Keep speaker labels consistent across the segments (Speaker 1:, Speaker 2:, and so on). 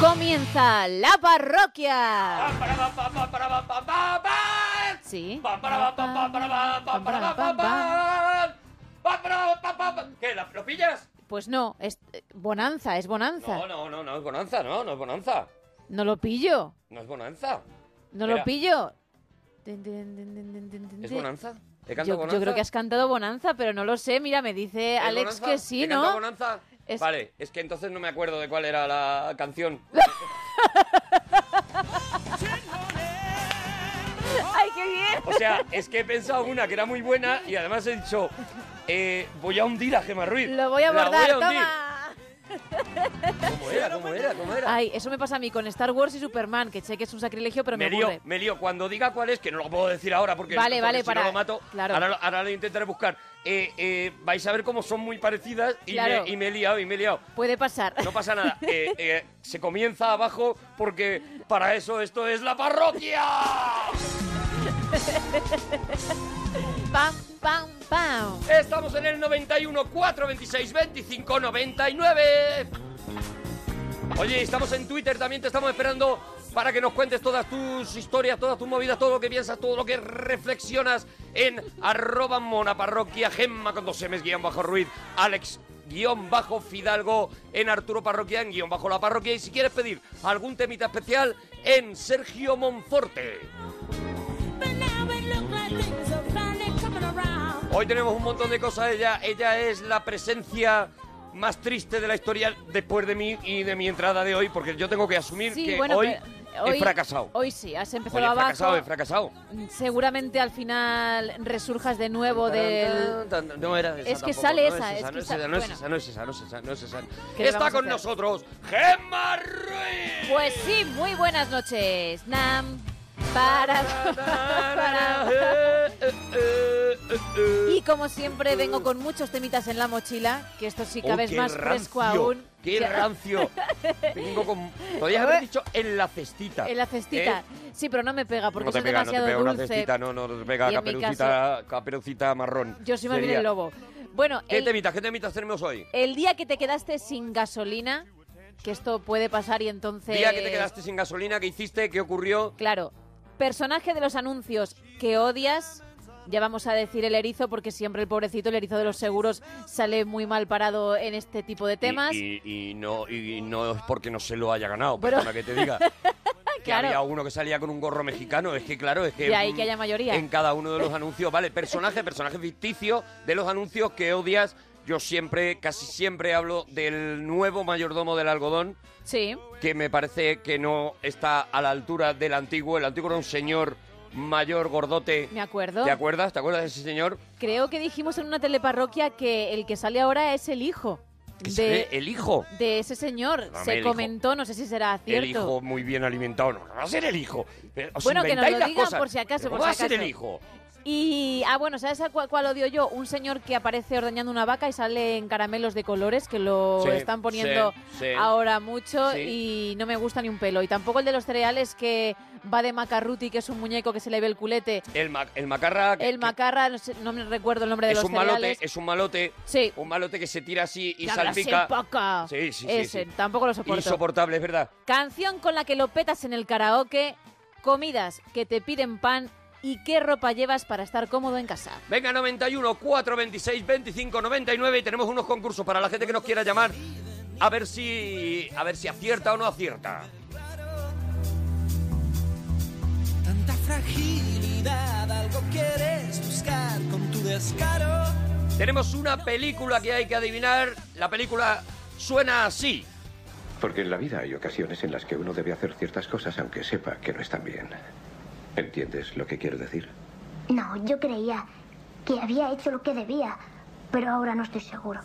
Speaker 1: Comienza la parroquia. Sí.
Speaker 2: ¿Qué? ¿Las flopillas?
Speaker 1: Pues no, es eh, bonanza, es bonanza.
Speaker 2: No, no, no, no es bonanza, no, no es bonanza.
Speaker 1: No lo pillo,
Speaker 2: No es bonanza.
Speaker 1: no
Speaker 2: Espera.
Speaker 1: lo pillo. Tin, tin, tin, tin, tin, tin, tin,
Speaker 2: ¿Es
Speaker 1: tin.
Speaker 2: bonanza? ¿He
Speaker 1: Yo,
Speaker 2: cantado
Speaker 1: yo
Speaker 2: bonanza?
Speaker 1: creo que has cantado bonanza, pero no lo sé. Mira, me dice
Speaker 2: ¿Es
Speaker 1: Alex
Speaker 2: bonanza?
Speaker 1: que sí,
Speaker 2: ¿He cantado
Speaker 1: ¿no?
Speaker 2: bonanza?
Speaker 1: Es-
Speaker 2: Vale, es que entonces no me acuerdo de cuál era la canción.
Speaker 1: Ay, qué bien.
Speaker 2: O sea, es que he pensado una que era muy buena y además he dicho, eh, voy a hundir a Gemma Ruiz.
Speaker 1: Lo voy a
Speaker 2: La
Speaker 1: abordar,
Speaker 2: voy a hundir.
Speaker 1: toma.
Speaker 2: ¿Cómo era? ¿Cómo era? ¿Cómo era?
Speaker 1: Ay, eso me pasa a mí con Star Wars y Superman, que sé que es un sacrilegio, pero me,
Speaker 2: me lío,
Speaker 1: aburre.
Speaker 2: me lío. Cuando diga cuál es, que no lo puedo decir ahora porque,
Speaker 1: Vale,
Speaker 2: porque
Speaker 1: vale,
Speaker 2: si
Speaker 1: para-
Speaker 2: no lo mato,
Speaker 1: claro.
Speaker 2: ahora, lo- ahora lo intentaré buscar. Eh, eh, vais a ver cómo son muy parecidas y,
Speaker 1: Claro.
Speaker 2: me, y me he liado, y me he liado.
Speaker 1: Puede pasar.
Speaker 2: No pasa nada. Eh, eh, se comienza abajo porque para eso esto es la parroquia.
Speaker 1: Pam, pam, pam.
Speaker 2: Estamos en el 91 426 25 99. Oye, estamos en Twitter, también te estamos esperando para que nos cuentes todas tus historias, todas tus movidas, todo lo que piensas, todo lo que reflexionas en arroba monaparroquia, gemma con dos M's, guión bajo Ruiz, Alex guión bajo Fidalgo, en Arturo Parroquia, en guión bajo la parroquia, y si quieres pedir algún temita especial, en Sergio Monforte. Hoy tenemos un montón de cosas. Ella, ella es la presencia más triste de la historia después de mí y de mi entrada de hoy, porque yo tengo que asumir
Speaker 1: Sí,
Speaker 2: que
Speaker 1: bueno,
Speaker 2: hoy,
Speaker 1: pero
Speaker 2: he fracasado.
Speaker 1: Hoy sí, has
Speaker 2: Hoy
Speaker 1: empezado
Speaker 2: he
Speaker 1: abajo.
Speaker 2: fracasado, he fracasado.
Speaker 1: Seguramente al final resurjas de nuevo
Speaker 2: Tan,
Speaker 1: del...
Speaker 2: tan, tan, No era esa
Speaker 1: Es que
Speaker 2: tampoco,
Speaker 1: sale
Speaker 2: no
Speaker 1: esa,
Speaker 2: Es
Speaker 1: es
Speaker 2: esa,
Speaker 1: que
Speaker 2: no es esa,
Speaker 1: sa-
Speaker 2: no es
Speaker 1: bueno.
Speaker 2: esa, no es esa, no es esa, no es esa.
Speaker 1: ¿Qué le
Speaker 2: Está
Speaker 1: vamos a
Speaker 2: con
Speaker 1: hacer?
Speaker 2: nosotros Gemma Ruiz.
Speaker 1: Pues sí, muy buenas noches. Nam, para... para- Y como siempre vengo con muchos temitas en la mochila, que esto sí
Speaker 2: Oh,
Speaker 1: cada vez
Speaker 2: qué
Speaker 1: más fresco
Speaker 2: rancio,
Speaker 1: aún.
Speaker 2: ¡Qué
Speaker 1: Ya-
Speaker 2: rancio! Vengo con... Podrías haber dicho en la cestita.
Speaker 1: En la cestita.
Speaker 2: ¿eh?
Speaker 1: Sí, pero no me pega porque
Speaker 2: no te
Speaker 1: soy
Speaker 2: pega, no te
Speaker 1: demasiado
Speaker 2: pega una
Speaker 1: dulce.
Speaker 2: cestita, no, no te pega
Speaker 1: Y en mi
Speaker 2: caperucita, caperucita marrón.
Speaker 1: Yo soy más bien
Speaker 2: Sería.
Speaker 1: el lobo. Bueno,
Speaker 2: ¿Qué
Speaker 1: el,
Speaker 2: temitas, qué temitas tenemos hoy?
Speaker 1: el día que te quedaste sin gasolina, que esto puede pasar y entonces...
Speaker 2: Día que te quedaste sin gasolina, ¿qué hiciste? ¿Qué ocurrió?
Speaker 1: Claro. Personaje de los anuncios que odias. Ya vamos a decir el erizo porque siempre el pobrecito, el erizo de los seguros, sale muy mal parado en este tipo de temas.
Speaker 2: Y, y- y no, y no es porque no se lo haya ganado,
Speaker 1: Pero-
Speaker 2: perdona que te diga. Que
Speaker 1: Ah, Claro.
Speaker 2: había uno que salía con un gorro mexicano, es que claro, es que...
Speaker 1: De ahí
Speaker 2: mm,
Speaker 1: que haya mayoría.
Speaker 2: En cada uno de los anuncios, vale, personaje, personaje ficticio de los anuncios que odias. Yo siempre, casi siempre hablo del nuevo mayordomo del algodón,
Speaker 1: Sí.
Speaker 2: que me parece que no está a la altura del antiguo. El antiguo era un señor mayor, gordote.
Speaker 1: Me acuerdo.
Speaker 2: ¿Te acuerdas? ¿Te acuerdas de ese señor?
Speaker 1: Creo que dijimos en una teleparroquia que el que sale ahora es el hijo
Speaker 2: Que sale
Speaker 1: de,
Speaker 2: Eh, el hijo.
Speaker 1: de ese señor.
Speaker 2: Dame el
Speaker 1: Se
Speaker 2: hijo.
Speaker 1: comentó, no sé si será cierto.
Speaker 2: El hijo muy bien alimentado. No, no va a ser el hijo. Eh, Os
Speaker 1: Bueno, que nos
Speaker 2: inventáis
Speaker 1: lo
Speaker 2: las
Speaker 1: digan
Speaker 2: cosas.
Speaker 1: por si acaso,
Speaker 2: Pero
Speaker 1: por
Speaker 2: ¿cómo
Speaker 1: si
Speaker 2: va a ser
Speaker 1: acaso.
Speaker 2: el hijo?
Speaker 1: Y, ah, bueno, ¿sabes a cuál, cuál odio yo? Un señor que aparece ordeñando una vaca y sale en caramelos de colores, que lo
Speaker 2: Sí,
Speaker 1: están poniendo
Speaker 2: sí, sí.
Speaker 1: ahora mucho
Speaker 2: Sí.
Speaker 1: y no me gusta ni un pelo. Y tampoco el de los cereales que va de Macarruti, que es un muñeco que se le ve el culete.
Speaker 2: El, ma- el macarra. que-
Speaker 1: El Macarra, no, sé- no me recuerdo el nombre
Speaker 2: que
Speaker 1: de
Speaker 2: Es
Speaker 1: los
Speaker 2: un malote,
Speaker 1: cereales.
Speaker 2: es un malote.
Speaker 1: Sí.
Speaker 2: Un malote que se tira así y
Speaker 1: Que habla así
Speaker 2: salpica.
Speaker 1: en poca.
Speaker 2: Sí, sí, sí,
Speaker 1: Ese,
Speaker 2: sí.
Speaker 1: tampoco lo soporto.
Speaker 2: Insoportable, es verdad.
Speaker 1: Canción con la que lo petas en el karaoke, comidas que te piden pan y qué ropa llevas para estar cómodo en casa.
Speaker 2: Venga, 91 426 25 99 y tenemos unos concursos para la gente que nos quiera llamar a ver si a ver si acierta o no acierta.
Speaker 3: Tanta fragilidad, algo quieres buscar con tu descaro.
Speaker 2: Tenemos una película que hay que adivinar. La película suena así.
Speaker 4: Porque en la vida hay ocasiones en las que uno debe hacer ciertas cosas aunque sepa que no están bien. ¿Entiendes lo que quiero decir?
Speaker 5: No, yo creía que había hecho lo que debía, pero ahora no estoy seguro.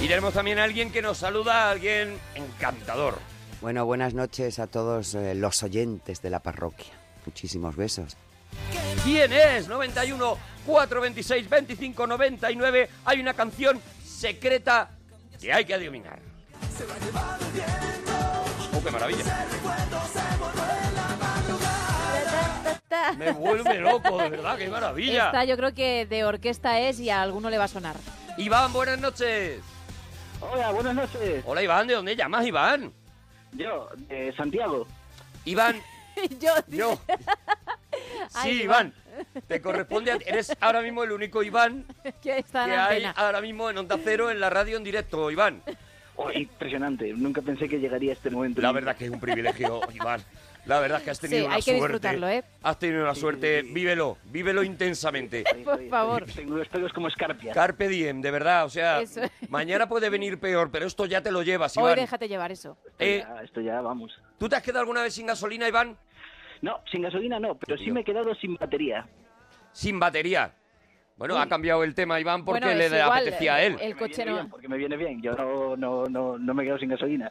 Speaker 2: Y tenemos también a alguien que nos saluda, a alguien encantador.
Speaker 6: Bueno, buenas noches a todos eh, los oyentes de la parroquia. Muchísimos besos.
Speaker 2: ¿Quién es? 91 426 25 99. Hay una canción secreta que hay que adivinar. ¡Oh, qué maravilla! Me vuelve loco, de verdad, qué maravilla.
Speaker 1: Esta yo creo que de orquesta es y a alguno le va a sonar.
Speaker 2: Iván, buenas noches.
Speaker 7: Hola, buenas noches.
Speaker 2: Hola Iván, ¿de dónde llamas Iván?
Speaker 7: Yo, de Santiago.
Speaker 2: Iván,
Speaker 1: Yo,
Speaker 2: yo. Sí,
Speaker 1: Ay,
Speaker 2: Iván. Te corresponde a ti. Eres ahora mismo el único Iván
Speaker 1: que
Speaker 2: que
Speaker 1: está en la
Speaker 2: hay
Speaker 1: antena.
Speaker 2: ahora mismo en Onda Cero en la radio en directo, Iván.
Speaker 7: Oh, impresionante. Nunca pensé que llegaría a este momento.
Speaker 2: La verdad que es un privilegio, Iván. La verdad que has tenido
Speaker 1: Sí,
Speaker 2: una
Speaker 1: hay que
Speaker 2: suerte.
Speaker 1: disfrutarlo, ¿eh?
Speaker 2: Has tenido una suerte.
Speaker 7: sí, sí.
Speaker 2: Vívelo, vívelo intensamente.
Speaker 7: Estoy-
Speaker 1: por
Speaker 7: estoy-
Speaker 1: favor.
Speaker 7: Tengo los pelos como escarpias.
Speaker 2: Carpe diem, de verdad, o sea,
Speaker 1: Eso.
Speaker 2: mañana puede venir peor, pero esto ya te lo llevas,
Speaker 1: Hoy
Speaker 2: Iván.
Speaker 1: déjate llevar eso.
Speaker 7: Esto
Speaker 2: Eh,
Speaker 7: ya- esto ya, vamos.
Speaker 2: ¿Tú te has quedado alguna vez sin gasolina, Iván?
Speaker 7: No, sin gasolina no, pero sí
Speaker 2: Tío.
Speaker 7: me he quedado sin batería.
Speaker 2: Sin batería. Bueno, ha cambiado el tema, Iván, porque
Speaker 1: Bueno,
Speaker 2: le
Speaker 1: es igual, eh,
Speaker 2: apetecía a él.
Speaker 7: Porque
Speaker 1: El
Speaker 7: me
Speaker 1: coche
Speaker 7: viene
Speaker 1: no-
Speaker 7: bien, Porque me viene bien, yo no, no, no, no me quedo sin gasolina.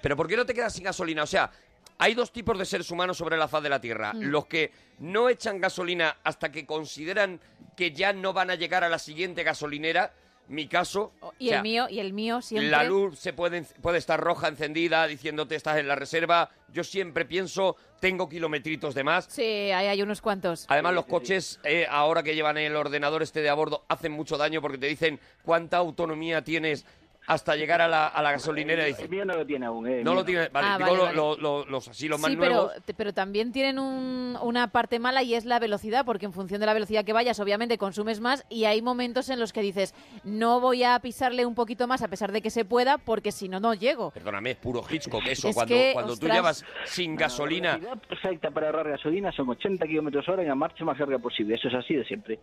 Speaker 2: Pero ¿por qué no te quedas sin gasolina? O sea, hay dos tipos de seres humanos sobre la faz de la Tierra.
Speaker 1: Mm.
Speaker 2: Los que no echan gasolina hasta que consideran que ya no van a llegar a la siguiente gasolinera. Mi caso.
Speaker 1: Oh, Y
Speaker 2: o sea,
Speaker 1: el mío, y el mío siempre.
Speaker 2: La luz se puede, enc- puede estar roja encendida diciéndote estás en la reserva. Yo siempre pienso, tengo kilometritos de más.
Speaker 1: Sí, ahí hay unos cuantos.
Speaker 2: Además, los coches, eh, ahora que llevan el ordenador este de a bordo, hacen mucho daño porque te dicen cuánta autonomía tienes hasta llegar a la, a la gasolinera. y
Speaker 7: El
Speaker 2: dices,
Speaker 7: mío no lo tiene aún, eh. el
Speaker 2: no
Speaker 7: mío
Speaker 2: lo tienes. Vale,
Speaker 1: Ah,
Speaker 2: digo
Speaker 1: vale,
Speaker 2: lo- lo- lo- los así, los más
Speaker 1: sí,
Speaker 2: nuevos.
Speaker 1: pero, te- pero también tienen un- una parte mala y es la velocidad, porque en función de la velocidad que vayas, obviamente consumes más y hay momentos en los que dices, no voy a pisarle un poquito más a pesar de que se pueda, porque si no, no llego.
Speaker 2: Perdóname, es puro Hitchcock eso.
Speaker 1: Es
Speaker 2: cuando
Speaker 1: que,
Speaker 2: cuando tú
Speaker 1: ostras.
Speaker 2: llevas sin gasolina.
Speaker 7: La velocidad perfecta para ahorrar gasolina son 80 kilómetros hora en la marcha más larga posible. Eso es así de siempre.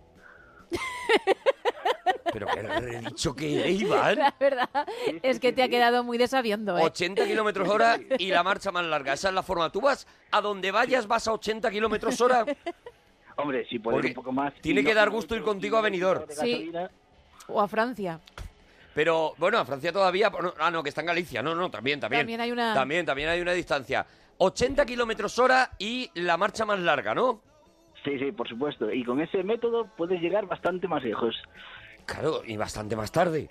Speaker 2: Pero qué redicho que eres, Iván.
Speaker 1: La verdad es que te ha quedado muy desabiendo, ¿eh?
Speaker 2: 80 kilómetros hora y la marcha más larga. Esa es la forma. Tú vas a donde vayas, vas a 80 kilómetros hora.
Speaker 7: Hombre, si puedes
Speaker 2: Porque
Speaker 7: un poco más.
Speaker 2: tiene
Speaker 7: y
Speaker 2: que
Speaker 7: no-
Speaker 2: dar gusto ir contigo a Benidorm.
Speaker 7: de
Speaker 1: Sí.
Speaker 7: gasolina,
Speaker 1: O a Francia.
Speaker 2: Pero bueno, a Francia todavía. no, Ah, no, que está en Galicia. No, no, también, también.
Speaker 1: También hay una-
Speaker 2: También, también hay una distancia. 80 kilómetros hora y la marcha más larga, ¿no?
Speaker 7: Sí, sí, por supuesto. Y con ese método puedes llegar bastante más lejos.
Speaker 2: Claro, y bastante más tarde.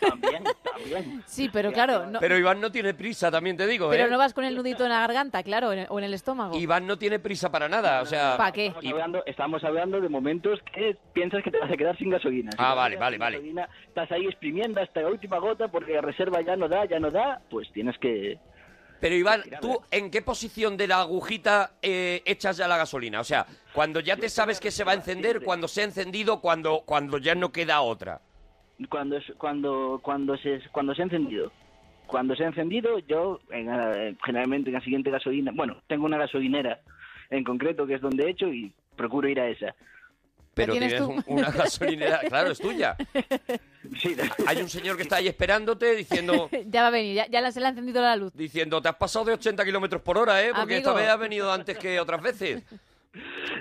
Speaker 7: También, también.
Speaker 1: Sí, pero claro, no,
Speaker 2: Pero Iván no tiene prisa, también te digo,
Speaker 1: pero
Speaker 2: ¿eh?
Speaker 1: no vas con el nudito en la garganta, claro, en- o en el estómago.
Speaker 2: Iván no tiene prisa para nada, o sea...
Speaker 1: ¿Para qué?
Speaker 7: Estamos
Speaker 2: Y-
Speaker 7: hablando, estamos hablando de momentos que piensas que te vas a quedar sin gasolina. Si
Speaker 2: Ah,
Speaker 7: te
Speaker 2: vale,
Speaker 7: quedas
Speaker 2: vale,
Speaker 7: sin
Speaker 2: vale.
Speaker 7: gasolina, estás ahí exprimiendo hasta la última gota porque la reserva ya no da, ya no da. Pues tienes que.
Speaker 2: Pero Iván, ¿tú en qué posición de la agujita eh, echas ya la gasolina? O sea, cuando ya te sabes que se va a encender, cuando se ha encendido, cuando, cuando ya no queda otra.
Speaker 7: Cuando, es- cuando, cuando, se, cuando se ha encendido. Cuando se ha encendido, yo en la- generalmente en la siguiente gasolina. Bueno, tengo una gasolinera en concreto que es donde he hecho y procuro ir a esa.
Speaker 2: Pero
Speaker 1: tienes
Speaker 2: tienes
Speaker 1: tú.
Speaker 2: un- una gasolinera, claro, es tuya.
Speaker 7: Sí,
Speaker 2: Hay un señor que está ahí esperándote diciendo,
Speaker 1: Ya va a venir, ya, ya la- se le ha encendido la luz.
Speaker 2: diciendo, te has pasado de 80 kilómetros por hora, ¿eh? Porque esta
Speaker 1: Amigo.
Speaker 2: vez has venido antes que otras veces.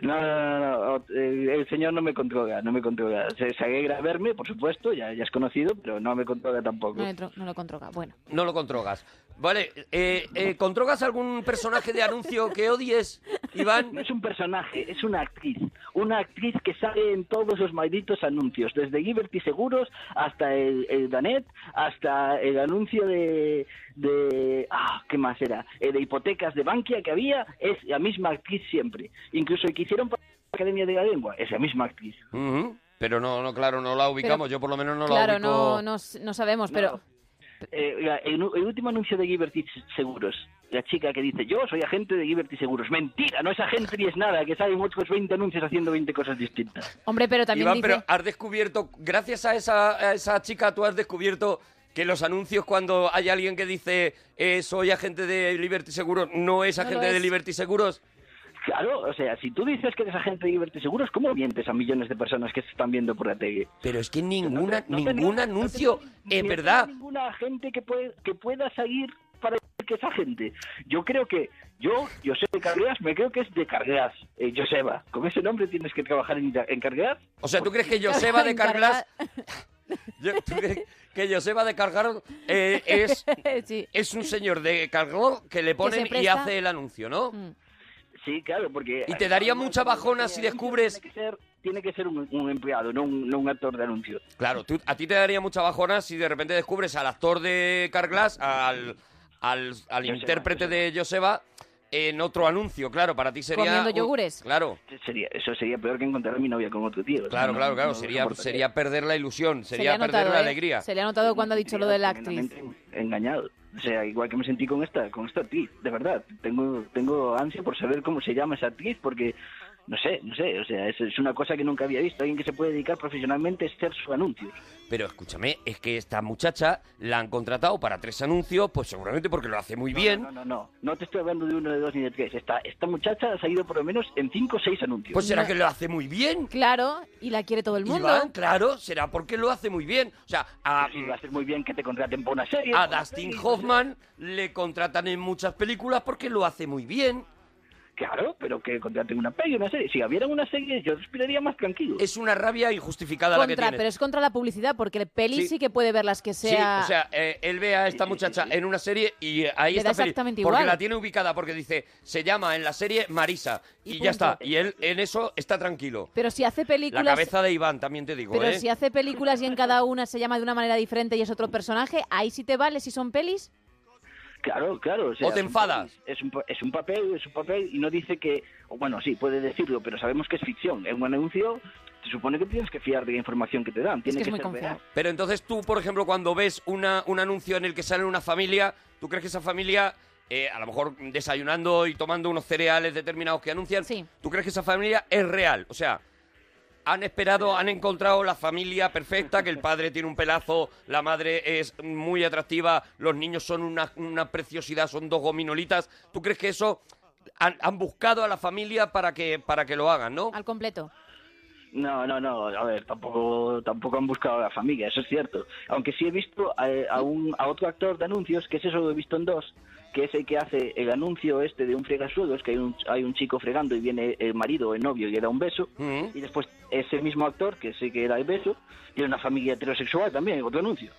Speaker 7: No, no, no, no, eh, el señor no me controla, no me controla. Se, se alegra de verme, por supuesto, ya, ya es conocido, pero no me controla tampoco.
Speaker 1: No, le tro- no lo controla. Bueno,
Speaker 2: No lo controgas. Vale, eh, eh, ¿controgas algún personaje de anuncio que odies, Iván?
Speaker 7: No es un personaje, es una actriz. Una actriz que sale en todos los malditos anuncios, desde Liberty Seguros hasta el, el Danet, hasta el anuncio de, de... Ah, ¿qué más era? Eh, de hipotecas de Bankia que había, es la misma actriz siempre. Incluso el que hicieron para la Academia de la Lengua, es la misma actriz.
Speaker 2: Ujú. Pero no, no, claro, no la ubicamos. Yo por lo menos no la
Speaker 1: claro,
Speaker 2: ubico.
Speaker 1: no, no, s- no sabemos, pero...
Speaker 7: Eh, la- el, nu- el último anuncio de Liberty Seguros. La chica que dice, yo soy agente de Liberty Seguros. Mentira, no es agente ni es nada, que salen otros 20 anuncios haciendo 20 cosas distintas.
Speaker 1: Hombre, pero también
Speaker 2: Iván,
Speaker 1: dice...
Speaker 2: pero has descubierto, gracias a esa, a esa chica, tú has descubierto que los anuncios cuando hay alguien que dice eh, soy agente de Liberty Seguros, no es
Speaker 1: No lo
Speaker 2: agente de
Speaker 1: es.
Speaker 2: Liberty Seguros.
Speaker 7: Claro, o sea, si tú dices que eres agente de Liberty Seguros, ¿cómo mientes a millones de personas que se están viendo por la tele?
Speaker 2: Pero es que ninguna,
Speaker 7: No te-
Speaker 2: ningún
Speaker 7: no te-
Speaker 2: anuncio,
Speaker 7: ni
Speaker 2: en
Speaker 7: está
Speaker 2: verdad,
Speaker 7: ninguna agente que, puede- que pueda salir para decir que es agente. Yo creo que, yo, Joseba Cargas, me creo que es de Cargas, eh, Joseba. Con ese nombre tienes que trabajar en, en Cargas.
Speaker 2: o sea, ¿tú crees que Joseba de Carglass,
Speaker 1: Encargada-
Speaker 2: yo- ¿tú crees que Joseba de Cargar eh, es,
Speaker 1: sí.
Speaker 2: es un señor de Carglass que le ponen y
Speaker 1: presta.
Speaker 2: hace el anuncio, ¿no?
Speaker 1: Mm.
Speaker 7: Sí, claro, porque...
Speaker 2: Y te daría mucha bajona si
Speaker 7: Tiene que
Speaker 2: descubres-
Speaker 7: ser- Tiene que ser, un, un empleado, no un, no un actor de anuncio.
Speaker 2: Claro, tú- a ti te daría mucha bajona si de repente descubres al actor de Carglass, al, al, al
Speaker 7: Joseba,
Speaker 2: intérprete de Joseba, en otro anuncio, claro, para ti sería...
Speaker 1: Comiendo
Speaker 2: un-
Speaker 1: yogures.
Speaker 2: Claro,
Speaker 7: Sería, eso sería peor que encontrar a mi novia con otro tío.
Speaker 2: claro,
Speaker 7: No,
Speaker 2: claro,
Speaker 7: no,
Speaker 2: claro,
Speaker 7: no
Speaker 2: sería,
Speaker 7: soportaría.
Speaker 2: sería perder la ilusión,
Speaker 1: Se
Speaker 2: sería
Speaker 1: le ha
Speaker 2: perder
Speaker 1: notado,
Speaker 2: la
Speaker 1: ¿eh?
Speaker 2: alegría.
Speaker 1: Se le ha notado cuando ha dicho lo de la
Speaker 7: Tremendamente
Speaker 1: actriz.
Speaker 7: Engañado. O sea, igual que me sentí con esta, con esta actriz, de verdad. Tengo, tengo ansia por saber cómo se llama esa actriz, porque no sé, no sé. O sea, es, es una cosa que nunca había visto. Alguien que se puede dedicar profesionalmente a hacer sus anuncios.
Speaker 2: Pero escúchame, es que esta muchacha la han contratado para tres anuncios, pues seguramente porque lo hace muy
Speaker 7: No,
Speaker 2: bien.
Speaker 7: No, no, no, no. No te estoy hablando de uno, de dos ni de tres. Esta, esta muchacha ha salido por lo menos en cinco o seis anuncios.
Speaker 2: Pues será
Speaker 1: No.
Speaker 2: que lo hace muy bien.
Speaker 1: Claro, y la quiere todo el mundo.
Speaker 2: Iván, claro, será porque lo hace muy bien. O sea, a,
Speaker 7: Sí, va a ser muy bien que te contraten por una serie.
Speaker 2: a
Speaker 7: por una
Speaker 2: Dustin
Speaker 7: peli,
Speaker 2: Hoffman le contratan en muchas películas porque lo hace muy bien.
Speaker 7: Claro, pero que contraten una peli, una serie. Si hubiera una serie, yo respiraría más tranquilo.
Speaker 2: Es una rabia injustificada la que
Speaker 1: Contra,
Speaker 2: tiene.
Speaker 1: pero es contra la publicidad, porque el peli
Speaker 2: Sí.
Speaker 1: sí, que puede ver las que
Speaker 2: Sí,
Speaker 1: sea.
Speaker 2: o sea, eh, él ve a esta muchacha en una serie y eh, ahí
Speaker 1: Le da
Speaker 2: está feliz,
Speaker 1: exactamente
Speaker 2: porque
Speaker 1: igual.
Speaker 2: la tiene ubicada porque dice, se llama en la serie Marisa y,
Speaker 1: Y
Speaker 2: ya
Speaker 1: punto.
Speaker 2: está, y él en eso está tranquilo.
Speaker 1: pero si hace
Speaker 2: La
Speaker 1: películas.
Speaker 2: cabeza de Iván también te digo,
Speaker 1: Pero
Speaker 2: ¿eh?
Speaker 1: si hace películas y en cada una se llama de una manera diferente y es otro personaje, ahí sí te vale si son pelis.
Speaker 7: Claro, claro. sea,
Speaker 2: O te
Speaker 7: es un
Speaker 2: enfadas.
Speaker 7: papel, Es un, pa- es un papel, es un papel, y no dice que. o Bueno, sí, puede decirlo, pero sabemos que es ficción. En un anuncio se supone que tienes que fiar de la información que te dan. Tiene
Speaker 1: que es muy
Speaker 7: ser
Speaker 1: confiado.
Speaker 7: veraz.
Speaker 2: Pero entonces tú, por ejemplo, cuando ves una, un anuncio en el que sale una familia, ¿tú crees que esa familia, eh, a lo mejor desayunando y tomando unos cereales determinados que anuncian,
Speaker 1: Sí.
Speaker 2: ¿tú crees que esa familia es real? O sea, han esperado, han encontrado la familia perfecta, que el padre tiene un pelazo, la madre es muy atractiva, los niños son una, una preciosidad, son dos gominolitas. ¿Tú crees que eso... Han, han buscado a la familia para que, para que lo hagan, ¿no?
Speaker 1: Al completo.
Speaker 7: No, no, no. A ver, tampoco, tampoco han buscado a la familia, eso es cierto. Aunque sí he visto a, a un, a otro actor de anuncios, que eso lo he visto en dos, que es el que hace el anuncio este de un fregasuelos, que hay un, hay un chico fregando y viene el marido o el novio y le da un beso.
Speaker 2: Mm.
Speaker 7: Y después ese mismo actor, que sé que era el beso, tiene una familia heterosexual también, en otro anuncio.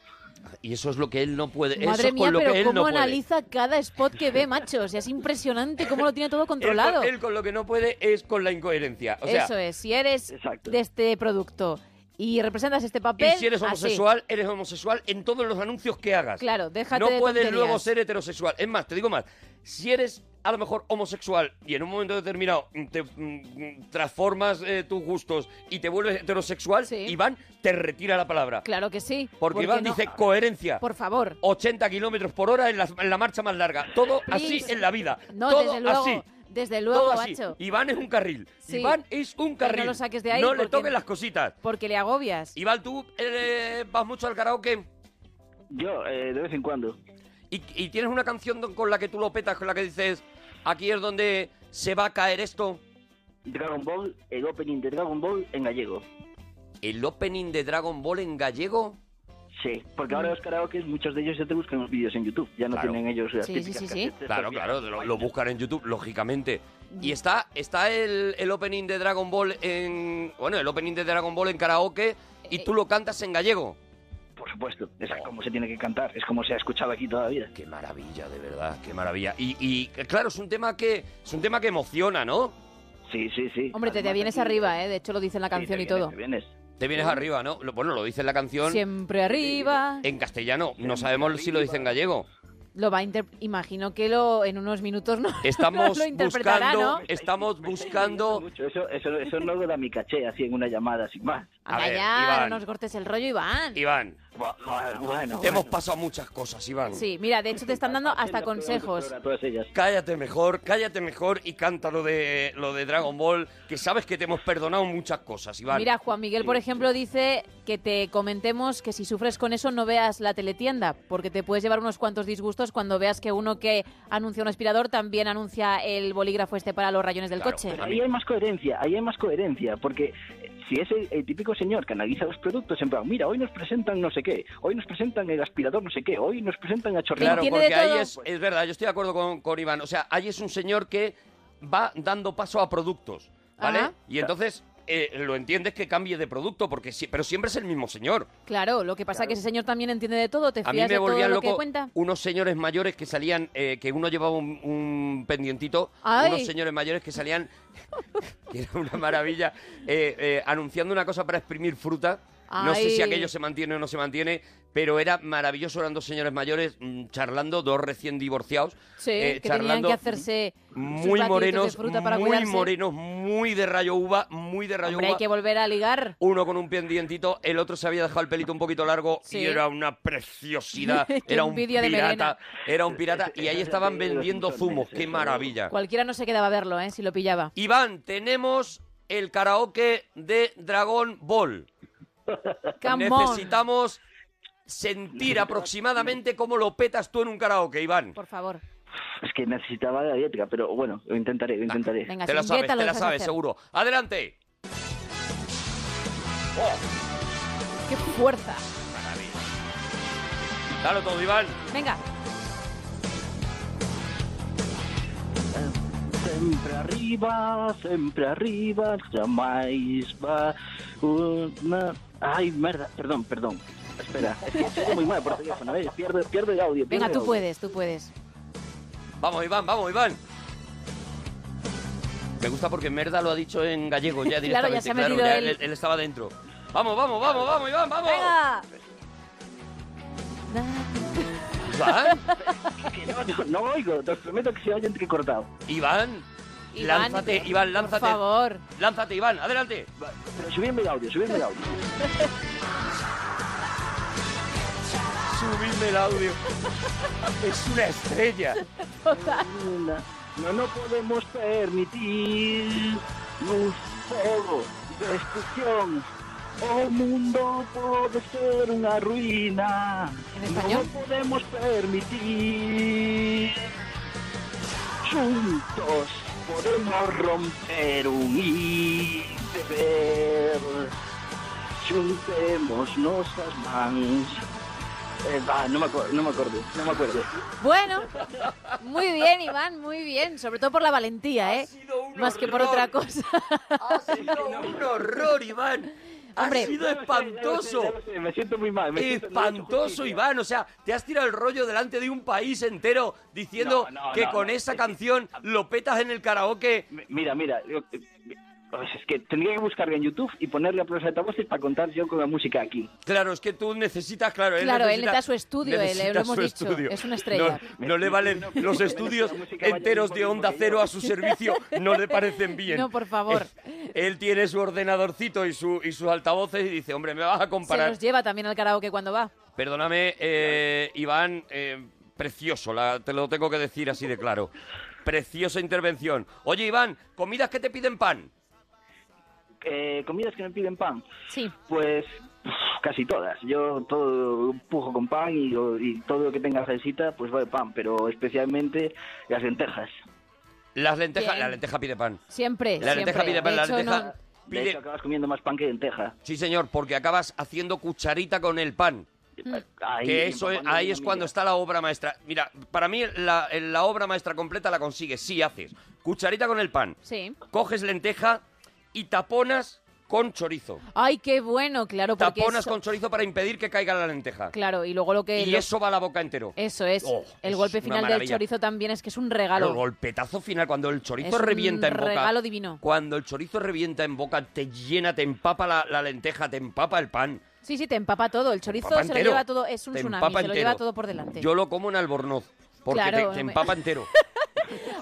Speaker 2: Y eso es lo que él no puede. eso
Speaker 1: Madre
Speaker 2: es
Speaker 1: mía,
Speaker 2: con lo
Speaker 1: pero
Speaker 2: que él
Speaker 1: cómo
Speaker 2: no puede.
Speaker 1: analiza cada spot que ve, macho. O sea, es impresionante cómo lo tiene todo
Speaker 2: Él
Speaker 1: controlado.
Speaker 2: con, él con lo que no puede es con la incoherencia. O sea,
Speaker 1: Eso es, si eres
Speaker 7: Exacto.
Speaker 1: de este producto y representas este
Speaker 2: y
Speaker 1: papel.
Speaker 2: si eres
Speaker 1: así.
Speaker 2: homosexual, eres homosexual en todos los anuncios que hagas.
Speaker 1: Claro, déjate
Speaker 2: No
Speaker 1: de
Speaker 2: puedes
Speaker 1: tonterías.
Speaker 2: luego ser heterosexual. Es más, te digo más. Si eres a lo mejor homosexual y en un momento determinado mm, te mm, mm, transformas eh, tus gustos y te vuelves heterosexual,
Speaker 1: Sí.
Speaker 2: Iván te retira la palabra.
Speaker 1: Claro que sí.
Speaker 2: porque,
Speaker 1: ¿por
Speaker 2: Iván
Speaker 1: qué no?
Speaker 2: dice coherencia.
Speaker 1: Por favor.
Speaker 2: 80 kilómetros por hora en la, en la marcha más larga. Todo así
Speaker 1: Please.
Speaker 2: en la vida.
Speaker 1: No,
Speaker 2: Todo
Speaker 1: desde luego.
Speaker 2: así.
Speaker 1: Desde luego,
Speaker 2: Todo así.
Speaker 1: macho.
Speaker 2: Iván es un carril.
Speaker 1: Sí.
Speaker 2: Iván es un
Speaker 1: Pero no
Speaker 2: carril.
Speaker 1: lo saques de ahí
Speaker 2: No le
Speaker 1: porque-
Speaker 2: toques las cositas.
Speaker 1: Porque le agobias.
Speaker 2: Iván, tú eh, vas mucho al karaoke
Speaker 7: Yo, eh, de vez en cuando.
Speaker 2: y, y tienes una canción don- con la que tú lo petas, con la que dices, aquí es donde se va a caer esto.
Speaker 7: Dragon Ball, el opening de Dragon Ball en gallego.
Speaker 2: El opening de Dragon Ball en gallego.
Speaker 7: Sí, porque ahora los karaokes, muchos de ellos ya te buscan los vídeos en YouTube. Ya no
Speaker 2: Mm. Claro.
Speaker 7: tienen ellos las
Speaker 1: Sí, sí,
Speaker 7: típicas
Speaker 1: sí, sí.
Speaker 7: casetes,
Speaker 2: Claro,
Speaker 7: estas
Speaker 2: claro,
Speaker 7: mierdas.
Speaker 2: lo, lo buscan en YouTube, lógicamente.
Speaker 1: Mm.
Speaker 2: Y está, está el, el opening de Dragon Ball en. Bueno, el opening de Dragon Ball en karaoke
Speaker 1: Eh,
Speaker 2: y tú lo cantas en gallego.
Speaker 7: Por supuesto, es como se tiene que cantar, es como se ha escuchado aquí toda la vida.
Speaker 2: Qué maravilla, de verdad, qué maravilla. Y, y, claro, es un tema que es un tema que emociona, ¿no?
Speaker 7: Sí, sí, sí.
Speaker 1: Hombre, te, te
Speaker 7: Además,
Speaker 1: vienes
Speaker 7: aquí-
Speaker 1: arriba, ¿eh? De hecho, lo dice en la
Speaker 7: Sí, te
Speaker 1: canción y
Speaker 7: vienes,
Speaker 1: todo.
Speaker 7: te vienes.
Speaker 2: Te vienes arriba, ¿no? Lo- Bueno, lo dice en la canción.
Speaker 1: Siempre arriba.
Speaker 2: En castellano, no sabemos si lo dice en gallego.
Speaker 1: Lo va a inter- Imagino que lo en unos minutos no
Speaker 2: Estamos
Speaker 1: lo interpretará,
Speaker 2: buscando,
Speaker 1: ¿no?
Speaker 2: estamos
Speaker 7: Me estáis
Speaker 2: buscando.
Speaker 7: riendo mucho, Eso, eso, eso no lo da mi caché así en una llamada, sin más.
Speaker 2: A
Speaker 1: Ahora
Speaker 2: ver,
Speaker 1: ya,
Speaker 2: Iván.
Speaker 1: no nos cortes el rollo, Iván.
Speaker 2: Iván,
Speaker 7: Bu- Bueno, bueno.
Speaker 2: te hemos pasado muchas cosas, Iván.
Speaker 1: Sí, mira, de hecho te están dando hasta consejos.
Speaker 7: A todas ellas.
Speaker 2: Cállate mejor, cállate mejor y canta lo de lo de Dragon Ball, que sabes que te hemos perdonado muchas cosas, Iván.
Speaker 1: Mira, Juan Miguel, por ejemplo, dice que te comentemos que si sufres con eso no veas la teletienda, porque te puedes llevar unos cuantos disgustos cuando veas que uno que anuncia un aspirador también anuncia el bolígrafo este para los rayones del
Speaker 2: Claro.
Speaker 1: coche.
Speaker 2: pues A mí-
Speaker 7: Ahí hay más coherencia, ahí hay más coherencia, porque eh, si es el, el típico señor que analiza los productos, en plan, mira, hoy nos presentan no sé qué, hoy nos presentan el aspirador no sé qué, hoy nos presentan a chorrear.
Speaker 2: Claro,
Speaker 1: tiene
Speaker 2: porque
Speaker 1: de
Speaker 2: ahí
Speaker 1: todo.
Speaker 2: es, es verdad, yo estoy de acuerdo con, con Iván. O sea, ahí es un señor que va dando paso a productos, ¿vale?
Speaker 1: Ajá.
Speaker 2: Y entonces eh, lo entiendes que cambie de producto, porque sí- pero siempre es el mismo señor.
Speaker 1: Claro, lo que pasa es que ese señor también entiende de todo, te
Speaker 2: A mí
Speaker 1: fías
Speaker 2: me
Speaker 1: de todo
Speaker 2: volvían
Speaker 1: lo que
Speaker 2: loco
Speaker 1: cuenta.
Speaker 2: unos señores mayores que salían, eh, que uno llevaba un, un pendientito,
Speaker 1: Ay.
Speaker 2: unos señores mayores que salían, que era una maravilla, eh, eh, anunciando una cosa para exprimir fruta. No sé si
Speaker 1: Ay.
Speaker 2: aquello se mantiene o no se mantiene, pero era maravilloso. Eran dos señores mayores mm, charlando, dos recién divorciados.
Speaker 1: Sí,
Speaker 2: eh,
Speaker 1: que tenían que hacerse sus
Speaker 2: Muy
Speaker 1: batiditos
Speaker 2: morenos,
Speaker 1: de fruta para
Speaker 2: muy
Speaker 1: cuidarse.
Speaker 2: morenos, muy de rayo uva, muy de rayo
Speaker 1: Hombre,
Speaker 2: uva.
Speaker 1: hay que volver a ligar.
Speaker 2: Uno con un pendientito, el otro se había dejado el pelito un poquito largo
Speaker 1: Sí.
Speaker 2: y era una preciosidad. Era un
Speaker 1: Envidia de
Speaker 2: pirata,
Speaker 1: melena.
Speaker 2: era un pirata. Y ahí estaban vendiendo zumos, qué maravilla.
Speaker 1: Cualquiera no se quedaba a verlo, ¿eh? Si lo pillaba.
Speaker 2: Iván, tenemos el karaoke de Dragon Ball.
Speaker 1: Come on.
Speaker 2: Necesitamos sentir aproximadamente cómo lo petas tú en un karaoke, Iván.
Speaker 1: Por favor.
Speaker 7: Es que necesitaba la diética, pero bueno, lo intentaré, lo intentaré.
Speaker 1: Venga,
Speaker 2: te
Speaker 1: sí,
Speaker 2: la sabes,
Speaker 1: inyétalo,
Speaker 2: te la
Speaker 1: lo vas a
Speaker 2: sabes,
Speaker 1: hacer.
Speaker 2: seguro. Adelante. Oh,
Speaker 1: ¡Qué fuerza!
Speaker 2: dalo todo, Iván.
Speaker 1: Venga,
Speaker 7: Sempre arriba, sempre arriba, jamás va una... Ay, merda, perdón, perdón. Espera, es que soy muy mal por teléfono, ¿eh? Pierdo, pierdo el audio. pierdo
Speaker 1: venga,
Speaker 7: el
Speaker 1: tú
Speaker 7: audio.
Speaker 1: puedes, tú puedes.
Speaker 2: Vamos, Iván, vamos, Iván. Me gusta porque Merda lo ha dicho en gallego ya
Speaker 1: Claro,
Speaker 2: directamente.
Speaker 1: ya se ha metido
Speaker 2: ya
Speaker 1: él.
Speaker 2: él, él estaba dentro. Vamos, vamos, vamos, vamos, Iván, vamos.
Speaker 1: ¡Venga!
Speaker 2: Iván,
Speaker 7: Que no, no, no oigo, te prometo que se oye entrecortado.
Speaker 2: Iván,
Speaker 1: Iván,
Speaker 2: lánzate, Iván, lánzate.
Speaker 1: Por favor.
Speaker 2: Lánzate, Iván, adelante.
Speaker 7: Va, Pero subidme el audio, subidme el audio.
Speaker 2: Subidme el audio. Es una estrella.
Speaker 7: Una- No, no podemos permitir un fuego, destrucción. O Oh, mundo puede ser una ruina.
Speaker 1: ¿En
Speaker 7: No lo
Speaker 1: español?
Speaker 7: podemos permitir. Juntos podemos romper un iceberg. Juntemos nuestras manos. Eh, va, no me acuerdo, no me acuerdo, no me acuerdo.
Speaker 1: Bueno, muy bien, Iván, muy bien. Sobre todo por la valentía, ¿eh?
Speaker 2: sido un
Speaker 1: Más que por
Speaker 2: horror.
Speaker 1: otra cosa.
Speaker 2: Ha sido un horror, Iván. Ha
Speaker 1: Hombre.
Speaker 2: sido
Speaker 7: Ya lo sé, ya lo sé,
Speaker 2: espantoso.
Speaker 7: ya lo sé, Me siento muy mal. me siento- no he hecho
Speaker 2: Espantoso,
Speaker 7: justicia.
Speaker 2: Iván. O sea, te has tirado el rollo delante de un país entero diciendo
Speaker 7: No, no,
Speaker 2: que
Speaker 7: no,
Speaker 2: con
Speaker 7: no.
Speaker 2: esa canción lo petas en el karaoke.
Speaker 7: M- Mira, mira. yo- pues es que tendría que buscarlo en YouTube y ponerle a los altavoces para contar yo con la música aquí.
Speaker 2: Claro, es que tú necesitas, claro. Él
Speaker 1: Claro,
Speaker 2: Eh,
Speaker 1: él
Speaker 2: necesita,
Speaker 1: necesita su estudio, él, eh,
Speaker 2: necesita
Speaker 1: lo hemos
Speaker 2: su
Speaker 1: dicho,
Speaker 2: estudio.
Speaker 1: es una estrella.
Speaker 2: No, no le valen los estudios enteros de onda cero a su servicio, no le parecen bien.
Speaker 1: No, por favor.
Speaker 2: Él, él tiene su ordenadorcito y, su, y sus altavoces y dice, hombre, me vas a
Speaker 1: Se
Speaker 2: comparar.
Speaker 1: los lleva también al karaoke cuando va.
Speaker 2: Perdóname, eh, Iván, eh, precioso, la- te lo tengo que decir así de claro. Preciosa intervención. Oye, Iván, comidas que te piden pan.
Speaker 7: Eh, comidas que me piden pan.
Speaker 1: Sí.
Speaker 7: Pues pf, casi todas. Yo todo pujo con pan y, y todo lo que tenga salsita, pues va de pan, pero especialmente las lentejas.
Speaker 2: Las lentejas,
Speaker 1: Bien.
Speaker 2: la lenteja pide pan.
Speaker 1: Siempre,
Speaker 2: La lenteja
Speaker 1: siempre.
Speaker 2: pide pan,
Speaker 1: De
Speaker 2: la
Speaker 1: hecho,
Speaker 2: lenteja
Speaker 1: no-
Speaker 7: De
Speaker 2: pide...
Speaker 7: hecho, acabas comiendo más pan que lenteja.
Speaker 2: Sí, señor, porque acabas haciendo cucharita con el pan.
Speaker 1: ¿eh? Mm,
Speaker 7: Ahí,
Speaker 2: que eso es,
Speaker 7: empapando
Speaker 2: ahí
Speaker 7: la
Speaker 2: es cuando
Speaker 7: mira.
Speaker 2: está la obra maestra. Mira, para mí la, la obra maestra completa la consigues, sí haces. Cucharita con el pan,
Speaker 1: Sí.
Speaker 2: coges lenteja y taponas con chorizo.
Speaker 1: Ay, qué bueno, claro, Ah, porque
Speaker 2: Taponas
Speaker 1: eso-
Speaker 2: con chorizo para impedir que caiga la lenteja.
Speaker 1: Claro, y luego lo que...
Speaker 2: Y
Speaker 1: lo-
Speaker 2: eso va a la boca entero.
Speaker 1: Eso es.
Speaker 2: Oh,
Speaker 1: el
Speaker 2: es
Speaker 1: golpe
Speaker 2: una
Speaker 1: final del
Speaker 2: maravilla.
Speaker 1: chorizo también es que es un
Speaker 2: Claro,
Speaker 1: regalo.
Speaker 2: el golpetazo final, cuando el chorizo
Speaker 1: Es un
Speaker 2: revienta en boca.
Speaker 1: regalo divino.
Speaker 2: Cuando el chorizo revienta en boca, te llena, te empapa la, la lenteja, te empapa el pan.
Speaker 1: Sí, sí, te empapa todo. El chorizo
Speaker 2: empapa
Speaker 1: se lo
Speaker 2: entero.
Speaker 1: lleva todo. Es un
Speaker 2: Te
Speaker 1: tsunami,
Speaker 2: empapa
Speaker 1: se lo
Speaker 2: entero.
Speaker 1: lleva todo por delante.
Speaker 2: Yo lo como en albornoz, porque
Speaker 1: Claro,
Speaker 2: te- te,
Speaker 1: hombre.
Speaker 2: empapa entero.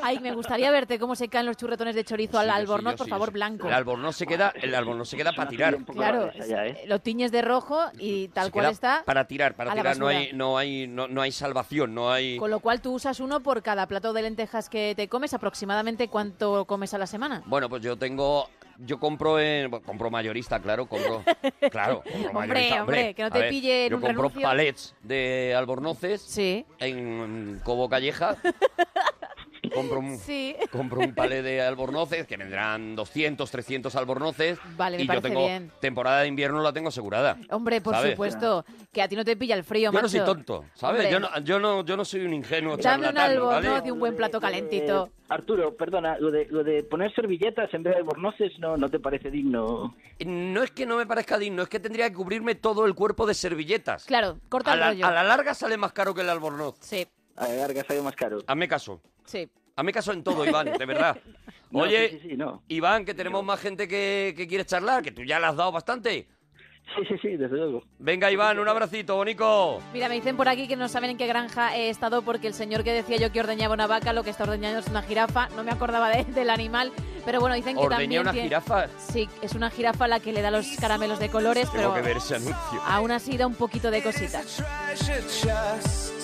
Speaker 1: Ay, me gustaría verte cómo se caen los churretones de chorizo al
Speaker 2: Sí, yo sí,
Speaker 1: albornoz,
Speaker 2: yo
Speaker 1: por
Speaker 2: sí, yo
Speaker 1: favor,
Speaker 2: sí.
Speaker 1: blanco.
Speaker 2: El albornoz se queda, el albornoz se queda para tirar.
Speaker 7: Un poco
Speaker 1: Claro,
Speaker 7: raro esa ya, ¿eh?
Speaker 1: lo tiñes de rojo y tal
Speaker 2: Mm, Se
Speaker 1: cual
Speaker 2: queda
Speaker 1: está.
Speaker 2: Para tirar, para
Speaker 1: a la
Speaker 2: tirar. No hay,
Speaker 1: basura.
Speaker 2: no hay, no, no hay salvación, no hay.
Speaker 1: Con lo cual tú usas uno por cada plato de lentejas que te comes. ¿Aproximadamente cuánto comes a la semana?
Speaker 2: Bueno, pues yo tengo. Yo compro en. bueno, compro mayorista, claro, compro. Claro, compro
Speaker 1: Hombre,
Speaker 2: mayorista.
Speaker 1: hombre, que no
Speaker 2: A
Speaker 1: te pille en
Speaker 2: Yo
Speaker 1: un
Speaker 2: compro
Speaker 1: renuncio.
Speaker 2: palets de albornoces
Speaker 1: Sí.
Speaker 2: en Cobo Calleja. compro un.
Speaker 1: Sí.
Speaker 2: Compro un palet de albornoces, que vendrán 200, 300 albornoces.
Speaker 1: Vale, me
Speaker 2: y yo
Speaker 1: parece
Speaker 2: tengo
Speaker 1: bien.
Speaker 2: temporada de invierno la tengo asegurada.
Speaker 1: Hombre, por
Speaker 2: ¿sabes?
Speaker 1: supuesto, que a ti no te pilla el frío,
Speaker 2: Yo no
Speaker 1: macho.
Speaker 2: soy tonto, ¿sabes?
Speaker 1: Hombre,
Speaker 2: Yo no, yo, no, yo no soy un ingenuo
Speaker 1: Dame un
Speaker 2: charlatán, ¿vale?
Speaker 1: albornoz y un buen plato calentito.
Speaker 7: Eh, Arturo, perdona, lo de, lo de poner servilletas en vez de albornoces no, no te parece digno.
Speaker 2: No es que no me parezca digno, es que tendría que cubrirme todo el cuerpo de servilletas.
Speaker 1: Claro, corta
Speaker 2: a
Speaker 1: el
Speaker 2: la,
Speaker 1: rollo.
Speaker 2: a la larga sale más caro que el albornoz.
Speaker 1: Sí,
Speaker 7: A la larga sale más caro.
Speaker 2: Hazme caso.
Speaker 1: sí.
Speaker 2: Hazme caso en todo, Iván, de verdad.
Speaker 7: No,
Speaker 2: Oye,
Speaker 7: sí, sí, sí, no.
Speaker 2: Iván, que tenemos más gente que, que quiere charlar, que tú ya le has dado bastante.
Speaker 7: Sí, sí, sí, desde luego.
Speaker 2: Venga, Iván, un abracito, bonico.
Speaker 1: Mira, me dicen por aquí que no saben en qué granja he estado porque el señor que decía yo que ordeñaba una vaca, lo que está ordeñando es una jirafa. No me acordaba de- del animal, pero bueno, dicen que
Speaker 2: Ordeñé
Speaker 1: también...
Speaker 2: una
Speaker 1: tiene-
Speaker 2: jirafa.
Speaker 1: Sí, es una jirafa la que le da los caramelos de colores,
Speaker 2: Tengo
Speaker 1: pero
Speaker 2: que ver ese anuncio.
Speaker 1: aún así da un poquito de cositas.
Speaker 3: Treasure chest.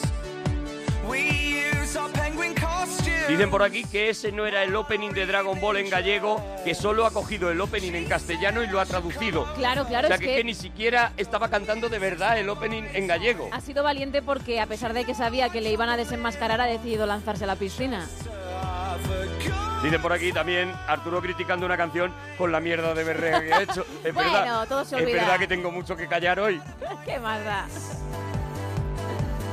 Speaker 3: We use our penguin costume.
Speaker 2: Dicen por aquí que ese no era el opening de Dragon Ball en gallego, que solo ha cogido el opening en castellano y lo ha traducido.
Speaker 1: Claro, claro,
Speaker 2: o sea
Speaker 1: es
Speaker 2: que,
Speaker 1: que-
Speaker 2: que ni siquiera estaba cantando de verdad el opening en gallego.
Speaker 1: Ha sido valiente porque a pesar de que sabía que le iban a desenmascarar, ha decidido lanzarse a la piscina.
Speaker 2: Dicen por aquí también Arturo criticando una canción con la mierda de berrea que ha hecho. Es
Speaker 1: Bueno,
Speaker 2: verdad,
Speaker 1: todo se
Speaker 2: es
Speaker 1: olvida.
Speaker 2: verdad que tengo mucho que callar hoy.
Speaker 1: ¡Qué más da?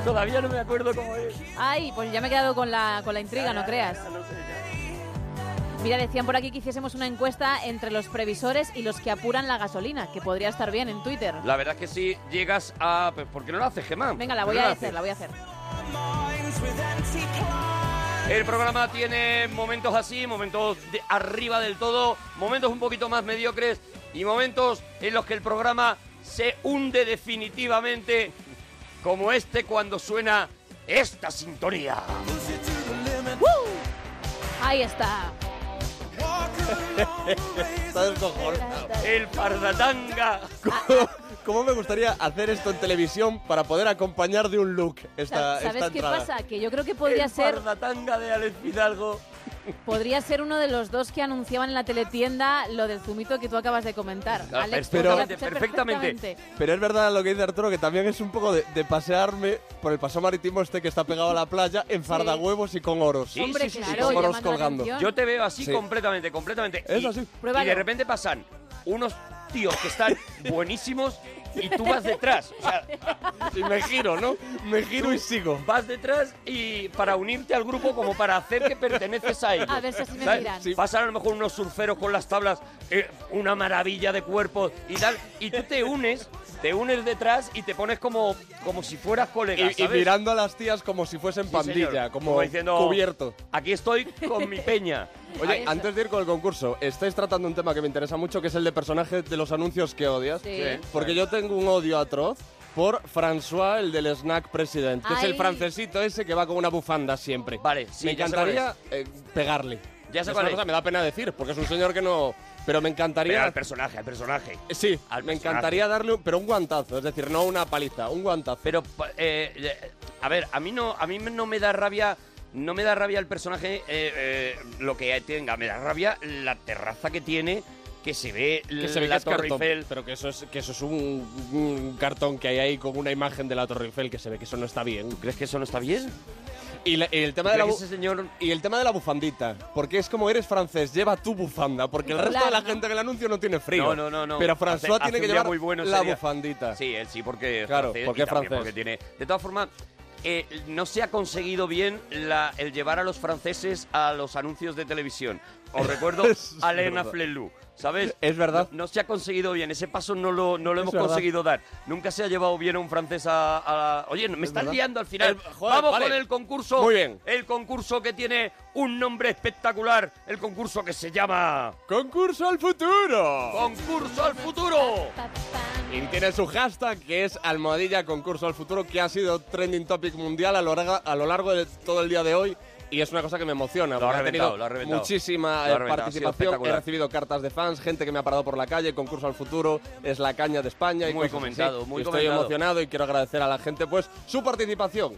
Speaker 2: Todavía no me acuerdo cómo es.
Speaker 1: Ay, pues ya me he quedado con la, con la intriga, no creas.
Speaker 2: No sé, ya.
Speaker 1: Mira, decían por aquí que hiciésemos una encuesta entre los previsores y los que apuran la gasolina, que podría estar bien en Twitter.
Speaker 2: La verdad es que si llegas a... pues, ¿Por qué no lo haces, Gemma?
Speaker 1: Venga, la
Speaker 2: ¿Por qué
Speaker 1: voy
Speaker 2: no
Speaker 1: a
Speaker 2: lo
Speaker 1: hacer,
Speaker 2: haces?
Speaker 1: la voy a hacer.
Speaker 2: El programa tiene momentos así, momentos de arriba del todo, momentos un poquito más mediocres y momentos en los que el programa se hunde definitivamente, como este cuando suena esta sintonía.
Speaker 1: Ahí está.
Speaker 8: Está descojonado.
Speaker 2: El Pardatanga.
Speaker 8: ¿Cómo, cómo me gustaría hacer esto en televisión para poder acompañar de un look esta,
Speaker 1: Sa- ¿Sabes
Speaker 8: esta
Speaker 1: qué
Speaker 8: entrada?
Speaker 1: pasa? Que yo creo que podría
Speaker 2: el
Speaker 1: ser,
Speaker 2: Pardatanga de Alex Fidalgo.
Speaker 1: podría ser uno de los dos que anunciaban en la teletienda lo del zumito que tú acabas de comentar.
Speaker 2: Ah,
Speaker 1: Alex,
Speaker 8: pero-
Speaker 1: podría ser
Speaker 2: perfectamente.
Speaker 8: Pero es verdad lo que dice Arturo, que también es un poco de, de pasearme por el paso marítimo este que está pegado a la playa en fardahuevos y con oros.
Speaker 2: Sí,
Speaker 1: Hombre,
Speaker 2: sí, sí, sí,
Speaker 1: claro,
Speaker 8: con
Speaker 1: llama
Speaker 8: oros
Speaker 1: la
Speaker 8: colgando.
Speaker 1: atención.
Speaker 2: Yo te veo así
Speaker 8: Sí.
Speaker 2: completamente, completamente.
Speaker 8: Es
Speaker 2: Y-
Speaker 8: así.
Speaker 1: Pruébalo.
Speaker 2: Y de repente pasan unos tíos que están buenísimos y tú vas detrás. O sea,
Speaker 8: Y me giro, ¿no? Me giro y sigo.
Speaker 2: vas detrás y para unirte al grupo como para hacer que perteneces a ellos.
Speaker 1: A ver si así me miran.
Speaker 8: Sí.
Speaker 2: Pasan a lo mejor unos surferos con las tablas, eh, una maravilla de cuerpos y tal, y tú te unes, te unes detrás y te pones como, como si fueras colega,
Speaker 8: Y, y
Speaker 2: ¿sabes?
Speaker 8: mirando a las tías como si fuesen
Speaker 2: Sí, señor.
Speaker 8: pandilla, como,
Speaker 2: diciendo,
Speaker 8: cubierto.
Speaker 2: Aquí estoy con mi peña.
Speaker 8: Oye,
Speaker 1: Eso.
Speaker 8: antes de ir con el concurso, estáis tratando un tema que me interesa mucho, que es el de personajes de los anuncios que odias.
Speaker 1: Sí. Sí.
Speaker 8: Porque yo tengo un odio atroz por François, el del Snack President, que es
Speaker 1: Ay.
Speaker 8: el francesito ese que va con una bufanda siempre.
Speaker 2: Vale, sí,
Speaker 8: Me
Speaker 2: ya sé cuál
Speaker 8: encantaría eh, pegarle.
Speaker 2: Ya sé
Speaker 8: Es
Speaker 2: cuál
Speaker 8: una
Speaker 2: es.
Speaker 8: cosa, me da pena decir, porque es un señor que no... Pero me encantaría...
Speaker 2: Pero al personaje, al personaje.
Speaker 8: sí,
Speaker 2: al
Speaker 8: me
Speaker 2: personaje.
Speaker 8: encantaría darle un, pero un guantazo, es decir, no una paliza, un guantazo.
Speaker 2: Pero, pa- eh, eh, a ver, a mí no, a mí no me da rabia, no me da rabia el personaje, eh, eh, lo que tenga, me da rabia la terraza que tiene, que se ve
Speaker 8: que se ve
Speaker 2: la
Speaker 8: que es
Speaker 2: Torre
Speaker 8: cartón,
Speaker 2: Eiffel.
Speaker 8: pero que eso es que eso es un, un cartón que hay ahí con una imagen de la Torre Eiffel que se ve que eso no está bien.
Speaker 2: ¿Crees que eso no está bien?
Speaker 8: Y, la- y el tema de la
Speaker 2: ¿Crees que
Speaker 8: bu-
Speaker 2: ese señor
Speaker 8: y el tema de la bufandita, porque es como eres francés, lleva tu bufanda, porque el resto de la
Speaker 1: Claro, ¿no?
Speaker 8: gente que el anuncio no tiene frío.
Speaker 2: No, no, no, no.
Speaker 8: Pero François
Speaker 2: Hace- hace
Speaker 8: tiene que
Speaker 2: un día
Speaker 8: llevar
Speaker 2: muy bueno ese
Speaker 8: la
Speaker 2: día.
Speaker 8: bufandita.
Speaker 2: Sí, él sí, porque es
Speaker 8: Claro,
Speaker 2: francés
Speaker 8: porque
Speaker 2: y
Speaker 8: es
Speaker 2: también
Speaker 8: francés.
Speaker 2: porque tiene. De todas formas, eh, no se ha conseguido bien la- el llevar a los franceses a los anuncios de televisión. Os recuerdo
Speaker 8: Es
Speaker 2: a Elena
Speaker 8: verdad.
Speaker 2: Flelou, ¿sabes?
Speaker 8: Es verdad.
Speaker 2: No, no se ha conseguido bien, ese paso no lo, no lo
Speaker 8: Es
Speaker 2: hemos
Speaker 8: verdad.
Speaker 2: conseguido dar. Nunca se ha llevado bien a un francés a... a- Oye, me estás
Speaker 8: verdad.
Speaker 2: liando al final.
Speaker 8: El- joder,
Speaker 2: Vamos
Speaker 8: vale.
Speaker 2: con el concurso.
Speaker 8: Muy bien.
Speaker 2: El concurso que tiene un nombre espectacular. El concurso que se llama...
Speaker 8: ¡Concurso al futuro!
Speaker 2: ¡Concurso al futuro!
Speaker 8: Y tiene su hashtag que es almohadilla concurso al futuro que ha sido trending topic mundial a lo, larga- a lo largo de todo el día de hoy y es una cosa que me emociona.
Speaker 2: Lo ha
Speaker 8: porque ha
Speaker 2: reventado,
Speaker 8: tenido
Speaker 2: lo ha reventado.
Speaker 8: Muchísima
Speaker 2: Lo ha
Speaker 8: eh,
Speaker 2: reventado, ha
Speaker 8: participación.
Speaker 2: sido
Speaker 8: He
Speaker 2: espectacular.
Speaker 8: recibido cartas de fans, gente que me ha parado por la calle, concurso al futuro, es la caña de España y
Speaker 2: Muy
Speaker 8: cosas así.
Speaker 2: comentado, muy
Speaker 8: Y Estoy
Speaker 2: comentado.
Speaker 8: emocionado y quiero agradecer a la gente pues su participación.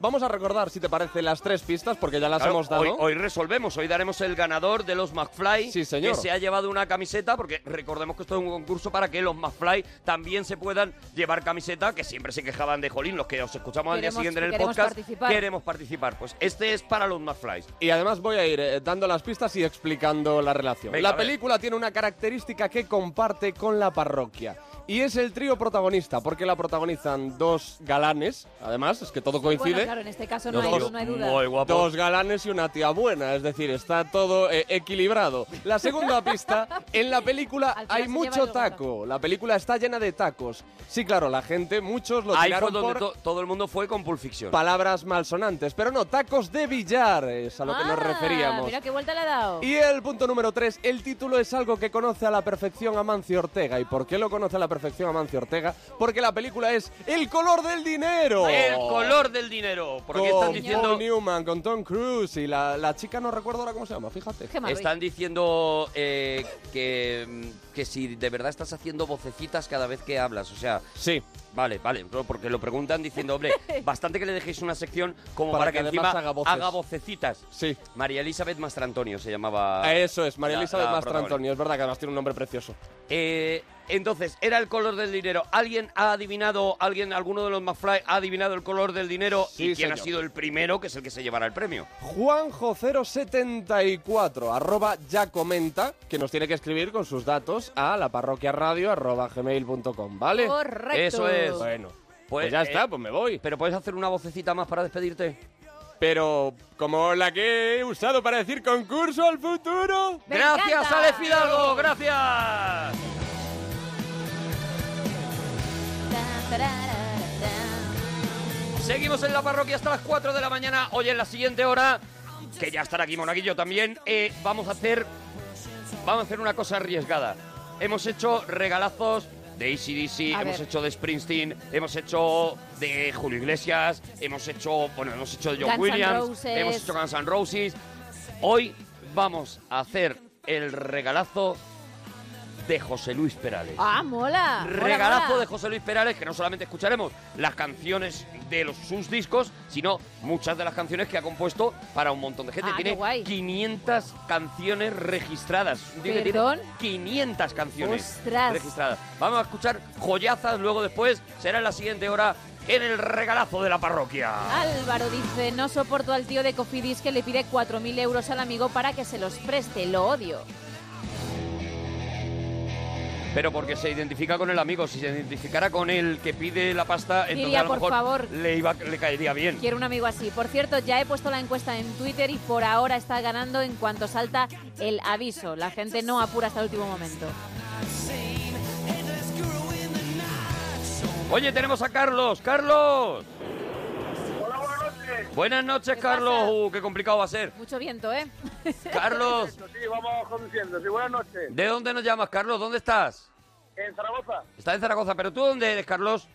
Speaker 8: Vamos a recordar, si te parece, las tres pistas porque ya las
Speaker 2: Claro,
Speaker 8: hemos dado.
Speaker 2: Hoy, hoy resolvemos, hoy daremos el ganador de los McFly
Speaker 8: Sí, señor.
Speaker 2: que se ha llevado una camiseta, porque recordemos que esto es un concurso para que los McFly también se puedan llevar camiseta, que siempre se quejaban de Jolín, los que os escuchamos al día
Speaker 1: Queremos-
Speaker 2: siguiente en el
Speaker 1: queremos
Speaker 2: podcast.
Speaker 1: participar.
Speaker 2: Queremos participar. Pues este es para los McFly.
Speaker 8: Y además voy a ir eh, dando las pistas y explicando la relación.
Speaker 2: Venga, a
Speaker 8: la
Speaker 2: ver.
Speaker 8: película tiene una característica que comparte con la parroquia. Y es el trío protagonista, porque la protagonizan dos galanes. Además, es que todo coincide. ¿eh?
Speaker 1: Claro, en este caso no,
Speaker 2: Dos
Speaker 1: hay,
Speaker 2: tíos
Speaker 1: no hay duda.
Speaker 2: Muy guapo.
Speaker 8: Dos galanes y una tía buena, es decir, está todo eh, equilibrado. La segunda pista, en la película
Speaker 1: Al final
Speaker 8: hay
Speaker 1: se
Speaker 8: mucho
Speaker 1: llevan los
Speaker 8: taco. La película está llena de tacos. Sí, claro, la gente, muchos lo
Speaker 2: Ahí fue
Speaker 8: tiraron
Speaker 2: donde
Speaker 8: por
Speaker 2: to- todo el mundo fue con Pulp Fiction.
Speaker 8: palabras malsonantes, pero no, tacos de billar es a lo que nos
Speaker 1: Ah,
Speaker 8: referíamos.
Speaker 1: Mira qué vuelta le ha dado.
Speaker 8: Y el punto número 3, el título es algo que conoce a la perfección Amancio Ortega. ¿Y por qué lo conoce a la perfección Amancio Ortega? Porque la película es El color del dinero.
Speaker 2: El color del dinero. Por aquí
Speaker 8: con
Speaker 2: están diciendo.
Speaker 8: Paul Newman, con Tom Cruise y la, la chica, no recuerdo ahora cómo se llama, fíjate.
Speaker 1: Qué mal,
Speaker 2: Están diciendo eh, que, mm, que si de verdad estás haciendo vocecitas cada vez que hablas. O sea,
Speaker 8: Sí,
Speaker 2: vale, vale, no, porque lo preguntan diciendo, hombre, bastante que le dejéis una sección como
Speaker 8: Para
Speaker 2: para,
Speaker 8: que
Speaker 2: que,
Speaker 8: además
Speaker 2: encima
Speaker 8: haga voces.
Speaker 2: vocecitas.
Speaker 8: sí.
Speaker 2: María Elizabeth Mastrantonio se llamaba.
Speaker 8: Ah, Eso es, María
Speaker 2: la-
Speaker 8: Elizabeth
Speaker 2: la
Speaker 8: Mastrantonio, es verdad que además tiene un nombre precioso.
Speaker 2: Eh, entonces, era el color del dinero. ¿Alguien ha adivinado, alguien, alguno de los McFly ha adivinado el color del dinero?
Speaker 8: Sí,
Speaker 2: ¿Y quién ha
Speaker 8: señor.
Speaker 2: sido el primero, que es el que se llevará el premio?
Speaker 8: Juanjo074, arroba ya comenta, que nos tiene que escribir con sus datos a la parroquia radio arroba gmail.com, ¿vale?
Speaker 1: Correcto.
Speaker 2: Eso es.
Speaker 8: Bueno, pues,
Speaker 2: Pues,
Speaker 8: ya
Speaker 2: eh,
Speaker 8: está, pues me voy.
Speaker 2: ¿Pero puedes hacer una vocecita más para despedirte?
Speaker 8: Pero como la que he usado para decir concurso al futuro.
Speaker 1: ¡Me
Speaker 2: ¡Gracias,
Speaker 1: encanta!
Speaker 2: Alex Fidalgo! ¡Gracias!
Speaker 1: Tan, tararara, tan.
Speaker 2: Seguimos en la parroquia hasta las 4 de la mañana. Hoy en la siguiente hora, que ya estará aquí Monaguillo también, eh, vamos a hacer vamos a hacer una cosa arriesgada. Hemos hecho regalazos de ACDC,
Speaker 1: A
Speaker 2: hemos
Speaker 1: ver.
Speaker 2: hecho de Springsteen, hemos hecho de Julio Iglesias, hemos hecho, bueno, hemos hecho de John
Speaker 1: Guns N'
Speaker 2: Williams,
Speaker 1: Roses.
Speaker 2: hemos hecho Guns N' Roses. Hoy vamos a hacer el regalazo de José Luis Perales.
Speaker 1: ¡Ah, mola! mola,
Speaker 2: Regalazo
Speaker 1: mola.
Speaker 2: de José Luis Perales, que no solamente escucharemos las canciones de los, sus discos, sino muchas de las canciones que ha compuesto para un montón de gente.
Speaker 1: Ah,
Speaker 2: tiene
Speaker 1: qué guay.
Speaker 2: 500 canciones registradas. Un tío que tiene
Speaker 1: ¿Perdón?
Speaker 2: 500 canciones
Speaker 1: ¡Ostras!
Speaker 2: registradas. Vamos a escuchar joyazas luego después. Será en la siguiente hora en el regalazo de la parroquia.
Speaker 1: Álvaro dice, no soporto al tío de Cofidis que le pide 4.000 euros al amigo para que se los preste, lo odio.
Speaker 2: Pero porque se identifica con el amigo. Si se identificara con el que pide la pasta, entonces
Speaker 1: Diría,
Speaker 2: a lo
Speaker 1: "Por
Speaker 2: mejor
Speaker 1: favor".
Speaker 2: Le, iba, le caería bien.
Speaker 1: Quiero un amigo así. Por cierto, ya he puesto la encuesta en Twitter y por ahora está ganando en cuanto salta el aviso. La gente no apura hasta el último momento.
Speaker 2: Oye, tenemos a Carlos. ¡Carlos! Buenas noches,
Speaker 1: ¿Qué
Speaker 2: Carlos.
Speaker 1: pasa?
Speaker 2: Uh, qué complicado va a ser.
Speaker 1: Mucho viento, ¿eh?
Speaker 2: Carlos,
Speaker 7: Sí, vamos conduciendo. Sí, buenas noches.
Speaker 2: ¿de dónde nos llamas, Carlos? ¿Dónde estás?
Speaker 7: En Zaragoza,
Speaker 2: Estás en Zaragoza, pero ¿tú dónde eres, Carlos?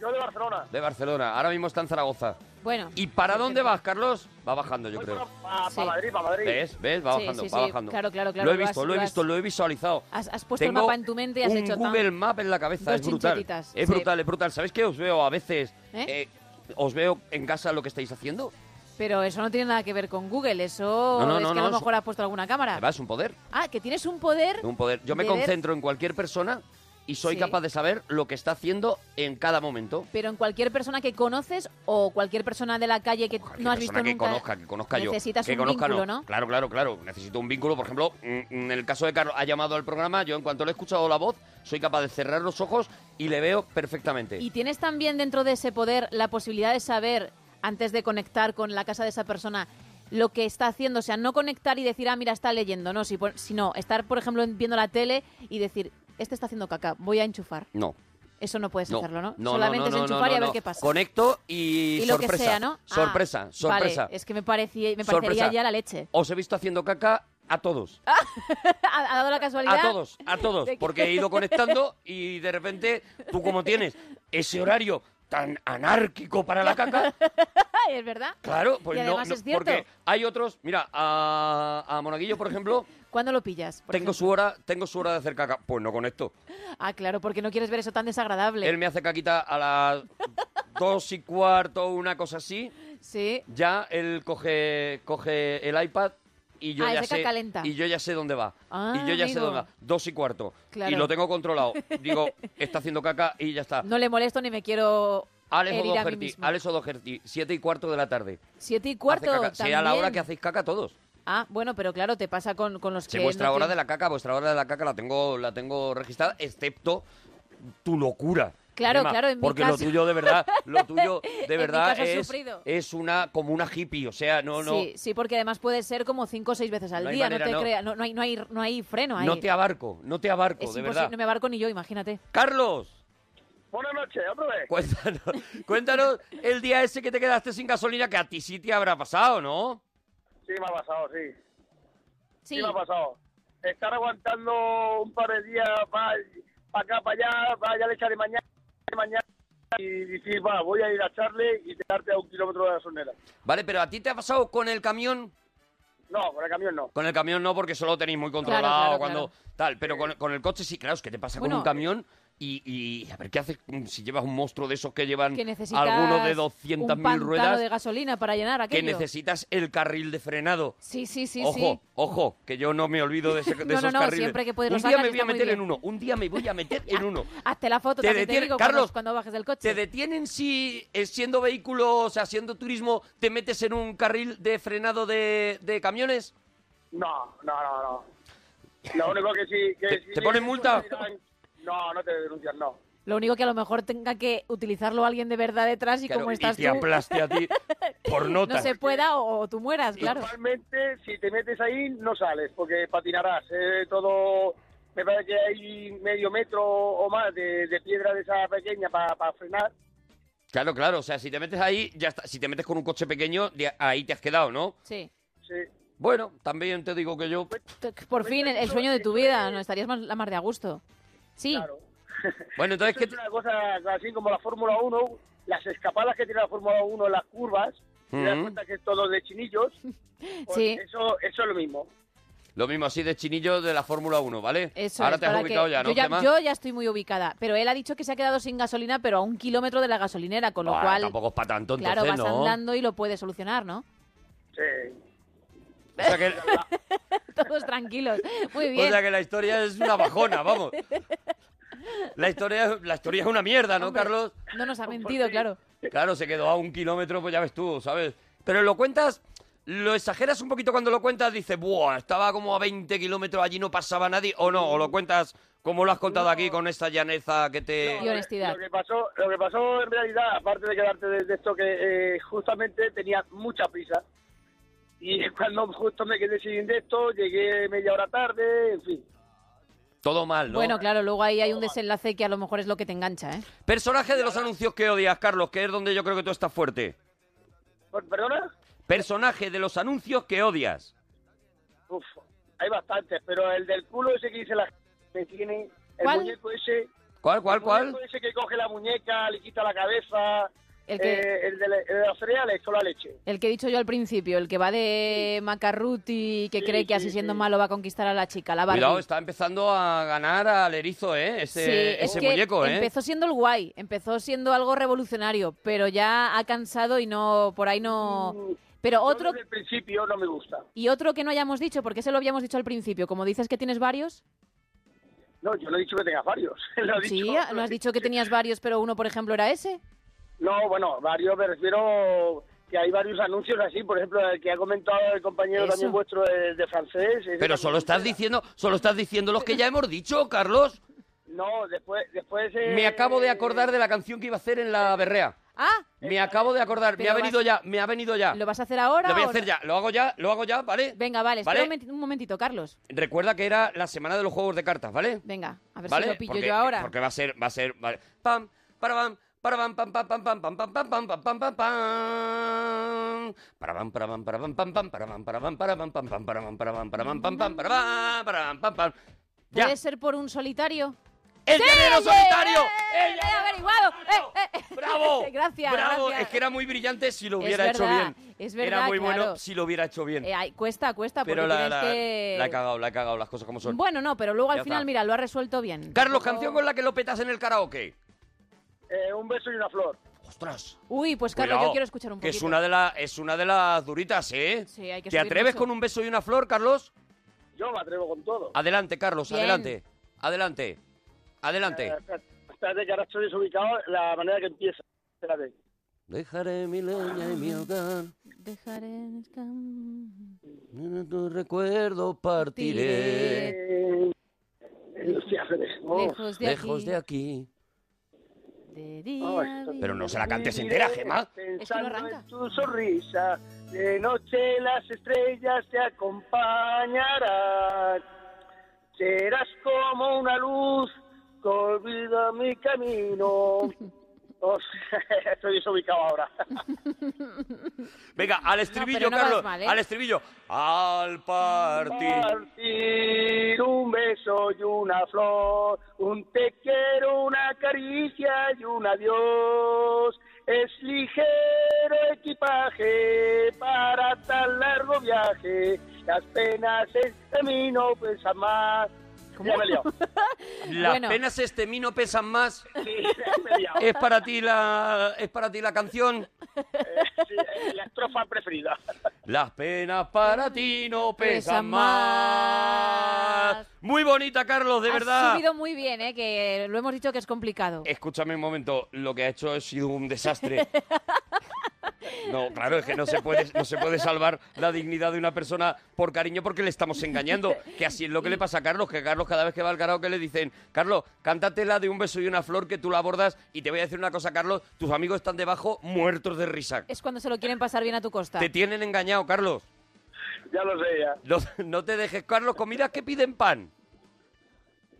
Speaker 7: yo de Barcelona.
Speaker 2: De Barcelona. Ahora mismo está en Zaragoza.
Speaker 1: Bueno.
Speaker 2: ¿Y para dónde vas, Carlos? Va bajando, yo creo.
Speaker 7: Para
Speaker 1: Sí. Madrid,
Speaker 7: para Madrid.
Speaker 2: ¿Ves? ¿Ves? Va
Speaker 1: Sí,
Speaker 2: bajando,
Speaker 1: sí,
Speaker 2: va
Speaker 1: sí.
Speaker 2: bajando.
Speaker 1: Claro, claro, claro,
Speaker 2: Lo he
Speaker 1: lo has-
Speaker 2: visto, lo he
Speaker 1: lo has-
Speaker 2: visto, lo he visualizado.
Speaker 1: Has- has puesto el
Speaker 2: Tengo
Speaker 1: mapa en tu mente y has
Speaker 2: un
Speaker 1: hecho tan-
Speaker 2: Google Map en la cabeza,
Speaker 1: Dos
Speaker 2: es brutal.
Speaker 1: chinchetitas,
Speaker 2: Es
Speaker 1: sí.
Speaker 2: brutal, es brutal. ¿Sabéis qué os veo a veces?
Speaker 1: ¿Eh?
Speaker 2: Eh, ¿Os veo en casa lo que estáis haciendo?
Speaker 1: Pero eso no tiene nada que ver con Google, eso
Speaker 2: No, no,
Speaker 1: es
Speaker 2: no,
Speaker 1: que
Speaker 2: no,
Speaker 1: a lo
Speaker 2: es-
Speaker 1: mejor has puesto alguna cámara.
Speaker 2: Además, es un poder.
Speaker 1: Ah, que tienes un poder.
Speaker 2: Un poder. Yo me
Speaker 1: de ver-
Speaker 2: concentro en cualquier persona y soy
Speaker 1: Sí.
Speaker 2: capaz de saber lo que está haciendo en cada momento.
Speaker 1: Pero en cualquier persona que conoces o cualquier persona de la calle que
Speaker 2: Cualquier
Speaker 1: no has visto
Speaker 2: persona que
Speaker 1: nunca.
Speaker 2: conozca, que conozca yo.
Speaker 1: necesitas
Speaker 2: que
Speaker 1: un
Speaker 2: conozca,
Speaker 1: vínculo,
Speaker 2: no.
Speaker 1: ¿no?
Speaker 2: Claro, claro, claro. Necesito un vínculo. Por ejemplo, mm, mm, en el caso de Carlos, ha llamado al programa. Yo, en cuanto le he escuchado la voz, soy capaz de cerrar los ojos y le veo perfectamente.
Speaker 1: Y tienes también dentro de ese poder la posibilidad de saber, antes de conectar con la casa de esa persona, lo que está haciendo. O sea, no conectar y decir, ah, mira, está leyendo. No, si por- sino estar, por ejemplo, viendo la tele y decir, este está haciendo caca, voy a enchufar.
Speaker 2: No.
Speaker 1: Eso no puedes
Speaker 2: No,
Speaker 1: hacerlo, ¿no?
Speaker 2: no,
Speaker 1: Solamente
Speaker 2: no, no,
Speaker 1: es
Speaker 2: no,
Speaker 1: enchufar
Speaker 2: no,
Speaker 1: y a ver
Speaker 2: no.
Speaker 1: qué pasa.
Speaker 2: Conecto y,
Speaker 1: y lo
Speaker 2: sorpresa.
Speaker 1: que sea, ¿no? Ah,
Speaker 2: Sorpresa, sorpresa.
Speaker 1: Vale, es que me, parecía, me parecería
Speaker 2: Sorpresa.
Speaker 1: ya la leche.
Speaker 2: Os he visto haciendo caca a todos.
Speaker 1: ha, ha dado la casualidad.
Speaker 2: A todos, a todos,
Speaker 1: ¿De qué?
Speaker 2: porque he ido conectando y de repente tú como tienes ese horario tan anárquico para la caca,
Speaker 1: Ay, es verdad.
Speaker 2: claro, pues
Speaker 1: Y
Speaker 2: no,
Speaker 1: además
Speaker 2: no,
Speaker 1: es cierto.
Speaker 2: porque hay otros, mira, a, a Monaguillo, por ejemplo,
Speaker 1: ¿Cuándo lo pillas? por
Speaker 2: tengo
Speaker 1: ejemplo?
Speaker 2: su hora, tengo su hora de hacer caca, pues no conecto.
Speaker 1: Ah, claro, porque no quieres ver eso tan desagradable.
Speaker 2: Él me hace caquita a las dos y cuarto, una cosa así,
Speaker 1: Sí.
Speaker 2: ya él coge, coge el iPad y yo
Speaker 1: Ah,
Speaker 2: ya
Speaker 1: es de
Speaker 2: sé
Speaker 1: caca lenta.
Speaker 2: y yo ya sé dónde va
Speaker 1: Ah,
Speaker 2: y yo ya sé
Speaker 1: amigo.
Speaker 2: dónde va dos y cuarto
Speaker 1: Claro.
Speaker 2: y lo tengo controlado digo está haciendo caca y ya está
Speaker 1: No le molesto ni me quiero
Speaker 2: Alex
Speaker 1: herir a mí
Speaker 2: O'Doherty,
Speaker 1: mismo.
Speaker 2: Alex O'Doherty, 7 y cuarto de la tarde.
Speaker 1: Siete y
Speaker 2: Hace
Speaker 1: cuarto.
Speaker 2: caca. Sea la
Speaker 1: también.
Speaker 2: hora que hacéis caca todos.
Speaker 1: Ah, bueno, pero claro, te pasa con, con los
Speaker 2: Si
Speaker 1: que.
Speaker 2: vuestra
Speaker 1: no
Speaker 2: hora de la
Speaker 1: tienen-
Speaker 2: caca, vuestra hora de la caca la tengo, la tengo registrada, excepto tu locura.
Speaker 1: Claro,
Speaker 2: Emma,
Speaker 1: claro, en mi
Speaker 2: porque
Speaker 1: caso-
Speaker 2: lo tuyo de verdad, lo tuyo
Speaker 1: En
Speaker 2: de
Speaker 1: mi
Speaker 2: verdad
Speaker 1: caso he
Speaker 2: es,
Speaker 1: sufrido.
Speaker 2: es una como una hippie, o sea, no no
Speaker 1: Sí, sí, porque además puede ser como cinco o seis veces al
Speaker 2: No hay
Speaker 1: día,
Speaker 2: manera,
Speaker 1: no te
Speaker 2: no.
Speaker 1: creas, no, no hay, no, hay, no hay freno ahí.
Speaker 2: no te abarco, no te abarco,
Speaker 1: es
Speaker 2: de
Speaker 1: imposible,
Speaker 2: verdad.
Speaker 1: no me barco ni yo, imagínate.
Speaker 2: Carlos,
Speaker 9: Buenas noches, otra vez.
Speaker 2: cuéntanos, cuéntanos el día ese que te quedaste sin gasolina que a ti sí te habrá pasado, ¿no?
Speaker 9: Sí, me ha pasado, sí.
Speaker 1: Sí,
Speaker 9: ¿Qué me ha pasado? Estar aguantando un par de días para acá, para allá, para allá le echaré mañana, de mañana y decir, va, voy a ir a echarle y dejarte a un kilómetro de la sonera.
Speaker 2: Vale, pero a ti te ha pasado con el camión
Speaker 9: No, con el camión no.
Speaker 2: Con el camión no, porque solo tenéis muy controlado
Speaker 1: claro,
Speaker 2: cuando tal, pero con, con el coche sí, claro, es que te pasa
Speaker 1: Bueno,
Speaker 2: con un camión y, y a ver qué haces mm, si llevas un monstruo de esos que llevan
Speaker 1: que necesitas
Speaker 2: algunos de
Speaker 1: un
Speaker 2: 200.000
Speaker 1: pantano
Speaker 2: ruedas,
Speaker 1: de gasolina para llenar
Speaker 2: que
Speaker 1: aquello.
Speaker 2: necesitas el carril de frenado.
Speaker 1: Sí, sí, sí,
Speaker 2: ojo,
Speaker 1: sí.
Speaker 2: ojo, que yo no me olvido de, ese- de
Speaker 1: No, no,
Speaker 2: esos
Speaker 1: no,
Speaker 2: carriles.
Speaker 1: siempre que puedes
Speaker 2: un
Speaker 1: los
Speaker 2: día
Speaker 1: hagas,
Speaker 2: me voy a
Speaker 1: está muy
Speaker 2: meter en
Speaker 1: bien.
Speaker 2: uno, un día me voy a meter en uno.
Speaker 1: Hazte la foto,
Speaker 2: Te
Speaker 1: también te
Speaker 2: detiene-
Speaker 1: digo,
Speaker 2: Carlos,
Speaker 1: cuando, cuando bajes del coche.
Speaker 2: Te detienen si eh, siendo vehículo, o sea, haciendo turismo, te metes en un carril de frenado de, de camiones.
Speaker 9: No, no, no, no. Lo único que sí... Que
Speaker 2: ¿Te-
Speaker 9: sí
Speaker 2: te ponen multa?
Speaker 9: No, no te denuncian, no.
Speaker 1: Lo único que a lo mejor tenga que utilizarlo alguien de verdad detrás y
Speaker 2: Claro,
Speaker 1: como estás
Speaker 2: y
Speaker 1: tú,
Speaker 2: te aplaste a ti por nota.
Speaker 1: no se pueda o, o tú mueras, claro.
Speaker 9: Normalmente, si te metes ahí, no sales, porque patinarás. eh, todo, me parece que hay medio metro o más de, de piedra de esa pequeña para frenar.
Speaker 2: Claro, claro, o sea, si te metes ahí, ya está. Si te metes con un coche pequeño, de- ahí te has quedado, ¿no?
Speaker 1: Sí.
Speaker 9: Sí. Pues,
Speaker 2: Bueno, también te digo que yo...
Speaker 1: T- Por fin, el, el sueño de tu vida, no estarías más, la más de a gusto. Sí,
Speaker 9: Claro.
Speaker 2: Bueno, entonces,
Speaker 9: Eso
Speaker 2: ¿qué
Speaker 9: es una cosa así como la Fórmula 1, las escapadas que tiene la Fórmula 1, las curvas, te das
Speaker 2: Ujú.
Speaker 9: cuenta que es todo de chinillos. pues
Speaker 1: Mm. Sí.
Speaker 9: Eso, eso es lo mismo.
Speaker 2: Lo mismo así de chinillo de la Fórmula 1, ¿vale?
Speaker 1: eso
Speaker 2: Ahora
Speaker 1: es,
Speaker 2: te has
Speaker 1: para
Speaker 2: ubicado
Speaker 1: que-
Speaker 2: ya, ¿no?
Speaker 1: Yo ya,
Speaker 2: Gemma?
Speaker 1: yo ya estoy muy ubicada, pero él ha dicho que se ha quedado sin gasolina, pero a un kilómetro de la gasolinera, con lo
Speaker 2: Ah,
Speaker 1: cual,
Speaker 2: Tampoco es para tanto, entonces,
Speaker 1: claro, vas
Speaker 2: ¿no?
Speaker 1: andando y lo puedes solucionar, ¿no?
Speaker 9: Sí.
Speaker 2: O sea, que,
Speaker 1: Todos tranquilos. Muy
Speaker 2: o
Speaker 1: bien.
Speaker 2: sea que la historia es una bajona, vamos. La historia, la historia es una mierda, ¿no,
Speaker 1: Hombre,
Speaker 2: Carlos?
Speaker 1: No nos ha mentido, claro.
Speaker 2: Claro, se quedó a un kilómetro, pues ya ves tú, ¿sabes? Pero lo cuentas, lo exageras un poquito cuando lo cuentas, dices, ¡buah! Estaba como a 20 kilómetros, allí no pasaba nadie, o no, o lo cuentas como lo has contado aquí con esta llaneza que te.
Speaker 1: Y honestidad.
Speaker 9: Lo que pasó, lo que pasó en realidad, aparte de quedarte de, de esto que eh, justamente tenía mucha prisa. Y cuando justo me quedé sin de esto, llegué media hora tarde, en fin.
Speaker 2: Todo mal, ¿no?
Speaker 1: Bueno, claro, luego ahí hay un desenlace que a lo mejor es lo que te engancha, ¿eh?
Speaker 2: Personaje de los anuncios que odias, Carlos, que es donde yo creo que tú estás fuerte.
Speaker 9: Por- ¿Perdona?
Speaker 2: Personaje de los anuncios que odias.
Speaker 9: Uf, hay bastantes, pero el del culo ese que dice la gente que tiene, el
Speaker 1: ¿Cuál?
Speaker 9: muñeco ese,
Speaker 2: ¿Cuál, cuál,
Speaker 9: el
Speaker 2: cuál?
Speaker 9: muñeco ese que coge la muñeca, le quita la cabeza,
Speaker 1: El que-
Speaker 9: eh, el de, la- el de los cereales con la leche.
Speaker 1: El que he dicho yo al principio, el que va de macarruti, que cree que así siendo malo va a conquistar a la chica, la Barbie.
Speaker 2: Cuidado, está empezando a ganar al erizo, ¿eh? Ese,
Speaker 1: Sí, es
Speaker 2: ese
Speaker 1: que
Speaker 2: muñeco, ¿eh?
Speaker 1: empezó siendo el guay, empezó siendo algo revolucionario, pero ya ha cansado y no, por ahí no... Pero
Speaker 9: Mm. Yo
Speaker 1: otro,
Speaker 9: desde el principio no me gusta.
Speaker 1: y otro que no hayamos dicho, porque ese lo habíamos dicho al principio, como dices que tienes varios,
Speaker 9: No, yo no he dicho que tengas varios. Lo he
Speaker 1: sí,
Speaker 9: dicho-
Speaker 1: ¿no has dicho que tenías varios, pero uno, por ejemplo, era ese?
Speaker 9: No, bueno, varios, me refiero que hay varios anuncios así, por ejemplo, el que ha comentado el compañero
Speaker 1: Eso.
Speaker 9: también vuestro de, de francés. ese
Speaker 2: Pero
Speaker 9: también
Speaker 2: solo estás
Speaker 9: era.
Speaker 2: diciendo, solo estás diciendo los que ya hemos dicho, Carlos.
Speaker 9: No, después... después eh,
Speaker 2: Me acabo de acordar de la canción que iba a hacer en la berrea.
Speaker 1: Ah,
Speaker 2: Me acabo de acordar, me
Speaker 1: Pero
Speaker 2: ha venido
Speaker 1: vas-
Speaker 2: ya, me ha venido ya.
Speaker 1: ¿lo vas a hacer ahora?
Speaker 2: Lo voy a
Speaker 1: o
Speaker 2: hacer
Speaker 1: no?
Speaker 2: ya, lo hago ya, lo hago ya, ¿vale?
Speaker 1: Venga, vale, espera
Speaker 2: ¿Vale?
Speaker 1: un momenti- un momentito, Carlos.
Speaker 2: Recuerda que era la semana de los juegos de cartas, ¿vale?
Speaker 1: Venga, a ver
Speaker 2: ¿Vale?
Speaker 1: si lo pillo
Speaker 2: Porque-
Speaker 1: yo ahora.
Speaker 2: Porque va a ser, va a ser, vale. Pam, para pam, para pam, pam, pam, pam, pam, pam, pam, pam, pam, pam, pam, pam, pam. Para pam, para pam, para pam, pam, pam, para pam, para pam, para pam, pam, pam, para pam, para pam, para pam, pam, pam, para pam, para pam, pam, pam. Ya.
Speaker 1: ¿Puede ser por un solitario?
Speaker 2: ¡El llanero
Speaker 1: ¡Sí!
Speaker 2: solitario!
Speaker 1: ¡Eh!
Speaker 2: ¡El
Speaker 1: ¡He
Speaker 2: llanero
Speaker 1: averiguado!
Speaker 2: solitario!
Speaker 1: ¡Eh, eh, eh!
Speaker 2: ¡Bravo!
Speaker 1: Gracias,
Speaker 2: ¡Bravo!
Speaker 1: gracias.
Speaker 2: Es que era muy brillante si lo hubiera
Speaker 1: Es
Speaker 2: hecho
Speaker 1: verdad,
Speaker 2: bien.
Speaker 1: es
Speaker 2: Era
Speaker 1: verdad,
Speaker 2: muy bueno
Speaker 1: claro.
Speaker 2: si lo hubiera hecho bien.
Speaker 1: Eh, ay, cuesta, cuesta, porque
Speaker 2: Pero la,
Speaker 1: tienes
Speaker 2: la,
Speaker 1: que...
Speaker 2: la he cagado, la he cagado, las cosas como son.
Speaker 1: Bueno, no, pero luego al
Speaker 2: Ya
Speaker 1: final,
Speaker 2: está.
Speaker 1: mira, lo ha resuelto bien.
Speaker 2: Carlos,
Speaker 1: Tampoco-
Speaker 2: canción con la que lo petas en el karaoke.
Speaker 9: eh, un beso y una flor.
Speaker 2: ¡Ostras!
Speaker 1: Uy, pues Carlos,
Speaker 2: Cuidado,
Speaker 1: yo quiero escuchar un
Speaker 2: que
Speaker 1: poquito.
Speaker 2: es una, de la, es una de las duritas, ¿eh?
Speaker 1: Sí, hay que
Speaker 2: ¿Te
Speaker 1: subir
Speaker 2: atreves
Speaker 1: mucho.
Speaker 2: con un beso y una flor, Carlos?
Speaker 9: Yo me atrevo con todo.
Speaker 2: Adelante, Carlos,
Speaker 1: Bien.
Speaker 2: adelante. Adelante. Adelante.
Speaker 9: Eh, Espérate, espérate, que ahora estoy desubicado la manera que empieza. Espérate.
Speaker 2: Dejaré mi leña y mi hogar.
Speaker 1: Dejaré en el cam-
Speaker 2: En tu recuerdo partiré.
Speaker 1: Partiré.
Speaker 9: Eh, eh, hostia, espérate. Oh,
Speaker 1: Lejos de
Speaker 2: lejos
Speaker 1: aquí.
Speaker 2: de aquí.
Speaker 1: Este día.
Speaker 9: Ay,
Speaker 10: Pero no se la cantes entera, Gemma.
Speaker 9: Pensando
Speaker 1: arranca.
Speaker 9: en tu sonrisa, de noche las estrellas te acompañarán. Serás como una luz que olvida mi camino. O sea, Estoy desubicado ahora.
Speaker 2: Venga, al
Speaker 1: pero
Speaker 2: estribillo,
Speaker 1: no vas
Speaker 2: Carlos.
Speaker 1: mal, ¿eh?
Speaker 2: Al estribillo. Al partir.
Speaker 9: Partir un beso y una flor, un te quiero, una caricia y un adiós. Es ligero equipaje para tan largo viaje. Las penas es camino, pues más. Ya me he liado.
Speaker 2: Las
Speaker 1: Bueno.
Speaker 2: penas este mino pesan más.
Speaker 9: Sí, ya me he liado.
Speaker 2: ¿Es para ti la es para ti la canción?
Speaker 9: Eh, Sí, es la estrofa preferida.
Speaker 2: Las penas para ti no
Speaker 1: Pesan
Speaker 2: pesan más.
Speaker 1: más.
Speaker 2: Muy bonita, Carlos, de
Speaker 1: Has
Speaker 2: verdad.
Speaker 1: subido muy bien, ¿eh? que lo hemos dicho que es complicado.
Speaker 2: Escúchame un momento, lo que ha hecho ha sido un desastre. No, claro, es que no se puede, no se puede salvar la dignidad de una persona por cariño porque le estamos engañando. Que así es lo que le pasa a Carlos, que Carlos cada vez que va al karaoke le dicen, Carlos, cántatela de un beso y una flor que tú la abordas y te voy a decir una cosa, Carlos, tus amigos están debajo muertos de risa.
Speaker 1: Es cuando se lo quieren pasar bien a tu costa.
Speaker 2: Te tienen engañado, Carlos.
Speaker 9: Ya lo sé, ya.
Speaker 2: No, no te dejes, Carlos, comidas que piden pan.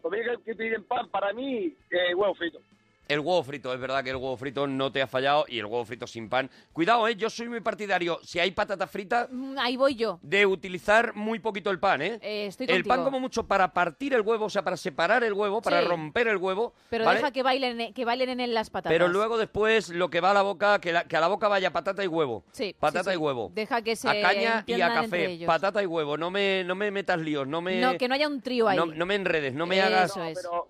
Speaker 9: Comida que piden pan para mí, eh, huevo frito.
Speaker 2: El huevo frito, es verdad que el huevo frito no te ha fallado y el huevo frito sin pan. Cuidado, ¿eh? yo soy muy partidario, si hay patata frita,
Speaker 1: Mm, Ahí voy yo.
Speaker 2: de utilizar muy poquito el pan, ¿eh?
Speaker 1: Eh, estoy
Speaker 2: el pan
Speaker 1: contigo.
Speaker 2: como mucho para partir el huevo, o sea, para separar el huevo, para
Speaker 1: Sí.
Speaker 2: romper el huevo.
Speaker 1: Pero
Speaker 2: ¿vale?
Speaker 1: deja que bailen, que bailen en él las patatas.
Speaker 2: Pero luego después lo que va a la boca, que, la- que a la boca vaya patata y huevo.
Speaker 1: Sí,
Speaker 2: Patata
Speaker 1: sí, sí.
Speaker 2: y huevo.
Speaker 1: Deja que se
Speaker 2: A caña y a
Speaker 1: entiendan entre
Speaker 2: café.
Speaker 1: ellos.
Speaker 2: Patata y huevo. No me, no me metas líos, no me...
Speaker 1: No, que no haya un trío ahí.
Speaker 2: no- no me enredes, no me
Speaker 1: Eso
Speaker 2: hagas...
Speaker 1: es.
Speaker 9: Pero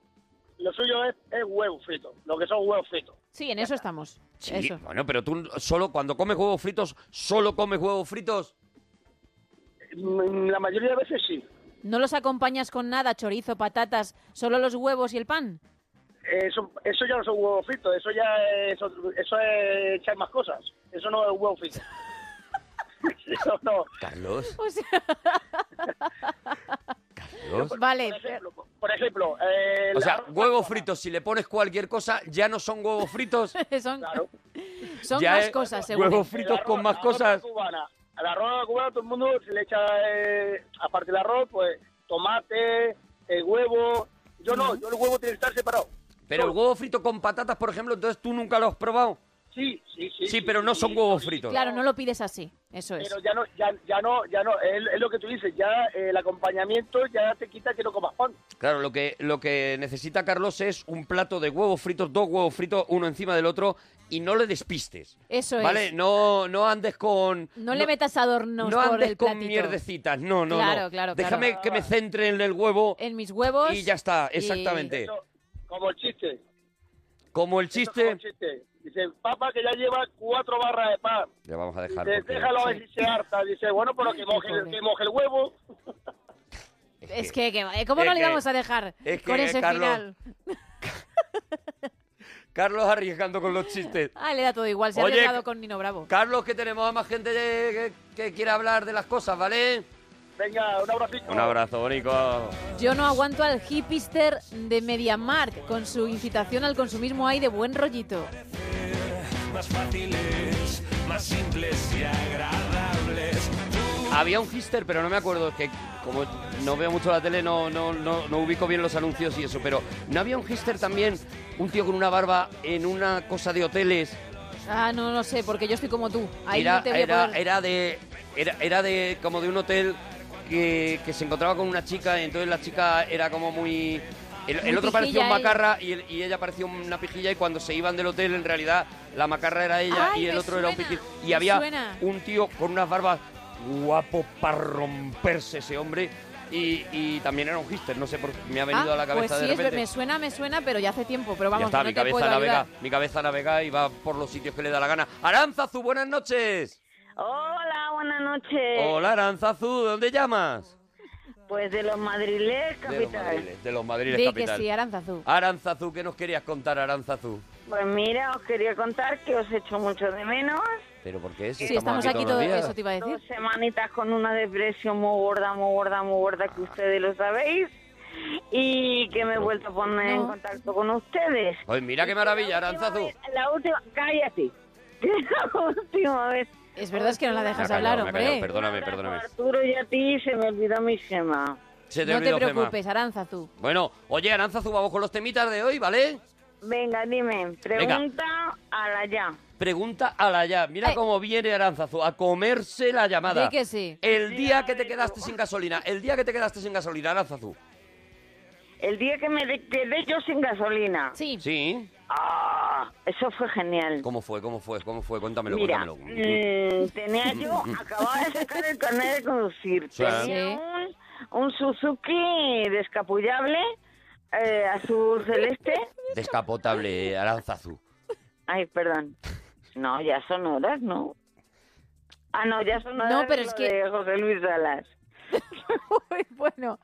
Speaker 9: lo suyo es, es huevo frito, lo que son huevos fritos.
Speaker 1: Sí, en eso estamos.
Speaker 2: Sí,
Speaker 1: Eso.
Speaker 2: bueno, pero tú solo cuando comes huevos fritos, solo comes huevos fritos.
Speaker 9: Mm, La mayoría de veces sí.
Speaker 1: ¿No los acompañas con nada? Chorizo, patatas, solo los huevos y el pan.
Speaker 9: Eso, eso ya no son huevos fritos, eso ya es, otro- eso es echar más cosas. Eso no es huevo frito. Eso no.
Speaker 2: Carlos,
Speaker 1: O sea,
Speaker 2: Carlos.
Speaker 1: vale.
Speaker 9: Por ejemplo, por ejemplo, eh,
Speaker 2: O sea,
Speaker 9: la-
Speaker 2: huevos fritos, si le pones cualquier cosa, ya no son huevos fritos.
Speaker 1: Son,
Speaker 9: Claro.
Speaker 1: son
Speaker 2: Ya
Speaker 1: más
Speaker 2: es
Speaker 1: cosas, seguro.
Speaker 2: Huevos fritos
Speaker 9: El arroz-
Speaker 2: con más
Speaker 9: la ropa
Speaker 2: cosas.
Speaker 9: Cubana. A la ropa cubana todo el mundo se le echa, eh, aparte del arroz, pues tomate, el huevo. Yo no, yo el huevo tiene que estar separado.
Speaker 2: Pero el huevo frito con patatas, por ejemplo, entonces tú nunca lo has probado.
Speaker 9: Sí, sí, sí.
Speaker 2: Sí, pero no son huevos fritos.
Speaker 1: Claro, no lo pides así. Eso es.
Speaker 9: Pero ya no, ya, ya no, ya no, es, es lo que tú dices, ya eh, el acompañamiento ya te quita que no comas pan.
Speaker 2: Claro, lo que, lo que necesita Carlos es un plato de huevos fritos, dos huevos fritos, uno encima del otro, y no le despistes.
Speaker 1: Eso es.
Speaker 2: ¿Vale? No, no andes con...
Speaker 1: No, le metas adornos
Speaker 2: no
Speaker 1: por
Speaker 2: andes
Speaker 1: el
Speaker 2: con
Speaker 1: platito.
Speaker 2: mierdecitas, no, no, no.
Speaker 1: Claro, claro, claro.
Speaker 2: Déjame que me centre en el huevo
Speaker 1: En mis huevos.
Speaker 2: y ya está,
Speaker 1: y-
Speaker 2: exactamente.
Speaker 9: Eso, como el chiste.
Speaker 2: Como el
Speaker 9: Eso es como
Speaker 2: chiste...
Speaker 9: el chiste. Dice, papá que ya lleva cuatro barras de pan.
Speaker 2: Ya vamos a dejar
Speaker 9: Dice,
Speaker 2: porque-
Speaker 9: déjalo a ver si se harta. Dice, bueno, pero que moje,
Speaker 1: pobre.
Speaker 9: que moje el huevo.
Speaker 1: Es que, que- ¿cómo
Speaker 2: es
Speaker 1: no le
Speaker 2: que-
Speaker 1: vamos a dejar
Speaker 2: es que,
Speaker 1: con ese
Speaker 2: Carlos-
Speaker 1: final?
Speaker 2: Carlos arriesgando con los chistes.
Speaker 1: Ah, le da todo igual. Se ha
Speaker 2: Oye,
Speaker 1: arriesgado con Nino Bravo.
Speaker 2: Carlos, que tenemos a más gente de- que, que quiera hablar de las cosas, ¿vale?
Speaker 9: Venga, un abracito.
Speaker 2: Un abrazo, bonito.
Speaker 1: Yo no aguanto al hipster de MediaMark con su incitación al consumismo ahí de buen rollito.
Speaker 11: Más fáciles, más simples y agradables.
Speaker 2: Había un hister, pero no me acuerdo, es que como no veo mucho la tele, no, no, no, no ubico bien los anuncios y eso, pero ¿no había un hister también, un tío con una barba en una cosa de hoteles?
Speaker 1: Ah, no lo sé, porque yo estoy como tú. Ahí
Speaker 2: era,
Speaker 1: no te voy a
Speaker 2: era,
Speaker 1: poder-
Speaker 2: era de. Era, era de como de un hotel que, que se encontraba con una chica, y entonces la chica era como muy. El, el
Speaker 1: Muy
Speaker 2: otro parecía un
Speaker 1: pijilla,
Speaker 2: macarra y, el- y ella parecía una pijilla y cuando se iban del hotel en realidad la macarra era ella
Speaker 1: Ay,
Speaker 2: y el
Speaker 1: me
Speaker 2: otro era un
Speaker 1: suena,
Speaker 2: pijilla. Y
Speaker 1: me
Speaker 2: había
Speaker 1: suena.
Speaker 2: un tío con unas barbas guapo para romperse ese hombre y, y también era un hister, no sé por me ha venido
Speaker 1: Ah,
Speaker 2: a la
Speaker 1: pues
Speaker 2: cabeza
Speaker 1: sí,
Speaker 2: de
Speaker 1: es ver-
Speaker 2: repente.
Speaker 1: me suena, me suena, pero ya hace tiempo. Pero vamos,
Speaker 2: ya está,
Speaker 1: que no
Speaker 2: mi
Speaker 1: te puedo
Speaker 2: cabeza navega,
Speaker 1: ayudar.
Speaker 2: mi cabeza navega y va por los sitios que le da la gana. Aranzazu, buenas noches.
Speaker 12: Hola, buenas noches.
Speaker 2: Hola, Aranzazu, ¿de dónde llamas?
Speaker 12: Pues de los madriles,
Speaker 2: De los
Speaker 12: capital.
Speaker 2: Madriles, de los Madriles
Speaker 1: Di que
Speaker 2: capital.
Speaker 1: sí, Aranzazú.
Speaker 2: Aranzazu, ¿qué nos querías contar, Aranzazu?
Speaker 12: Pues mira, os quería contar que os echo mucho de menos.
Speaker 2: ¿Pero por qué?
Speaker 1: Sí, estamos aquí todo
Speaker 2: todos los
Speaker 1: eso
Speaker 2: días.
Speaker 1: te iba a decir.
Speaker 2: Ah.
Speaker 12: Dos semanitas con una depresión muy gorda, muy gorda, muy gorda, que ustedes lo sabéis. y que me he vuelto a poner en contacto con ustedes.
Speaker 2: Pues mira qué maravilla, Aranzazu.
Speaker 12: La última, cállate. La última vez.
Speaker 1: Es verdad es que no la
Speaker 2: Me ha
Speaker 1: dejas
Speaker 2: Ah, callado,
Speaker 1: hablar,
Speaker 2: me ha callado,
Speaker 1: hombre.
Speaker 2: Perdóname, perdóname.
Speaker 12: Arturo y a ti se me olvidó mi gema.
Speaker 2: Se te
Speaker 1: no te
Speaker 2: olvidó, Gema.
Speaker 1: preocupes, Aranza, tú.
Speaker 2: Bueno, oye, Aranzazu, vamos con los temitas de hoy, ¿vale?
Speaker 12: Venga, dime, pregunta a la ya.
Speaker 2: Pregunta a la ya. Mira cómo viene Aranzazu a comerse la llamada.
Speaker 12: Eh. Di que sí.
Speaker 2: El día que te quedaste sin gasolina. El día que te quedaste sin gasolina, Aranzazu.
Speaker 12: El día que me de- quedé yo sin gasolina.
Speaker 1: Sí.
Speaker 2: Sí.
Speaker 12: Ah, eso fue genial.
Speaker 2: ¿Cómo fue? ¿Cómo fue? ¿Cómo fue? Cuéntamelo,
Speaker 12: Mira,
Speaker 2: cuéntamelo.
Speaker 12: mm, tenía yo, acababa de sacar el carnet de conducir.
Speaker 2: Sí.
Speaker 12: Tenía un, un Suzuki descapullable, eh, azul celeste.
Speaker 2: Descapotable, eh, Aranzazu.
Speaker 12: Ay, perdón. No, ya son horas, ¿no? Ah, no, ya son horas.
Speaker 1: pero
Speaker 12: lo
Speaker 1: es que-
Speaker 12: de José Luis Salas.
Speaker 1: Bueno,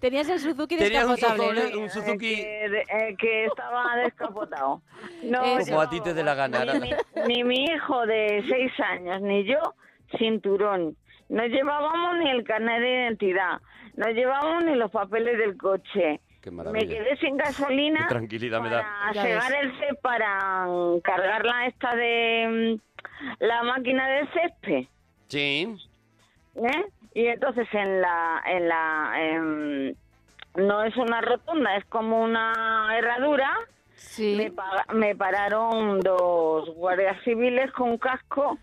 Speaker 1: tenías el Suzuki
Speaker 2: Tenías un
Speaker 1: descapotable, ¿no?
Speaker 2: Suzuki- un Suzuki-
Speaker 12: Eh, de- eh, que estaba descapotado. No,
Speaker 1: Eso.
Speaker 2: Como a ti te dé la gana,
Speaker 12: Ni mi,
Speaker 2: Aranzazu.
Speaker 12: ni mi hijo de seis años, ni yo, cinturón. No llevábamos ni el carnet de identidad, no llevábamos ni los papeles del coche.
Speaker 2: Qué
Speaker 12: Me
Speaker 2: maravilla.
Speaker 12: quedé sin
Speaker 2: Qué
Speaker 12: gasolina
Speaker 2: tranquilidad me da.
Speaker 12: para
Speaker 1: Ya
Speaker 12: cegar
Speaker 1: ves.
Speaker 12: el césped, para mm, cargar la esta de mm, la máquina del césped.
Speaker 2: Sí.
Speaker 12: ¿eh? Y entonces en la, en la, em, no es una rotunda, es como una herradura.
Speaker 1: Sí.
Speaker 12: Me, pa- me pararon dos guardias civiles con casco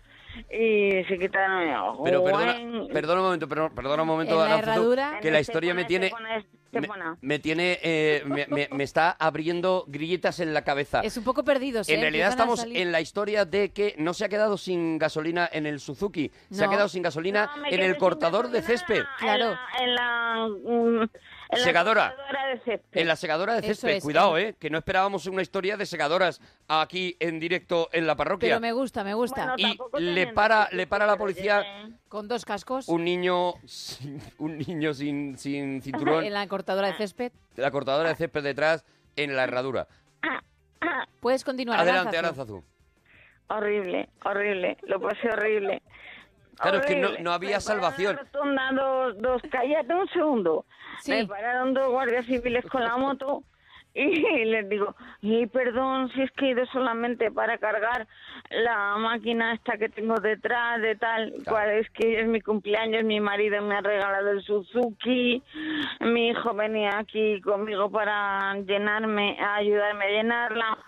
Speaker 12: y se quitaron el ojo.
Speaker 2: Pero perdona,
Speaker 12: En-
Speaker 2: perdona un momento, pero- perdona un momento,
Speaker 1: En la
Speaker 2: Aranzazu,
Speaker 1: herradura.
Speaker 2: que
Speaker 12: en
Speaker 2: la historia me
Speaker 12: Estepona,
Speaker 2: tiene...
Speaker 12: Estepona,
Speaker 2: Me,
Speaker 12: Estepona.
Speaker 2: me tiene... eh, me, me- me está abriendo grillitas en la cabeza.
Speaker 1: Es un poco perdidos, ¿eh?
Speaker 2: En realidad
Speaker 1: Empiezan a
Speaker 2: estamos
Speaker 1: salir.
Speaker 2: en la historia de que no se ha quedado sin gasolina en el Suzuki, se ha
Speaker 1: No.
Speaker 2: quedado sin gasolina
Speaker 12: No, me
Speaker 2: en
Speaker 12: quedé
Speaker 2: el
Speaker 12: sin
Speaker 2: cortador de
Speaker 12: gasolina
Speaker 2: césped,
Speaker 12: En
Speaker 1: Claro.
Speaker 12: la, en la, mm, en la
Speaker 2: Segadora.
Speaker 12: secadora de césped.
Speaker 2: en la segadora de
Speaker 1: Eso
Speaker 2: césped.
Speaker 1: es,
Speaker 2: Cuidado,
Speaker 1: eso.
Speaker 2: eh, que no esperábamos una historia de segadoras aquí en directo en la parroquia.
Speaker 1: Pero me gusta, me gusta.
Speaker 12: Bueno,
Speaker 2: Y
Speaker 12: tampoco
Speaker 2: le
Speaker 12: tenían
Speaker 2: para,
Speaker 12: tanto
Speaker 2: le para a la
Speaker 12: tiempo,
Speaker 2: policía
Speaker 12: pero ya, ¿eh?
Speaker 1: Con dos cascos
Speaker 2: un niño, sin- un niño sin, sin cinturón,
Speaker 1: en la cortadora de césped.
Speaker 2: la cortadora de césped detrás en la herradura.
Speaker 1: Puedes continuar.
Speaker 2: Adelante,
Speaker 1: Aranzazu.
Speaker 2: Aranzazu.
Speaker 12: Horrible, horrible, lo pasé horrible.
Speaker 2: Claro, es que no-
Speaker 12: Horrible.
Speaker 2: no había
Speaker 12: Me pararon
Speaker 2: salvación.
Speaker 12: en la rotonda dos, dos, cállate un segundo.
Speaker 1: Sí.
Speaker 12: Me pararon dos guardias civiles con la moto y les digo, y perdón, si es que he ido solamente para cargar la máquina esta que tengo detrás de tal, cual es que es mi cumpleaños, mi marido me ha regalado el Suzuki, mi hijo venía aquí conmigo para llenarme, a ayudarme a llenarla.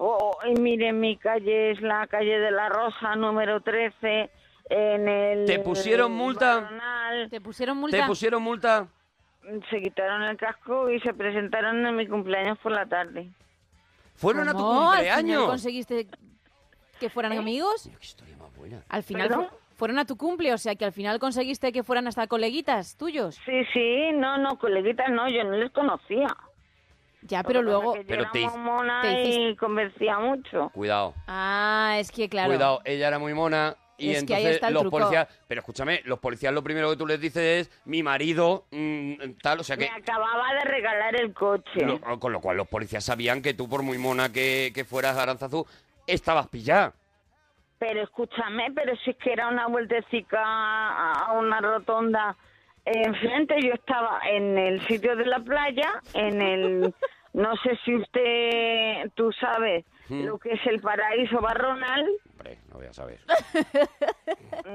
Speaker 12: Oh, y mire, mi calle es la calle de la Rosa, número 13, en el...
Speaker 2: ¿Te pusieron multa?
Speaker 12: Barronal.
Speaker 1: Te pusieron multa.
Speaker 2: ¿Te pusieron multa?
Speaker 12: Se quitaron el casco y se presentaron en mi cumpleaños por la tarde.
Speaker 2: ¿Fueron a tu
Speaker 1: ¿Cómo? ¿Al final
Speaker 2: cumpleaños?
Speaker 1: conseguiste que fueran amigos?
Speaker 2: Qué historia más buena.
Speaker 1: Al final
Speaker 12: ¿Perdón?
Speaker 1: fu- fueron a tu cumple, o sea que al final conseguiste que fueran hasta coleguitas tuyos.
Speaker 12: Sí, sí, no, no, coleguitas no, yo no les conocía.
Speaker 1: Ya, pero
Speaker 12: Lo que
Speaker 1: luego...
Speaker 12: pasa es que
Speaker 2: Pero
Speaker 12: yo
Speaker 2: te
Speaker 12: era
Speaker 2: hic-
Speaker 12: mona
Speaker 1: te hiciste-
Speaker 12: y convencía mucho.
Speaker 2: Cuidado.
Speaker 1: Ah, es que claro.
Speaker 2: Cuidado, ella era muy mona y
Speaker 1: Es que ahí
Speaker 2: entonces
Speaker 1: está el
Speaker 2: los
Speaker 1: truco.
Speaker 2: policías, pero escúchame, los policías lo primero que tú les dices es mi marido mm, tal, o sea que
Speaker 12: Me acababa de regalar el coche.
Speaker 2: lo- con lo cual los policías sabían que tú por muy mona que, que fueras Aranzazú estabas pillada.
Speaker 12: Pero escúchame, pero si es que era una vueltecica a a una rotonda enfrente, yo estaba en el sitio de la playa, en el, no sé si usted, tú sabes,
Speaker 2: Hmm.
Speaker 12: lo que es el paraíso barronal.
Speaker 2: Hombre, no voy a saber.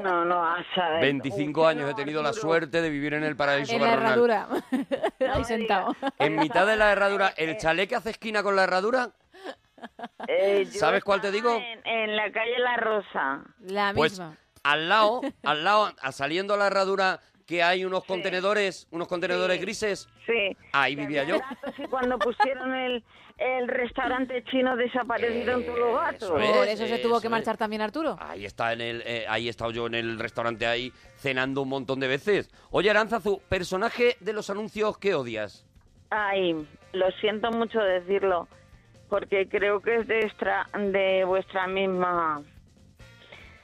Speaker 12: No, no, a saber.
Speaker 2: 25
Speaker 12: Usted
Speaker 2: años
Speaker 12: no,
Speaker 2: he tenido la
Speaker 12: Arturo.
Speaker 2: suerte de vivir en el paraíso
Speaker 1: En la
Speaker 2: barronal.
Speaker 1: herradura.
Speaker 12: No
Speaker 1: Ahí
Speaker 12: me
Speaker 1: sentado.
Speaker 12: digas.
Speaker 2: En mitad de la herradura, el chalet que hace esquina con la herradura,
Speaker 12: Eh, yo
Speaker 2: ¿Sabes cuál te
Speaker 12: estaba
Speaker 2: digo?
Speaker 12: En, en la calle La Rosa.
Speaker 1: La
Speaker 2: pues
Speaker 1: misma.
Speaker 2: al lado, al lado, a- saliendo a la herradura que hay unos contenedores, unos contenedores grises,
Speaker 12: Sí.
Speaker 2: ahí
Speaker 12: Que
Speaker 2: vivía
Speaker 12: había
Speaker 2: yo.
Speaker 12: gatos y cuando pusieron el, el restaurante chino desaparecieron todos los gatos.
Speaker 2: Eso es,
Speaker 1: Por eso se tuvo
Speaker 2: Pues, eh, eso
Speaker 1: que
Speaker 2: es.
Speaker 1: marchar también Arturo.
Speaker 2: Ahí está en el, eh, ahí he estado yo en el restaurante ahí cenando un montón de veces. Oye, Aranzazu, personaje de los anuncios que odias.
Speaker 12: Ay, lo siento mucho decirlo, porque creo que es de, extra- de vuestra misma.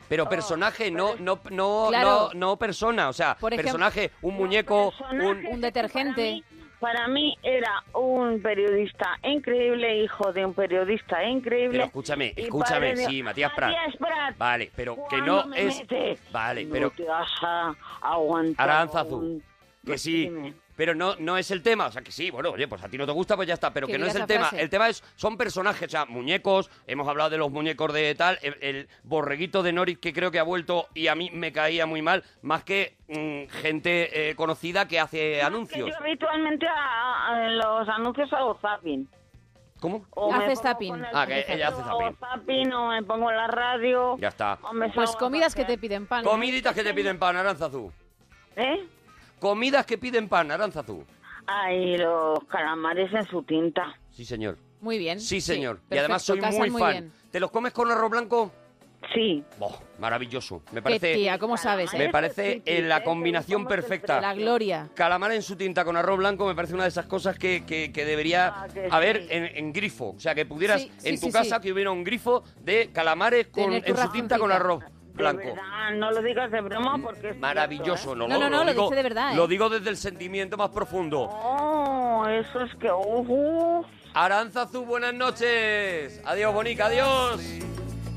Speaker 2: Pero
Speaker 12: Oh,
Speaker 2: personaje, no, no, no,
Speaker 1: Claro.
Speaker 2: no, no persona, o sea,
Speaker 1: Por ejemplo,
Speaker 2: personaje, un muñeco,
Speaker 12: Personaje
Speaker 2: un
Speaker 1: Un detergente.
Speaker 12: Para mí, para mí era un periodista increíble, hijo de un periodista increíble.
Speaker 2: Pero escúchame,
Speaker 12: y
Speaker 2: escúchame,
Speaker 12: padre de-
Speaker 2: sí, Matías Prat.
Speaker 12: Matías Prat.
Speaker 2: Vale, pero que
Speaker 12: ¿Cuándo
Speaker 2: no
Speaker 12: me
Speaker 2: es
Speaker 12: metes?
Speaker 2: Vale,
Speaker 12: No
Speaker 2: pero
Speaker 12: te vas a aguantar
Speaker 2: Aránzazu,
Speaker 12: un-
Speaker 2: que sí,
Speaker 12: Dime.
Speaker 2: Pero no, no es el tema. O sea, que sí, bueno, oye, pues a ti no te gusta, pues ya está. Pero
Speaker 4: Que
Speaker 2: que no
Speaker 4: diga
Speaker 2: es el
Speaker 4: esa
Speaker 2: tema.
Speaker 4: frase.
Speaker 2: El tema es, son personajes, o sea, muñecos. Hemos hablado de los muñecos de tal. El, el borreguito de Norris, que creo que ha vuelto y a mí me caía muy mal. Más que mm, gente eh, conocida que hace
Speaker 12: Que
Speaker 2: anuncios.
Speaker 12: yo habitualmente a, a los anuncios hago zapping.
Speaker 2: ¿Cómo?
Speaker 12: O me
Speaker 1: Hace
Speaker 12: pongo
Speaker 1: zapping.
Speaker 12: con el
Speaker 2: Ah, que ella hace
Speaker 12: televisor,
Speaker 2: zapping.
Speaker 12: hago zapping, o me pongo la radio.
Speaker 2: Ya está.
Speaker 12: o me
Speaker 1: Pues
Speaker 12: salgo a
Speaker 1: comidas que te piden pan. ¿eh? ¿no?
Speaker 2: Comiditas que te piden pan, Aranzazú.
Speaker 12: ¿Eh?
Speaker 2: Comidas que piden pan, Aranzazú.
Speaker 12: Ay, los calamares en su tinta.
Speaker 2: Sí, señor.
Speaker 1: Muy bien.
Speaker 2: Sí, señor. y
Speaker 12: perfecto,
Speaker 2: además soy
Speaker 12: casan
Speaker 2: muy
Speaker 12: muy
Speaker 2: fan.
Speaker 12: bien.
Speaker 2: ¿Te los comes con arroz blanco?
Speaker 12: Sí.
Speaker 2: maravilloso. Me
Speaker 1: Qué
Speaker 2: parece,
Speaker 1: tía, ¿cómo sabes?
Speaker 2: me
Speaker 1: eh?
Speaker 2: parece eh, la combinación perfecta.
Speaker 1: La gloria.
Speaker 2: Calamar en su tinta con arroz blanco me parece una de esas cosas que, que- que debería
Speaker 1: Ah, que
Speaker 2: haber
Speaker 1: sí.
Speaker 2: en, en grifo. O sea, que pudieras
Speaker 12: Sí,
Speaker 2: en
Speaker 12: sí,
Speaker 2: tu
Speaker 12: sí,
Speaker 2: casa
Speaker 12: sí.
Speaker 2: que hubiera un grifo de calamares con,
Speaker 12: Tener
Speaker 2: en
Speaker 12: tu
Speaker 2: su tinta
Speaker 12: racioncita.
Speaker 2: con arroz
Speaker 12: De
Speaker 2: blanco.
Speaker 12: verdad, Ah, no lo digas de broma
Speaker 2: Mm.
Speaker 12: porque... es
Speaker 2: Maravilloso,
Speaker 12: cierto,
Speaker 2: no,
Speaker 12: ¿eh? No, no, no, lo
Speaker 2: digo,
Speaker 12: dice de verdad, ¿eh?
Speaker 2: Lo digo desde el sentimiento más profundo.
Speaker 12: Oh, eso es que... uh, ujú.
Speaker 2: Aranzazu, buenas noches. Adiós, Bonica, adiós.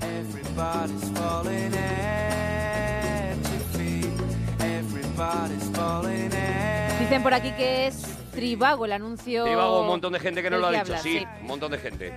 Speaker 6: Everybody's falling at your feet. Everybody's falling at
Speaker 1: Dicen por aquí que es Tribago el anuncio.
Speaker 2: Tribago, un montón de gente que no
Speaker 1: del
Speaker 2: lo ha
Speaker 1: que
Speaker 2: dicho,
Speaker 1: habla,
Speaker 2: sí, un montón de gente.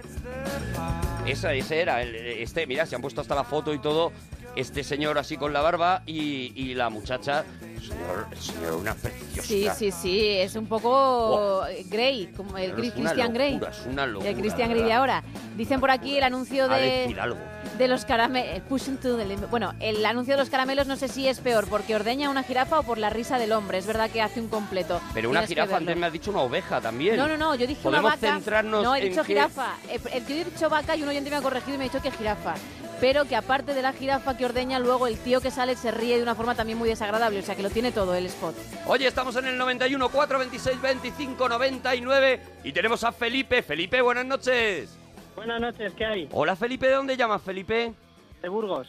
Speaker 2: Esa, ese era, el- este, mira, se han puesto hasta la foto y todo, este señor así con la barba y, y la muchacha, señor, señor, una preciosa.
Speaker 1: Sí, sí, sí, es un poco Grey, como el
Speaker 2: Pero es
Speaker 1: Chris-
Speaker 2: una
Speaker 1: Christian Grey.
Speaker 2: locura, es una locura,
Speaker 1: El Christian
Speaker 2: de
Speaker 1: Grey de
Speaker 2: verdad.
Speaker 1: ahora. Dicen por aquí el anuncio
Speaker 2: A
Speaker 1: de,
Speaker 2: decir algo.
Speaker 1: de los eh, caramelos. Bueno, el anuncio de los caramelos no sé si es peor porque ordeña una jirafa o por la risa del hombre. Es verdad que hace un completo.
Speaker 2: Pero una
Speaker 1: Tienes que
Speaker 2: jirafa,
Speaker 1: verlo.
Speaker 2: antes me has dicho una oveja también.
Speaker 1: No, no, no, yo dije
Speaker 2: ¿Podemos
Speaker 1: una vaca.
Speaker 2: centrarnos
Speaker 1: no, he
Speaker 2: en
Speaker 1: dicho
Speaker 2: que-
Speaker 1: jirafa. Eh, El que yo he dicho vaca y un oyente me ha corregido y me ha dicho que jirafa. Pero que aparte de la jirafa que ordeña, luego el tío que sale se ríe de una forma también muy desagradable. O sea, que lo tiene todo el spot.
Speaker 2: Oye, estamos en el 91, 4, 26, 25, 99 y tenemos a Felipe. Felipe, buenas noches.
Speaker 5: Buenas noches, ¿qué hay?
Speaker 2: Hola, Felipe, ¿de dónde llamas, Felipe?
Speaker 5: De Burgos.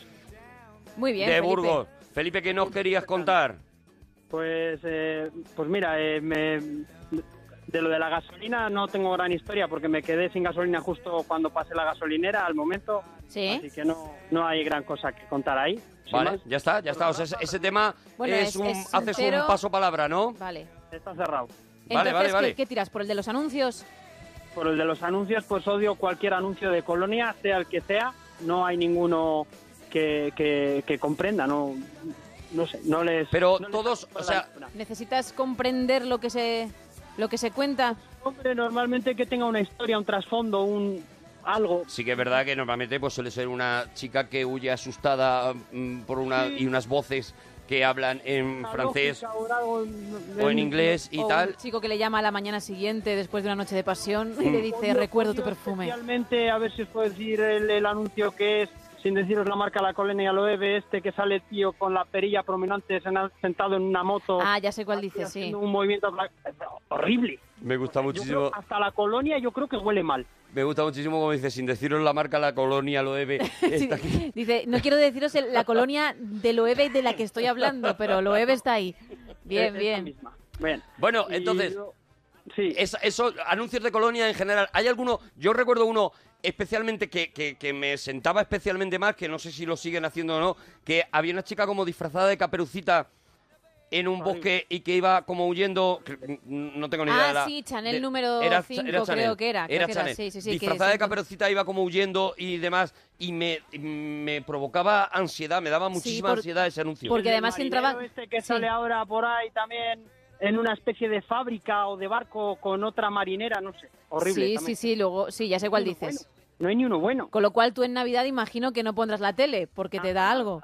Speaker 1: Muy bien,
Speaker 2: de Burgos. Felipe, ¿qué nos querías contar?
Speaker 5: Pues, eh, pues mira, eh, me- de lo de la gasolina no tengo gran historia porque me quedé sin gasolina justo cuando pasé la gasolinera al momento.
Speaker 1: Sí.
Speaker 5: Así que no, no hay gran cosa que contar ahí. sin
Speaker 2: Vale,
Speaker 5: más.
Speaker 2: ya está, ya está. O sea, ese- ese tema
Speaker 1: Bueno,
Speaker 2: es,
Speaker 1: es-
Speaker 2: un,
Speaker 1: es
Speaker 2: haces un
Speaker 1: sincero.
Speaker 2: paso palabra, ¿no?
Speaker 1: Vale.
Speaker 5: Está cerrado.
Speaker 1: Entonces,
Speaker 2: vale,
Speaker 1: ¿qué-
Speaker 2: vale.
Speaker 1: ¿qué, tiras? ¿Por el de los anuncios?
Speaker 5: Por el de los anuncios, pues odio cualquier anuncio de colonia, sea el que sea. No hay ninguno que, que- que comprenda, no, no sé, no les...
Speaker 2: Pero
Speaker 5: no les-
Speaker 2: todos, o sea,
Speaker 1: ¿Necesitas comprender lo que se, lo que se cuenta?
Speaker 5: Hombre, normalmente que tenga una historia, un trasfondo, un algo.
Speaker 2: sí que es verdad que normalmente pues suele ser una chica que huye asustada mm, por una y unas voces que hablan en
Speaker 5: Una
Speaker 2: francés
Speaker 5: lógica o algo
Speaker 2: o en inglés y
Speaker 1: O
Speaker 2: tal.
Speaker 1: Un chico que le llama a la mañana siguiente después de una noche de pasión y
Speaker 5: Mm.
Speaker 1: le dice,
Speaker 5: Odio-
Speaker 1: recuerdo
Speaker 5: odio
Speaker 1: tu perfume.
Speaker 5: Especialmente, a ver si os puedo decir el, el anuncio que es, sin deciros la marca, la colonia Loewe, este que sale tío con la perilla prominente sena- sentado en una moto.
Speaker 1: Ah, ya sé cuál dice,
Speaker 5: haciendo
Speaker 1: sí.
Speaker 5: Un movimiento bla- horrible.
Speaker 2: Me gusta muchísimo.
Speaker 5: Hasta la colonia yo creo que huele mal.
Speaker 2: Me gusta muchísimo como dice, sin deciros la marca, la colonia lo debe. Esta-
Speaker 1: Dice, no quiero deciros el- la colonia de Loewe de la que estoy hablando, pero Loewe está ahí. Bien,
Speaker 5: Esa
Speaker 1: bien.
Speaker 2: Eh, Bueno, entonces, esa- esos anuncios de colonia en general, ¿hay alguno? Yo recuerdo uno especialmente que, que- que me sentaba especialmente mal, que no sé si lo siguen haciendo o no, que había una chica como disfrazada de caperucita en un bosque y que iba como huyendo, que, mm, no tengo ni idea.
Speaker 1: Ah,
Speaker 2: de la-
Speaker 1: sí, Chanel
Speaker 2: de-
Speaker 1: número cinco, creo que era, creo que era,
Speaker 2: Chanel.
Speaker 1: sí, sí, sí, que
Speaker 2: Disfrazada de
Speaker 1: siempre-
Speaker 2: caperucita iba como huyendo y demás, y me, me provocaba ansiedad, me daba muchísima
Speaker 5: por-
Speaker 2: ansiedad ese anuncio.
Speaker 5: El marinero este que sale ahora por ahí también en una especie de fábrica o de barco con otra marinera, no sé. Horrible.
Speaker 1: Sí,
Speaker 5: también.
Speaker 1: sí, sí, luego, sí, ya sé cuál
Speaker 5: Ni uno
Speaker 1: dices.
Speaker 5: No hay ni uno bueno.
Speaker 1: Con lo cual tú en Navidad imagino que no pondrás la tele porque te da algo.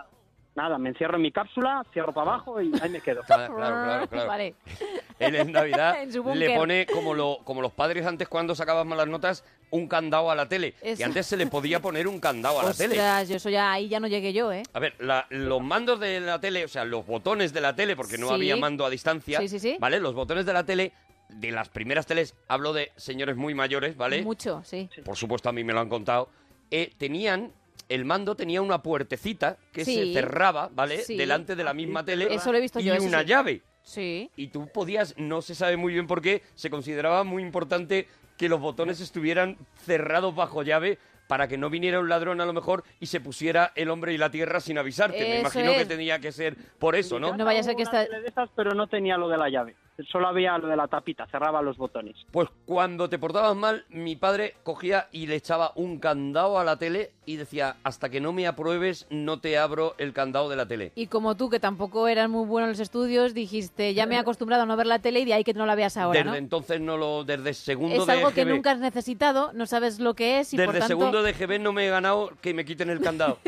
Speaker 5: Nada, me encierro en mi cápsula, cierro para abajo y ahí me quedo.
Speaker 2: Ah, Claro, claro, claro.
Speaker 1: Vale.
Speaker 2: Él en Navidad
Speaker 1: En su búnker.
Speaker 2: le pone, como, lo, como los padres antes cuando sacaban malas notas, un candado a la tele. Y
Speaker 1: Eso.
Speaker 2: antes se le podía poner un candado a la tele.
Speaker 1: Ostras, yo eso ya ahí ya no llegué yo, ¿eh?
Speaker 2: A ver, la- los mandos de la tele, o sea, los botones de la tele, porque no
Speaker 1: Sí.
Speaker 2: había mando a distancia,
Speaker 1: Sí, sí, sí.
Speaker 2: ¿vale? Los botones de la tele, de las primeras teles, hablo de señores muy mayores, ¿vale?
Speaker 1: Mucho, sí.
Speaker 2: Por supuesto, a mí me lo han contado. Eh, tenían, el mando tenía una puertecita que
Speaker 1: Sí.
Speaker 2: se cerraba, ¿vale?
Speaker 1: Sí.
Speaker 2: Delante de la misma tele.
Speaker 1: Eso lo he visto
Speaker 2: y
Speaker 1: yo, eso
Speaker 2: una
Speaker 1: sí.
Speaker 2: llave.
Speaker 1: Sí.
Speaker 2: Y tú podías, no se sabe muy bien por qué, se consideraba muy importante que los botones estuvieran cerrados bajo llave para que no viniera un ladrón a lo mejor y se pusiera el hombre y la tierra sin avisarte. Me
Speaker 1: Eso
Speaker 2: imagino que
Speaker 1: es.
Speaker 2: tenía que ser por eso, ¿no?
Speaker 1: No vaya a ser que esta...
Speaker 5: de esas, pero no tenía lo de la llave.
Speaker 13: solo había lo de la tapita, cerraba los botones.
Speaker 2: Pues cuando te portabas mal, mi padre cogía y le echaba un candado a la tele y decía, hasta que no me apruebes, no te abro el candado de la tele.
Speaker 1: Y como tú, que tampoco eras muy bueno en los estudios, dijiste, ya me he acostumbrado a no ver la tele y de ahí que no la veas ahora,
Speaker 2: desde
Speaker 1: ¿no?
Speaker 2: entonces no lo, desde segundo
Speaker 1: Es
Speaker 2: de
Speaker 1: algo que
Speaker 2: EGB.
Speaker 1: nunca has necesitado, no sabes lo que es y
Speaker 2: Desde
Speaker 1: por tanto...
Speaker 2: segundo de GB no me he ganado que me quiten el candado.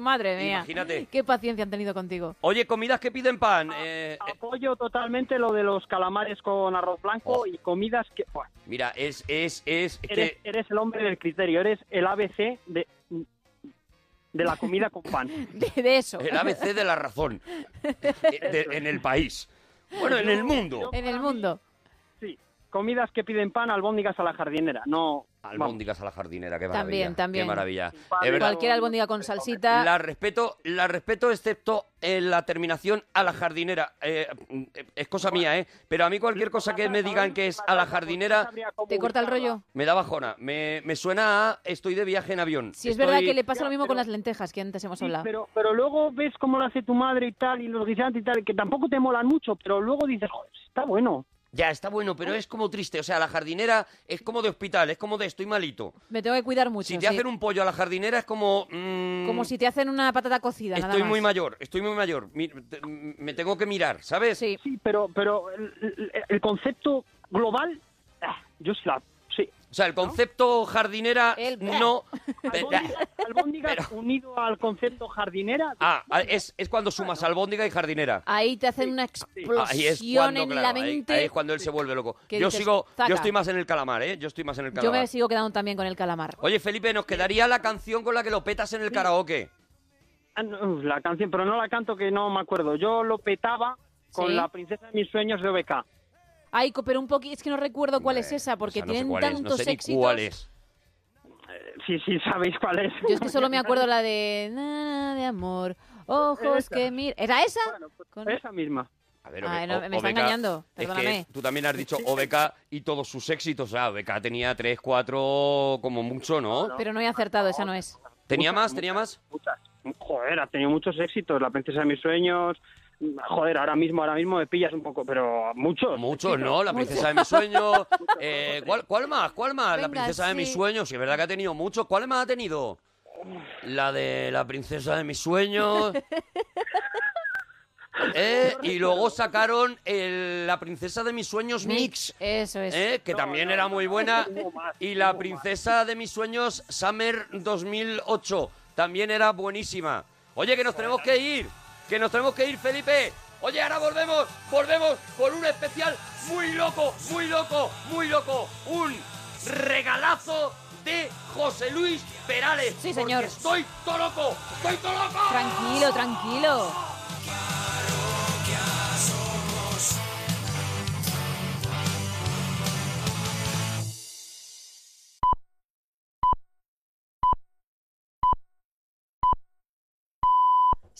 Speaker 1: Madre mía.
Speaker 2: Imagínate.
Speaker 1: Qué paciencia han tenido contigo.
Speaker 2: Oye, comidas que piden pan.
Speaker 1: Ah,
Speaker 2: eh, eh,
Speaker 13: Apoyo totalmente lo de los calamares con arroz blanco y comidas que... Buah,
Speaker 2: mira, es, es, es que
Speaker 13: eres, eres el hombre del criterio, eres el ABC de, de la comida con pan.
Speaker 1: De, de eso.
Speaker 2: el ABC de la razón. Eh, de- en el país. Bueno, en el mundo.
Speaker 1: En el mundo.
Speaker 13: Sí, comidas que piden pan, albóndigas a la jardinera, no...
Speaker 2: Albóndigas a la jardinera, qué maravilla.
Speaker 1: También, también.
Speaker 2: Qué maravilla. Es verdad.
Speaker 1: Cualquier albóndiga con salsita.
Speaker 2: La respeto, la respeto excepto en la terminación a la jardinera. Eh, es cosa mía, ¿eh? Pero a mí cualquier cosa que me digan que es a la jardinera
Speaker 1: ¿Te corta el rollo?
Speaker 2: me da bajona. Me, me suena a estoy de viaje en avión.
Speaker 1: Si es verdad
Speaker 2: Estoy-
Speaker 1: que le pasa lo mismo con las lentejas que antes hemos
Speaker 13: Sí,
Speaker 1: hablado.
Speaker 13: pero, pero luego ves cómo lo hace tu madre y tal, y los guisantes y tal, que tampoco te molan mucho, pero luego dices, joder, está bueno.
Speaker 2: Ya, está bueno, pero es como triste. O sea, la jardinera es como de hospital, es como de estoy malito.
Speaker 1: Me tengo que cuidar mucho.
Speaker 2: Si te
Speaker 1: sí.
Speaker 2: hacen un pollo a la jardinera es como... mm,
Speaker 1: Como si te hacen una patata cocida, nada
Speaker 2: Estoy
Speaker 1: más.
Speaker 2: muy mayor, estoy muy mayor. Mi- te- Me tengo que mirar, ¿sabes?
Speaker 1: Sí.
Speaker 13: pero, pero el, Eh, el- el concepto global, ah, yo sí la... Sí.
Speaker 2: O sea, el concepto jardinera no... eh,
Speaker 13: Albóndigas, albóndigas unido al concepto jardinera,
Speaker 2: Ah, ah, es, es cuando sumas albóndiga y jardinera.
Speaker 1: Ahí te hacen una explosión
Speaker 2: Ahí es cuando,
Speaker 1: Ah, en
Speaker 2: claro,
Speaker 1: la
Speaker 2: ahí-
Speaker 1: mente.
Speaker 2: Ahí, es cuando él se vuelve loco.
Speaker 1: Que
Speaker 2: Yo
Speaker 1: dices,
Speaker 2: sigo,
Speaker 1: "Zaca".
Speaker 2: yo estoy más en el calamar, ¿eh? Yo estoy más en el
Speaker 1: Yo
Speaker 2: calamar.
Speaker 1: me sigo quedando también con el calamar.
Speaker 2: Oye, Felipe, nos quedaría la canción con la que lo petas en el karaoke.
Speaker 13: Ah, no, la canción, pero no la canto que no me acuerdo. Yo lo petaba con
Speaker 1: Sí.
Speaker 13: la princesa de mis sueños de OBK.
Speaker 1: Ay, co- pero un poquito. Es que no recuerdo cuál es esa, porque
Speaker 2: esa no sé
Speaker 1: tienen
Speaker 2: cuál es, no
Speaker 1: tantos
Speaker 2: sé ni
Speaker 1: éxitos.
Speaker 2: cuál es.
Speaker 13: Eh, Sí, sí, sabéis cuál es.
Speaker 1: Yo es que solo me acuerdo la de. Nada de amor, ojos
Speaker 13: Esa. pues
Speaker 1: que mir. ¿Era esa? Con-
Speaker 13: Esa misma.
Speaker 2: A ver,
Speaker 1: Ay,
Speaker 2: Obe-
Speaker 1: no, me está
Speaker 2: OBK,
Speaker 1: engañando,
Speaker 2: es que
Speaker 1: perdóname.
Speaker 2: tú también has dicho OBK y todos sus éxitos. O sea, OBK tenía tres, cuatro, como mucho, ¿no?
Speaker 1: Pero no he acertado, esa no es.
Speaker 2: ¿Tenía más? ¿Tenía más?
Speaker 13: Joder, ha tenido muchos éxitos. La princesa de mis sueños. Joder, ahora mismo, ahora mismo me pillas un poco, pero muchos.
Speaker 2: Muchos, ¿no? La princesa de mis sueños. Eh, ¿cuál, cuál más? ¿Cuál más?
Speaker 13: Venga,
Speaker 2: la princesa de mis
Speaker 13: sí.
Speaker 2: sueños. Sí, es verdad que ha tenido muchos. ¿Cuál más ha tenido? La de la princesa de mis sueños. Eh, y luego sacaron el- la princesa de mis sueños mix.
Speaker 1: Eso es.
Speaker 2: eh, que también era muy buena. Y la princesa de mis sueños, Summer 2008, también era buenísima. Oye, que nos tenemos que ir. Que nos tenemos que ir, Felipe. Oye, ahora volvemos. Volvemos con un especial muy loco, muy loco, muy loco. Un regalazo de José Luis Perales. Sí, señor. estoy todo loco. Estoy todo loco.
Speaker 1: Tranquilo, tranquilo.
Speaker 3: Somos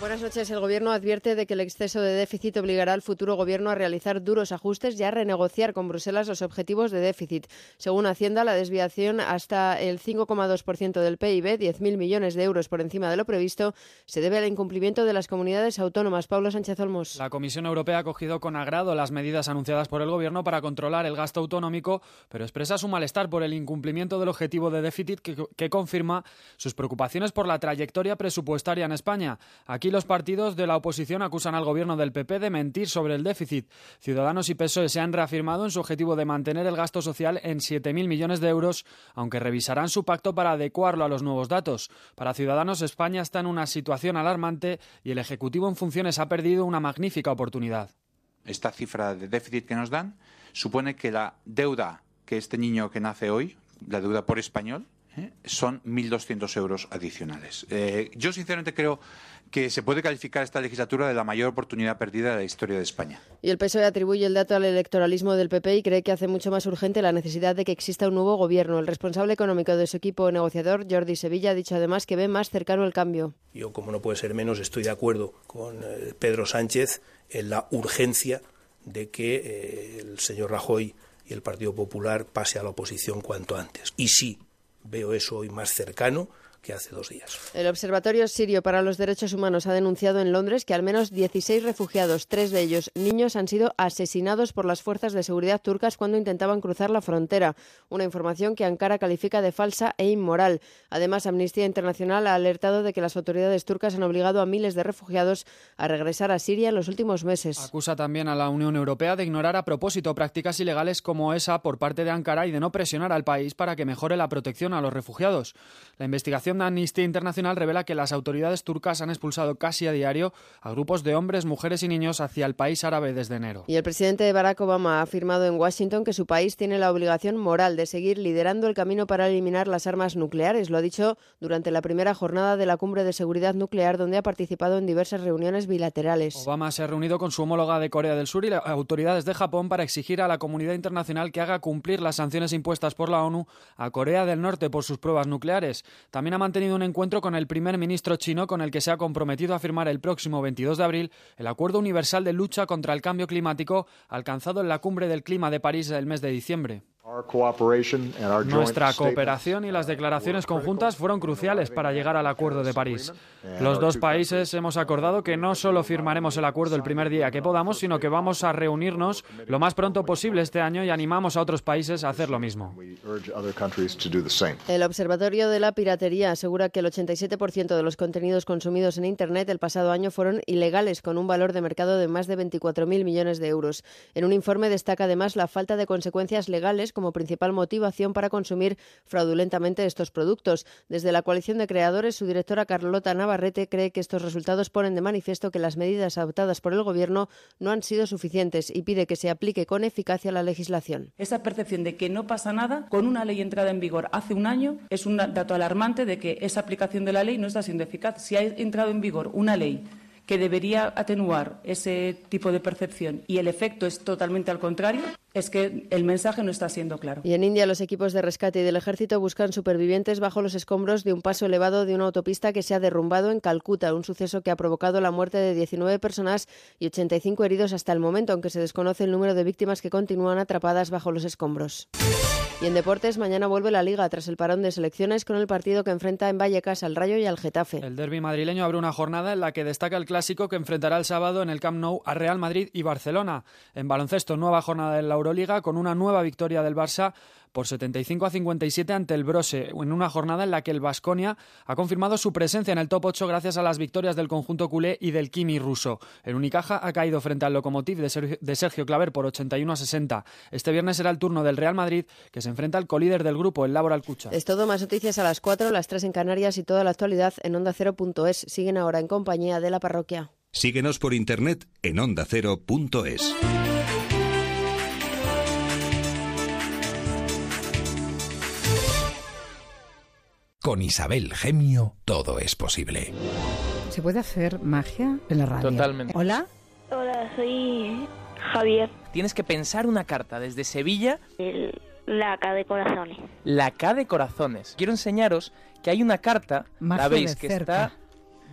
Speaker 14: Buenas noches. El Gobierno advierte de que el exceso de déficit obligará al futuro Gobierno a realizar duros ajustes y a renegociar con Bruselas los objetivos de déficit. Según Hacienda, la desviación hasta el 5,2% del PIB, 10.000 millones de euros por encima de lo previsto, se debe al incumplimiento de las comunidades autónomas. Pablo Sánchez Olmos.
Speaker 15: La Comisión Europea ha acogido con agrado las medidas anunciadas por el Gobierno para controlar el gasto autonómico, pero expresa su malestar por el incumplimiento del objetivo de déficit que, que confirma sus preocupaciones por la trayectoria presupuestaria en España. Aquí los partidos de la oposición acusan al Gobierno del PP de mentir sobre el déficit. Ciudadanos y PSOE E se han reafirmado en su objetivo de mantener el gasto social en 7.000 millones de euros, aunque revisarán su pacto para adecuarlo a los nuevos datos. Para Ciudadanos, España está en una situación alarmante y el Ejecutivo en funciones ha perdido una magnífica oportunidad.
Speaker 16: esta cifra de déficit que nos dan supone que la deuda que este niño que nace hoy, la deuda por español, ¿eh? son 1.200 euros adicionales. Eh, yo sinceramente creo que se puede calificar esta legislatura de la mayor oportunidad perdida de la historia de España.
Speaker 14: Y el PSOE E atribuye el dato al electoralismo del PP y cree que hace mucho más urgente la necesidad de que exista un nuevo gobierno. El responsable económico de su equipo negociador, Jordi Sevilla, ha dicho además que ve más cercano el cambio.
Speaker 17: Yo, como no puede ser menos, estoy de acuerdo con eh, Pedro Sánchez en la urgencia de que eh, el señor Rajoy y el Partido Popular pase a la oposición cuanto antes. Y sí, veo eso hoy más cercano que hace dos días.
Speaker 14: El Observatorio Sirio para los Derechos Humanos ha denunciado en Londres que al menos 16 refugiados, tres de ellos niños, han sido asesinados por las fuerzas de seguridad turcas cuando intentaban cruzar la frontera. Una información que Ankara califica de falsa e inmoral. Además, Amnistía Internacional ha alertado de que las autoridades turcas han obligado a miles de refugiados a regresar a Siria en los últimos meses.
Speaker 15: Acusa también a la Unión Europea de ignorar a propósito prácticas ilegales como esa por parte de Ankara y de no presionar al país para que mejore la protección a los refugiados. La investigación de Amnistía Internacional revela que las autoridades turcas han expulsado casi a diario a grupos de hombres, mujeres y niños hacia el país árabe desde enero.
Speaker 14: Y el presidente Barack Obama ha afirmado en Washington que su país tiene la obligación moral de seguir liderando el camino para eliminar las armas nucleares. Lo ha dicho durante la primera jornada de la Cumbre de Seguridad Nuclear, donde ha participado en diversas reuniones bilaterales.
Speaker 15: Obama se ha reunido con su homóloga de Corea del Sur y las autoridades de Japón para exigir a la comunidad internacional que haga cumplir las sanciones impuestas por la ONU a Corea del Norte por sus pruebas nucleares. También ha mantenido un encuentro con el primer ministro chino con el que se ha comprometido a firmar el próximo 22 de abril el Acuerdo Universal de Lucha contra el Cambio Climático alcanzado en la Cumbre del Clima de París el mes de diciembre. Nuestra cooperación y las declaraciones conjuntas fueron cruciales para llegar al Acuerdo de París. Los dos países hemos acordado que no solo firmaremos el acuerdo el primer día que podamos, sino que vamos a reunirnos lo más pronto posible este año y animamos a otros países a hacer lo mismo.
Speaker 14: El Observatorio de la Piratería asegura que el 87% de los contenidos consumidos en Internet el pasado año fueron ilegales, con un valor de mercado de más de 24.000 millones de euros. En un informe destaca además la falta de consecuencias legales como principal motivación para consumir fraudulentamente estos productos. Desde la coalición de creadores, su directora Carlota Navarrete cree que estos resultados ponen de manifiesto que las medidas adoptadas por el Gobierno no han sido suficientes y pide que se aplique con eficacia la legislación.
Speaker 18: Esa percepción de que no pasa nada con una ley entrada en vigor hace un año es un dato alarmante de que esa aplicación de la ley no está siendo eficaz. Si ha entrado en vigor una ley que debería atenuar ese tipo de percepción y el efecto es totalmente al contrario, es que el mensaje no está siendo claro.
Speaker 14: Y en India los equipos de rescate y del ejército buscan supervivientes bajo los escombros de un paso elevado de una autopista que se ha derrumbado en Calcuta, un suceso que ha provocado la muerte de 19 personas y 85 heridos hasta el momento, aunque se desconoce el número de víctimas que continúan atrapadas bajo los escombros. Y en deportes, mañana vuelve la Liga tras el parón de selecciones con el partido que enfrenta en Vallecas al Rayo y al Getafe.
Speaker 15: El derby madrileño abre una jornada en la que destaca el clásico que enfrentará el sábado en el Camp Nou a Real Madrid y Barcelona. En baloncesto, nueva jornada en la Euroliga con una nueva victoria del Barça por 75 a 57 ante el Brose, en una jornada en la que el Vasconia ha confirmado su presencia en el top 8 gracias a las victorias del conjunto culé y del Kimi ruso. El Unicaja ha caído frente al Lokomotiv de Sergio Claver por 81 a 60. Este viernes será el turno del Real Madrid, que se enfrenta al colíder del grupo, el Laboral Cucha.
Speaker 14: Es todo, más noticias a las 4, las 3 en Canarias y toda la actualidad en onda OndaCero.es. Siguen ahora en compañía de la parroquia.
Speaker 19: Síguenos por internet en ondacero.es.
Speaker 20: Con Isabel Gemio todo es posible.
Speaker 21: ¿Se puede hacer magia en la radio?
Speaker 22: Totalmente.
Speaker 21: Hola.
Speaker 5: Hola, soy Javier.
Speaker 22: Tienes que pensar una carta desde Sevilla.
Speaker 5: El- la K de corazones.
Speaker 22: La K de corazones. Quiero enseñaros que hay una carta,
Speaker 21: Magia
Speaker 22: la veis,
Speaker 21: de
Speaker 22: que
Speaker 21: cerca.
Speaker 22: está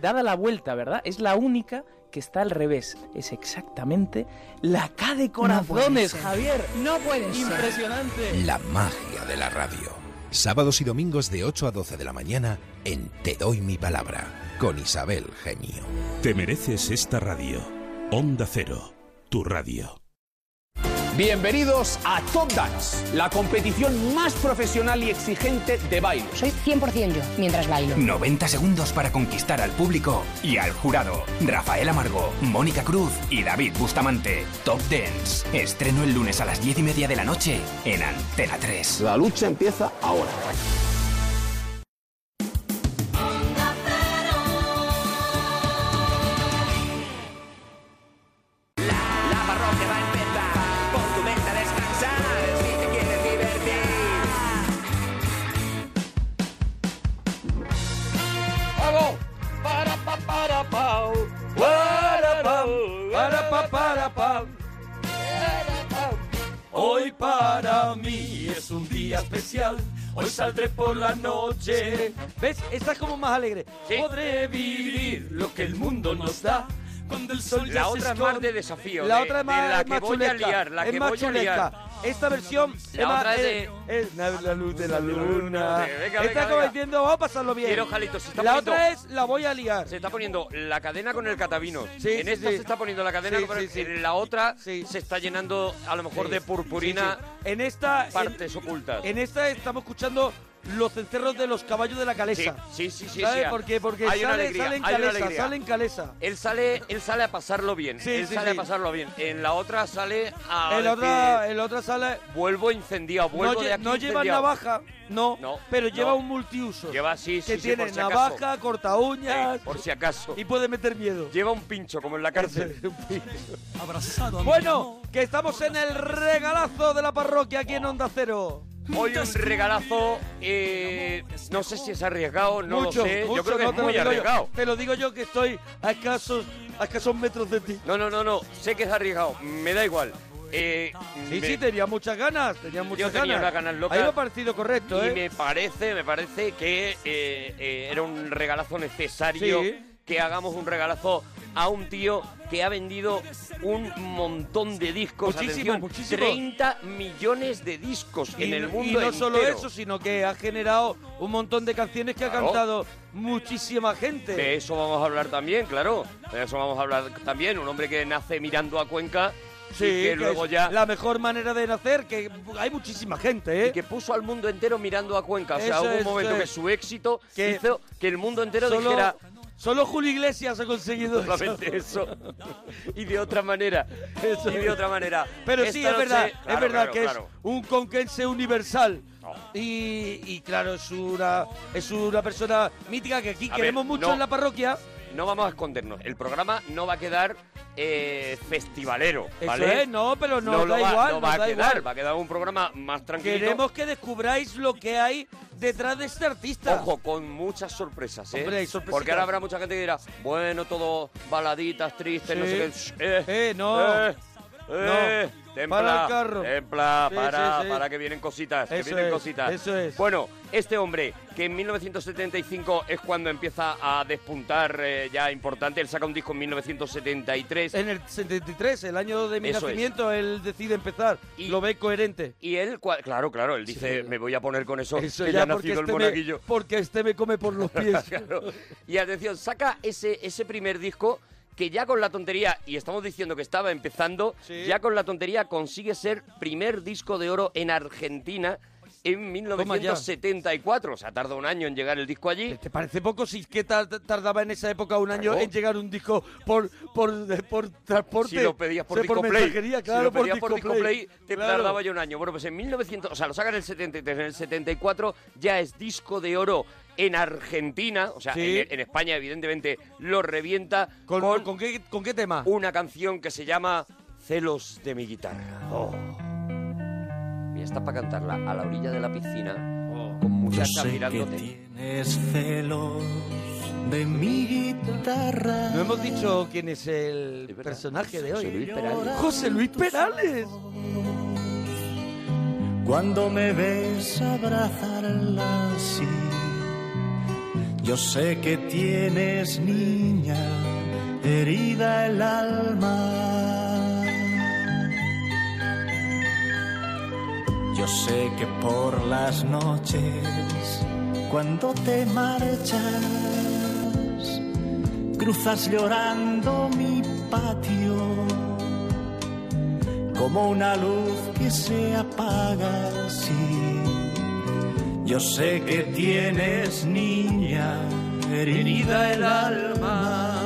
Speaker 22: dada la vuelta, ¿verdad? Es la única que está al revés. Es exactamente la K de corazones, Javier.
Speaker 21: No puede ser.
Speaker 22: Impresionante.
Speaker 20: La magia de la radio. Sábados y domingos de 8 a 12 de la mañana en Te doy mi palabra con Isabel Genio.
Speaker 19: Te mereces esta radio. Onda Cero, tu radio.
Speaker 9: Bienvenidos a Top Dance, la competición más profesional y exigente de baile.
Speaker 23: Soy 100% yo mientras bailo.
Speaker 9: 90 segundos para conquistar al público y al jurado. Rafael Amargo, Mónica Cruz y David Bustamante. Top Dance. Estreno el lunes a las 10 y media de la noche en Antena 3. La lucha empieza ahora.
Speaker 3: Pon tu mente a descansar si te quieres divertir.
Speaker 2: ¡Vamos! Para pa para pau, para pau, para pa para pau. Hoy para mí es un día especial. Hoy saldré por la noche. ¿Ves? Estás como más alegre. Podré vivir lo que el mundo nos da. Cuando el sol
Speaker 24: La
Speaker 2: ya se
Speaker 24: otra es
Speaker 2: esconde.
Speaker 24: más de desafío,
Speaker 2: La
Speaker 24: de-
Speaker 2: otra es
Speaker 24: de
Speaker 2: más
Speaker 24: la
Speaker 2: es
Speaker 24: que
Speaker 2: más
Speaker 24: voy a
Speaker 2: chulesca,
Speaker 24: liar, la
Speaker 2: es
Speaker 24: que
Speaker 2: más
Speaker 24: voy a
Speaker 2: chulesca.
Speaker 24: liar.
Speaker 4: Esta versión.
Speaker 2: La
Speaker 4: Emma,
Speaker 2: otra es de-
Speaker 4: eh, es la, la luz de la luna.
Speaker 2: Sí, venga,
Speaker 4: Está
Speaker 2: venga,
Speaker 4: como
Speaker 2: venga.
Speaker 4: diciendo, vamos a pasarlo bien.
Speaker 2: Quiero jalitos. Se está
Speaker 4: La
Speaker 2: poniendo-
Speaker 4: otra es, la voy a liar.
Speaker 2: Se está poniendo la cadena con el catavinos.
Speaker 4: Sí,
Speaker 2: en
Speaker 4: sí,
Speaker 2: esta
Speaker 4: sí.
Speaker 2: se está poniendo la cadena,
Speaker 4: Sí,
Speaker 2: con
Speaker 4: sí,
Speaker 2: el- en la otra se está llenando a lo mejor
Speaker 4: Sí,
Speaker 2: de
Speaker 4: sí,
Speaker 2: purpurina.
Speaker 4: sí. En esta.
Speaker 2: Partes ocultas.
Speaker 4: En esta estamos escuchando los cencerros de los caballos de la calesa.
Speaker 2: Sí, sí, sí, sí,
Speaker 4: ¿Sabes
Speaker 2: sí.
Speaker 4: por qué? Porque
Speaker 2: Hay una
Speaker 4: sale-
Speaker 2: alegría,
Speaker 4: salen
Speaker 2: hay una
Speaker 4: calesa,
Speaker 2: alegría.
Speaker 4: salen calesa.
Speaker 2: Él sale, él sale a pasarlo bien.
Speaker 4: Sí,
Speaker 2: él
Speaker 4: sí,
Speaker 2: sale
Speaker 4: sí.
Speaker 2: a pasarlo bien. En la otra sale a.
Speaker 4: En la otra-
Speaker 2: decir,
Speaker 4: en la otra sale.
Speaker 2: Vuelvo incendiado, vuelvo
Speaker 4: no,
Speaker 2: de
Speaker 4: lle-
Speaker 2: aquí
Speaker 4: no lleva
Speaker 2: incendiado".
Speaker 4: navaja, no, pero lleva
Speaker 2: no.
Speaker 4: un multiuso.
Speaker 2: Lleva sí, sí,
Speaker 4: que
Speaker 2: sí,
Speaker 4: tiene
Speaker 2: por si acaso.
Speaker 4: navaja, corta uñas.
Speaker 2: Por si acaso.
Speaker 4: Y puede meter miedo.
Speaker 2: Lleva un pincho, como en la cárcel.
Speaker 4: Bueno, que estamos en el regalazo de la parroquia aquí en Onda Cero.
Speaker 2: Hoy un regalazo, eh, no sé si es arriesgado, no
Speaker 4: mucho,
Speaker 2: lo sé.
Speaker 4: mucho,
Speaker 2: yo creo que
Speaker 4: no
Speaker 2: es
Speaker 4: te lo
Speaker 2: muy
Speaker 4: digo yo.
Speaker 2: arriesgado.
Speaker 4: Te lo digo yo que estoy a escasos, a escasos metros de ti.
Speaker 2: No, no, no, no, sé que es arriesgado, me da igual. Eh,
Speaker 4: Sí,
Speaker 2: me-
Speaker 4: sí, tenía muchas ganas, tenía muchas
Speaker 2: yo tenía
Speaker 4: ganas.
Speaker 2: unas ganas locas.
Speaker 4: Ahí me ha parecido correcto,
Speaker 2: y
Speaker 4: ¿eh?
Speaker 2: me parece, me parece que eh, eh, era un regalazo necesario
Speaker 4: Sí.
Speaker 2: que hagamos un regalazo a un tío que ha vendido un montón de discos.
Speaker 4: Muchísimo,
Speaker 2: Atención,
Speaker 4: muchísimo.
Speaker 2: 30 millones de discos en
Speaker 4: Y-
Speaker 2: el mundo
Speaker 4: Y no solo
Speaker 2: entero.
Speaker 4: eso, sino que ha generado un montón de canciones que ha
Speaker 2: Claro.
Speaker 4: cantado muchísima gente.
Speaker 2: De eso vamos a hablar también, claro. De eso vamos a hablar también. Un hombre que nace mirando a Cuenca
Speaker 4: Sí,
Speaker 2: y que,
Speaker 4: que
Speaker 2: luego
Speaker 4: es
Speaker 2: ya...
Speaker 4: La mejor manera de nacer, que hay muchísima gente, ¿eh?
Speaker 2: que puso al mundo entero mirando a Cuenca. O sea,
Speaker 4: Eso
Speaker 2: hubo un
Speaker 4: es,
Speaker 2: momento
Speaker 4: eh,
Speaker 2: que su éxito
Speaker 4: que
Speaker 2: hizo que el mundo entero
Speaker 4: solo-
Speaker 2: dijera...
Speaker 4: Solo Julio Iglesias ha conseguido eso.
Speaker 2: Solamente eso. Y de otra manera. Y de otra manera.
Speaker 4: Pero sí,
Speaker 2: Esta
Speaker 4: es verdad,
Speaker 2: noche-
Speaker 4: es
Speaker 2: Claro,
Speaker 4: verdad
Speaker 2: claro,
Speaker 4: que
Speaker 2: claro.
Speaker 4: es un conquense universal. Y, y claro, es una, es una persona mítica que aquí
Speaker 2: A
Speaker 4: queremos
Speaker 2: ver,
Speaker 4: mucho
Speaker 2: no.
Speaker 4: en la parroquia.
Speaker 2: No vamos a escondernos. El programa no va a quedar eh, festivalero,
Speaker 4: Eso
Speaker 2: ¿vale?
Speaker 4: es, no, pero nos
Speaker 2: no
Speaker 4: da
Speaker 2: lo va,
Speaker 4: igual,
Speaker 2: no
Speaker 4: nos
Speaker 2: va
Speaker 4: da
Speaker 2: a quedar.
Speaker 4: igual.
Speaker 2: Va a quedar un programa más tranquilo.
Speaker 4: Queremos que descubráis lo que hay detrás de este artista.
Speaker 2: Ojo, con muchas sorpresas, ¿eh?
Speaker 4: Hombre, hay sorpresitas.
Speaker 2: Porque ahora habrá mucha gente que dirá, bueno, todo baladitas, tristes, no sé qué.
Speaker 4: Sí.
Speaker 2: Shh, Eh,
Speaker 4: Eh, no.
Speaker 2: eh, eh,
Speaker 4: No.
Speaker 2: Templa,
Speaker 4: Para el carro.
Speaker 2: templa,
Speaker 4: Sí,
Speaker 2: para,
Speaker 4: sí, sí.
Speaker 2: para que vienen cositas, que
Speaker 4: Eso
Speaker 2: vienen
Speaker 4: es,
Speaker 2: cositas.
Speaker 4: eso es.
Speaker 2: Bueno, este hombre, que en 1975 es cuando empieza a despuntar eh, ya importante, él saca un disco en 1973.
Speaker 4: En el 73, el año de mi
Speaker 2: Eso es.
Speaker 4: nacimiento, él decide empezar. lo ve coherente.
Speaker 2: Y él, cua- claro, claro, él dice, me voy a poner con eso,
Speaker 4: Eso
Speaker 2: que
Speaker 4: ya
Speaker 2: ya ha
Speaker 4: porque
Speaker 2: nacido el
Speaker 4: este me-
Speaker 2: monaguillo.
Speaker 4: porque este me come por los pies.
Speaker 2: Claro. Y atención, saca ese, ese primer disco que ya con la tontería, y estamos diciendo que estaba empezando, ya con la tontería consigue ser primer disco de oro en Argentina en 1974. O sea, tarda un año en llegar el disco allí.
Speaker 4: ¿Te parece poco si es que tar- tardaba en esa época un año
Speaker 2: Claro.
Speaker 4: en llegar un disco por por, de- por transporte?
Speaker 2: Si lo pedías por
Speaker 4: O sea,
Speaker 2: Disco Play,
Speaker 4: mensajería,
Speaker 2: si
Speaker 4: claro,
Speaker 2: lo pedías por
Speaker 4: Disco
Speaker 2: Disco Play, te
Speaker 4: claro.
Speaker 2: tardaba ya un año. Bueno, pues en 1900, o sea, lo sacan en el 73, en el 74 ya es disco de oro en Argentina, o sea,
Speaker 4: Sí.
Speaker 2: en, en España evidentemente lo revienta
Speaker 4: ¿Con, con qué, ¿Con qué tema?
Speaker 2: una canción que se llama Celos de mi guitarra.
Speaker 4: Oh.
Speaker 2: Y está para cantarla a la orilla de la piscina
Speaker 4: Oh.
Speaker 2: con muchachas mirándote.
Speaker 11: Tienes celos de mi guitarra.
Speaker 4: No hemos dicho quién es el personaje de
Speaker 11: José Luis
Speaker 4: hoy.
Speaker 11: Perales.
Speaker 4: José Luis Perales.
Speaker 11: Cuando me ves abrazarla así, yo sé que tienes, niña, herida el alma. Yo sé que por las noches, cuando te marchas, cruzas llorando mi patio como una luz que se apaga así. Yo sé que tienes niña herida el alma.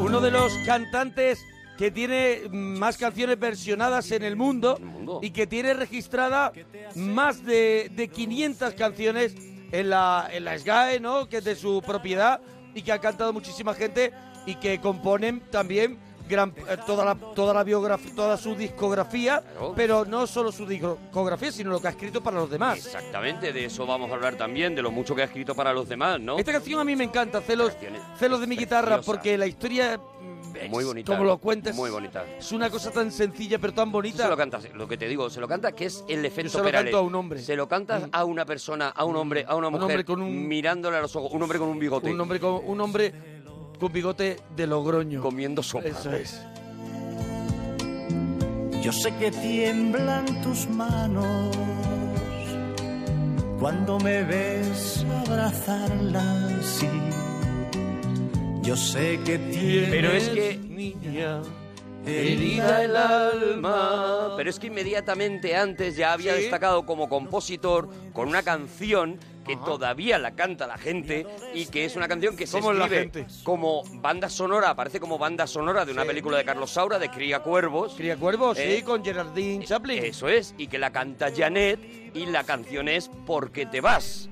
Speaker 4: Uno de los cantantes que tiene más canciones versionadas en el mundo, y que tiene registrada más de, de 500 canciones en la, en la SGAE, ¿no? Que es de su propiedad y que ha cantado muchísima gente y que componen también gran, eh, toda la, toda la biografía, toda su discografía, pero no solo su discografía, sino lo que ha escrito para los demás.
Speaker 2: Exactamente, de eso vamos a hablar también, de lo mucho que ha escrito para los demás, ¿no?
Speaker 4: Esta canción a mí me encanta, celos, celos de mi guitarra,
Speaker 2: preciosa.
Speaker 4: porque la historia mm, es,
Speaker 2: Muy bonita.
Speaker 4: como lo cuentas,
Speaker 2: Muy bonita.
Speaker 4: es una cosa tan sencilla pero tan bonita.
Speaker 2: Se lo cantas, lo que te digo, se lo canta que es el efecto
Speaker 4: Yo se lo
Speaker 2: Perales.
Speaker 4: canto a un hombre. Mm.
Speaker 2: Se lo cantas a una persona, a un hombre, a una
Speaker 4: Un
Speaker 2: mujer,
Speaker 4: hombre con un-
Speaker 2: mirándole a los ojos, un hombre con un bigote.
Speaker 4: Un hombre con un hombre con bigote de Logroño.
Speaker 2: Comiendo sopa.
Speaker 4: Eso es.
Speaker 11: Yo sé que tiemblan tus manos cuando me ves abrazarla así. Yo sé que tienes.
Speaker 2: Pero es que-
Speaker 11: Niña,
Speaker 2: Herida el alma. Pero es que inmediatamente antes ya había destacado como compositor con una canción que todavía la canta la gente y que es una canción que se
Speaker 4: ¿Cómo la
Speaker 2: escribe
Speaker 4: gente?
Speaker 2: como banda sonora, aparece como banda sonora de una película de Carlos Saura de Cría Cuervos. Cría
Speaker 4: Cuervos, sí, con Gerardine Chaplin.
Speaker 2: Eso es, y que la canta Janet y la canción es Porque te vas.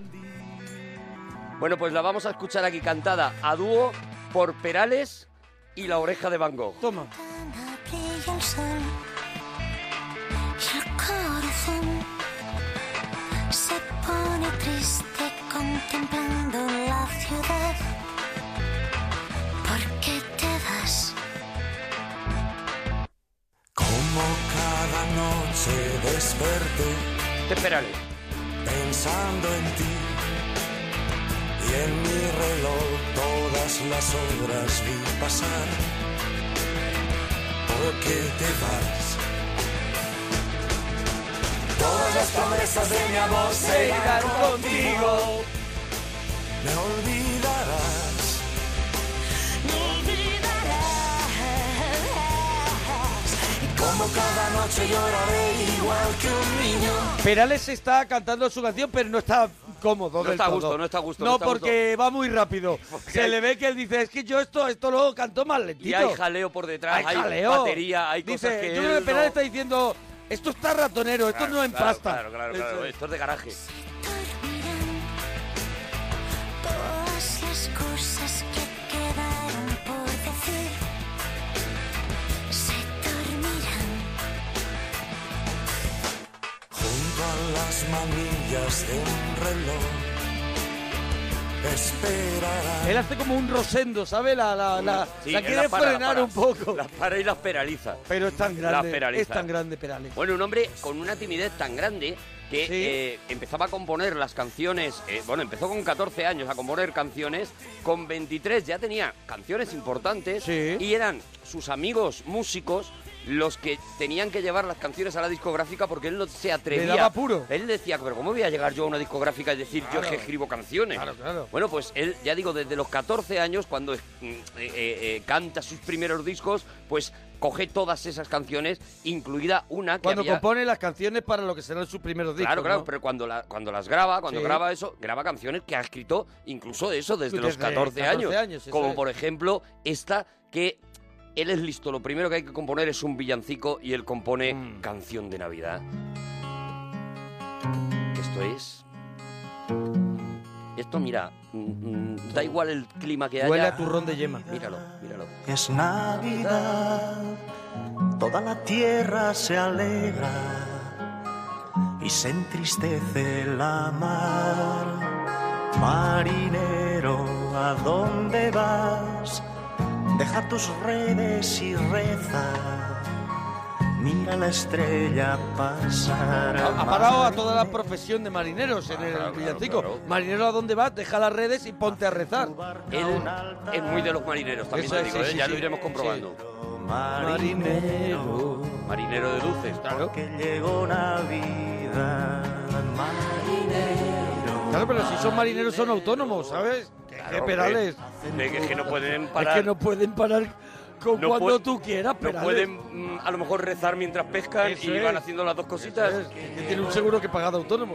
Speaker 2: Bueno, pues la vamos a escuchar aquí cantada a dúo por Perales y La Oreja de Van Gogh.
Speaker 4: Toma.
Speaker 6: brilla el sol y el corazón se pone triste contemplando la ciudad. ¿Por qué te vas?
Speaker 11: Como cada noche desperté.
Speaker 2: Te esperaré.
Speaker 11: Pensando en ti. Y en mi reloj todas las horas vi pasar. ¿Por qué te vas?
Speaker 3: Todas las promesas de mi amor se irán contigo.
Speaker 11: Me olvidarás.
Speaker 6: Me olvidarás.
Speaker 11: Como cada noche lloraré igual que un niño.
Speaker 4: Perales está cantando su canción, pero no está cómodo.
Speaker 2: No
Speaker 4: del
Speaker 2: está a gusto,
Speaker 4: todo.
Speaker 2: no está a gusto,
Speaker 4: No,
Speaker 2: no está a
Speaker 4: porque va muy rápido. Se
Speaker 2: hay-
Speaker 4: le ve que él dice, es que yo esto, esto lo canto más lentito.
Speaker 2: Y hay jaleo por detrás, hay,
Speaker 4: jaleo.
Speaker 2: batería, hay
Speaker 4: Dice,
Speaker 2: cosas que.
Speaker 4: Yo
Speaker 2: él
Speaker 4: creo que Perales
Speaker 2: no-
Speaker 4: está diciendo, esto está ratonero, esto
Speaker 2: Claro,
Speaker 4: no en
Speaker 2: claro,
Speaker 4: pasta.
Speaker 2: Claro, claro, claro,
Speaker 4: Eso es.
Speaker 2: Esto es de garaje.
Speaker 6: Todas las cosas que quedaron por decir se dormirán.
Speaker 11: Junto a las manillas de un reloj. Esperarás.
Speaker 4: Él hace como un rosendo, ¿sabe? La, la, la,
Speaker 2: Sí,
Speaker 4: la
Speaker 2: él
Speaker 4: quiere
Speaker 2: para, la
Speaker 4: frenar
Speaker 2: para.
Speaker 4: un poco.
Speaker 2: Las para y las penaliza.
Speaker 4: Pero es tan
Speaker 2: Las
Speaker 4: grande,
Speaker 2: penaliza.
Speaker 4: es tan grande Perales.
Speaker 2: Bueno, un hombre con una timidez tan grande que eh, empezaba a componer las canciones, eh, bueno, empezó con 14 años a componer canciones, con 23 ya tenía canciones importantes y eran sus amigos músicos los que tenían que llevar las canciones a la discográfica porque él no se atrevía.
Speaker 4: Le daba puro.
Speaker 2: Él decía, pero ¿cómo voy a llegar yo a una discográfica y decir yo es que
Speaker 4: Claro.
Speaker 2: escribo canciones? Bueno, pues él, ya digo, desde los 14 años, cuando eh, eh, eh, canta sus primeros discos, pues coge todas esas canciones, incluida una que
Speaker 4: Cuando
Speaker 2: había-
Speaker 4: compone las canciones para lo que serán sus primeros discos.
Speaker 2: Claro, claro,
Speaker 4: ¿no?
Speaker 2: pero cuando, la- cuando las graba, cuando
Speaker 4: Sí.
Speaker 2: graba eso, graba canciones que ha escrito incluso eso desde,
Speaker 4: Desde
Speaker 2: los 14,
Speaker 4: 14
Speaker 2: años.
Speaker 4: años, eso
Speaker 2: como
Speaker 4: es.
Speaker 2: por ejemplo esta que él es listo, lo primero que hay que componer es un villancico y él compone
Speaker 4: Mm.
Speaker 2: Canción de Navidad. Que Esto es... Esto, mira, mm, mm, da igual el clima que haya.
Speaker 4: Huele a turrón de yema.
Speaker 2: Míralo, míralo.
Speaker 11: Es Navidad, toda la tierra se alegra y se entristece la mar. Marinero, ¿a dónde vas? Deja tus redes y reza. Mira la estrella pasar. al
Speaker 4: Ha parado a
Speaker 11: mar.
Speaker 4: toda la profesión de marineros en el villancico. Marinero, ¿a dónde vas? Deja las redes y ponte a rezar.
Speaker 2: Él es muy de los marineros, también
Speaker 4: Eso
Speaker 2: te
Speaker 4: es,
Speaker 2: digo,
Speaker 4: sí,
Speaker 2: ¿eh?
Speaker 4: sí,
Speaker 2: ya
Speaker 4: sí.
Speaker 2: lo iremos comprobando.
Speaker 11: Marinero.
Speaker 2: Marinero de luces, claro.
Speaker 11: Llegó Navidad, marinero.
Speaker 4: Claro, pero si son marineros son autónomos, ¿sabes? Que- que
Speaker 2: Claro,
Speaker 4: Perales.
Speaker 2: que- que- que no pueden
Speaker 4: Es
Speaker 2: parar.
Speaker 4: que no pueden parar con
Speaker 2: No
Speaker 4: cuando
Speaker 2: pue-
Speaker 4: tú quieras,
Speaker 2: No
Speaker 4: Perales.
Speaker 2: pueden mm, a lo mejor rezar mientras pescan
Speaker 4: Eso
Speaker 2: y van
Speaker 4: es.
Speaker 2: haciendo las dos cositas. Eh,
Speaker 4: Que tiene un seguro que pagar de autónomo.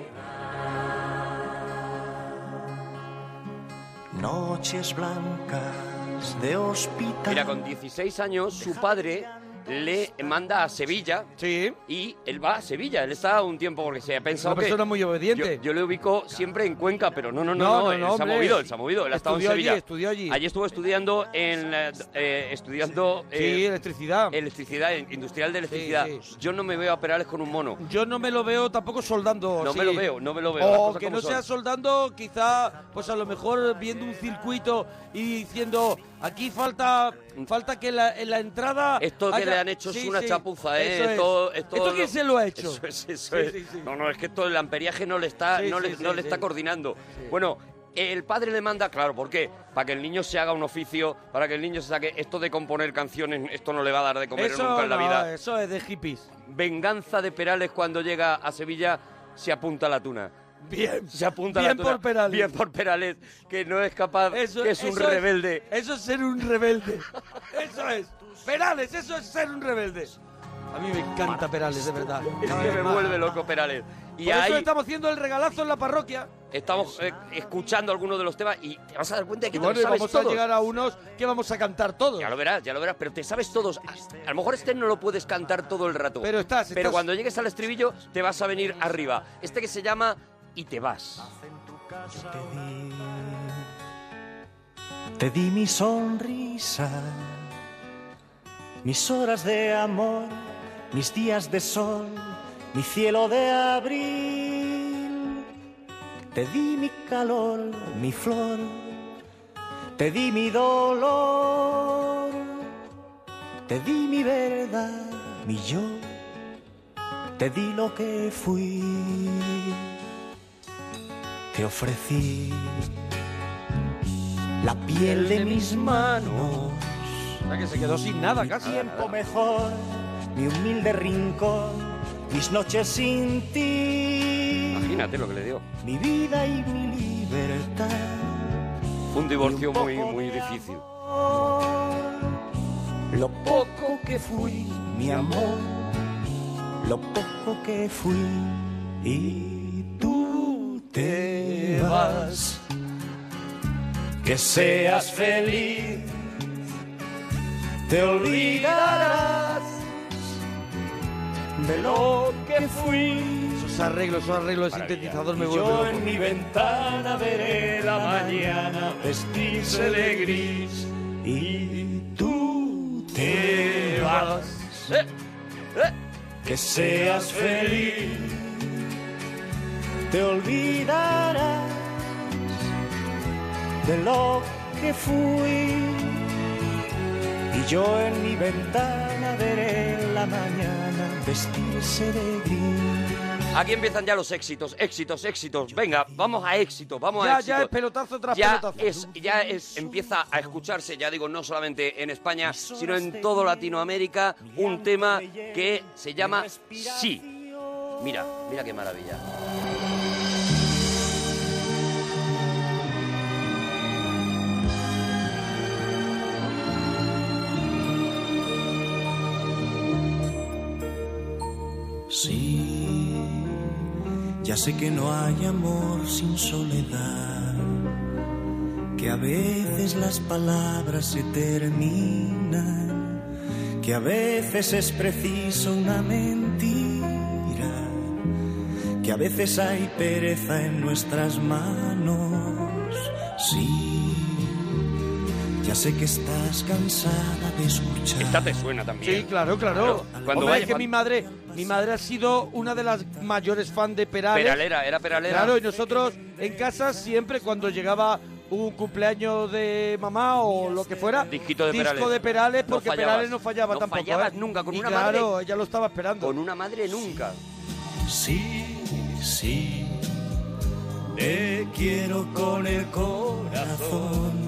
Speaker 11: Noches blancas de hospital.
Speaker 2: Mira, con 16 años su padre le manda a Sevilla y él va a Sevilla. Él está un tiempo porque se ha pensado
Speaker 4: Una
Speaker 2: que...
Speaker 4: persona muy obediente.
Speaker 2: Yo, yo le ubico siempre en Cuenca, pero no, no, no,
Speaker 4: No,
Speaker 2: no,
Speaker 4: no,
Speaker 2: él
Speaker 4: no,
Speaker 2: se ha
Speaker 4: hombre.
Speaker 2: movido, él se ha movido, él ha estado en
Speaker 4: Estudió allí,
Speaker 2: Sevilla.
Speaker 4: estudió allí.
Speaker 2: estuvo estudiando en la- eh, estudiando eh,
Speaker 4: Sí, electricidad.
Speaker 2: Electricidad, en- industrial de electricidad. Yo no me veo a Perales con un mono.
Speaker 4: Yo no me lo veo tampoco soldando.
Speaker 2: No
Speaker 4: sí.
Speaker 2: me lo veo, no me lo veo,
Speaker 4: O
Speaker 2: las cosas
Speaker 4: que
Speaker 2: como
Speaker 4: no
Speaker 2: son.
Speaker 4: sea soldando, quizá, pues a lo mejor viendo un circuito y diciendo, aquí falta falta que la, en la entrada...
Speaker 2: Mm. Esto que
Speaker 4: haya-".
Speaker 2: le han hecho es
Speaker 4: Sí,
Speaker 2: una
Speaker 4: sí,
Speaker 2: chapuza, ¿eh?
Speaker 4: eso es.
Speaker 2: Esto,
Speaker 4: ¿Esto quién se lo ha hecho?
Speaker 2: Eso es, eso
Speaker 4: Sí,
Speaker 2: es.
Speaker 4: sí, sí.
Speaker 2: No, no, es que esto el amperiaje no le está,
Speaker 4: Sí,
Speaker 2: no le,
Speaker 4: sí,
Speaker 2: no
Speaker 4: sí,
Speaker 2: le está
Speaker 4: sí.
Speaker 2: coordinando. Bueno, El padre le manda, claro, ¿por qué? Para que el niño se haga un oficio, para que el niño se saque esto de componer canciones, esto no le va a dar de comer
Speaker 4: Eso
Speaker 2: nunca en la
Speaker 4: no, eh.
Speaker 2: vida.
Speaker 4: Eso es de hippies.
Speaker 2: Venganza de Perales cuando llega a Sevilla se apunta a la tuna.
Speaker 4: Bien,
Speaker 2: se apunta a la
Speaker 4: bien
Speaker 2: tuna.
Speaker 4: por Perales.
Speaker 2: Bien por Perales, que no es capaz, que es un
Speaker 4: eso
Speaker 2: rebelde.
Speaker 4: eso es ser un rebelde. Eso es. Perales, eso es ser un rebelde. A mí me encanta Perales, de verdad.
Speaker 2: Es que me vuelve loco Perales. Y
Speaker 4: Por
Speaker 2: ahí
Speaker 4: eso estamos haciendo el regalazo en la parroquia.
Speaker 2: estamos eh, escuchando algunos de los temas y te vas a dar cuenta de que
Speaker 4: Y
Speaker 2: te
Speaker 4: bueno,
Speaker 2: los
Speaker 4: y
Speaker 2: sabes
Speaker 4: vamos a
Speaker 2: todos.
Speaker 4: llegar a unos que vamos a cantar todos.
Speaker 2: Ya lo verás, ya lo verás, pero te sabes todos. A lo mejor este no lo puedes cantar todo el rato. Pero
Speaker 4: estás-
Speaker 2: Pero
Speaker 4: estás-
Speaker 2: cuando llegues al estribillo te vas a venir arriba. Este que se llama Y te vas.
Speaker 11: Te di mi sonrisa, mis horas de amor, mis días de sol, mi cielo de abril. Te di mi calor, mi flor, te di mi dolor, te di mi verdad, mi yo, te di lo que fui, te ofrecí la piel de mis manos.
Speaker 4: O sea, que se quedó sin nada casi.
Speaker 11: Mi tiempo mejor, mi humilde rincón, mis noches sin ti.
Speaker 2: Imagínate lo que le dio.
Speaker 11: Mi vida y mi libertad.
Speaker 2: Fue un divorcio muy, muy difícil.
Speaker 11: Lo poco que fui, mi amor. Lo poco que fui. Y tú te vas. Que seas feliz. Te olvidarás de lo que fui.
Speaker 4: Esos arreglos, esos arreglos de sintetizador me
Speaker 11: Y
Speaker 4: vuelven
Speaker 11: Yo
Speaker 4: loco.
Speaker 11: en mi ventana veré la
Speaker 2: Ah,
Speaker 11: mañana vestirse de gris y tú te vas. Que seas feliz, te olvidarás de lo que fui. Y yo en mi ventana veré la mañana vestirse de gris.
Speaker 2: Aquí empiezan ya los éxitos, éxitos, éxitos. Venga, vamos a éxitos, vamos
Speaker 4: Ya,
Speaker 2: a éxitos.
Speaker 4: ya es pelotazo tras
Speaker 2: ya
Speaker 4: pelotazo.
Speaker 2: Es, ya es, empieza a escucharse, ya digo, no solamente en España, sino en todo Latinoamérica, un tema que se llama Sí. Mira, mira qué maravilla.
Speaker 11: Sí,
Speaker 25: Ya sé que no hay amor sin soledad, que a veces las palabras se terminan, que a veces es preciso una mentira, que a veces hay pereza en nuestras manos. Sí, ya sé que estás cansada de escuchar.
Speaker 2: Esta te suena también.
Speaker 4: Sí, claro, claro.
Speaker 2: Cuando
Speaker 4: Hombre,
Speaker 2: vaya-
Speaker 4: es que mi madre, mi madre ha sido una de las mayores fan de Perales.
Speaker 2: Peralera, era Peralera.
Speaker 4: Claro, y nosotros en casa siempre cuando llegaba un cumpleaños de mamá o lo que fuera,
Speaker 2: Disquito de
Speaker 4: disco
Speaker 2: Perales.
Speaker 4: de Perales
Speaker 2: No
Speaker 4: porque
Speaker 2: fallabas.
Speaker 4: Perales no fallaba
Speaker 2: No
Speaker 4: tampoco.
Speaker 2: fallabas
Speaker 4: ¿eh?
Speaker 2: nunca con
Speaker 4: Y
Speaker 2: una
Speaker 4: claro,
Speaker 2: madre.
Speaker 4: ella lo estaba esperando.
Speaker 2: Con una madre nunca.
Speaker 11: Sí, sí, te quiero con el corazón.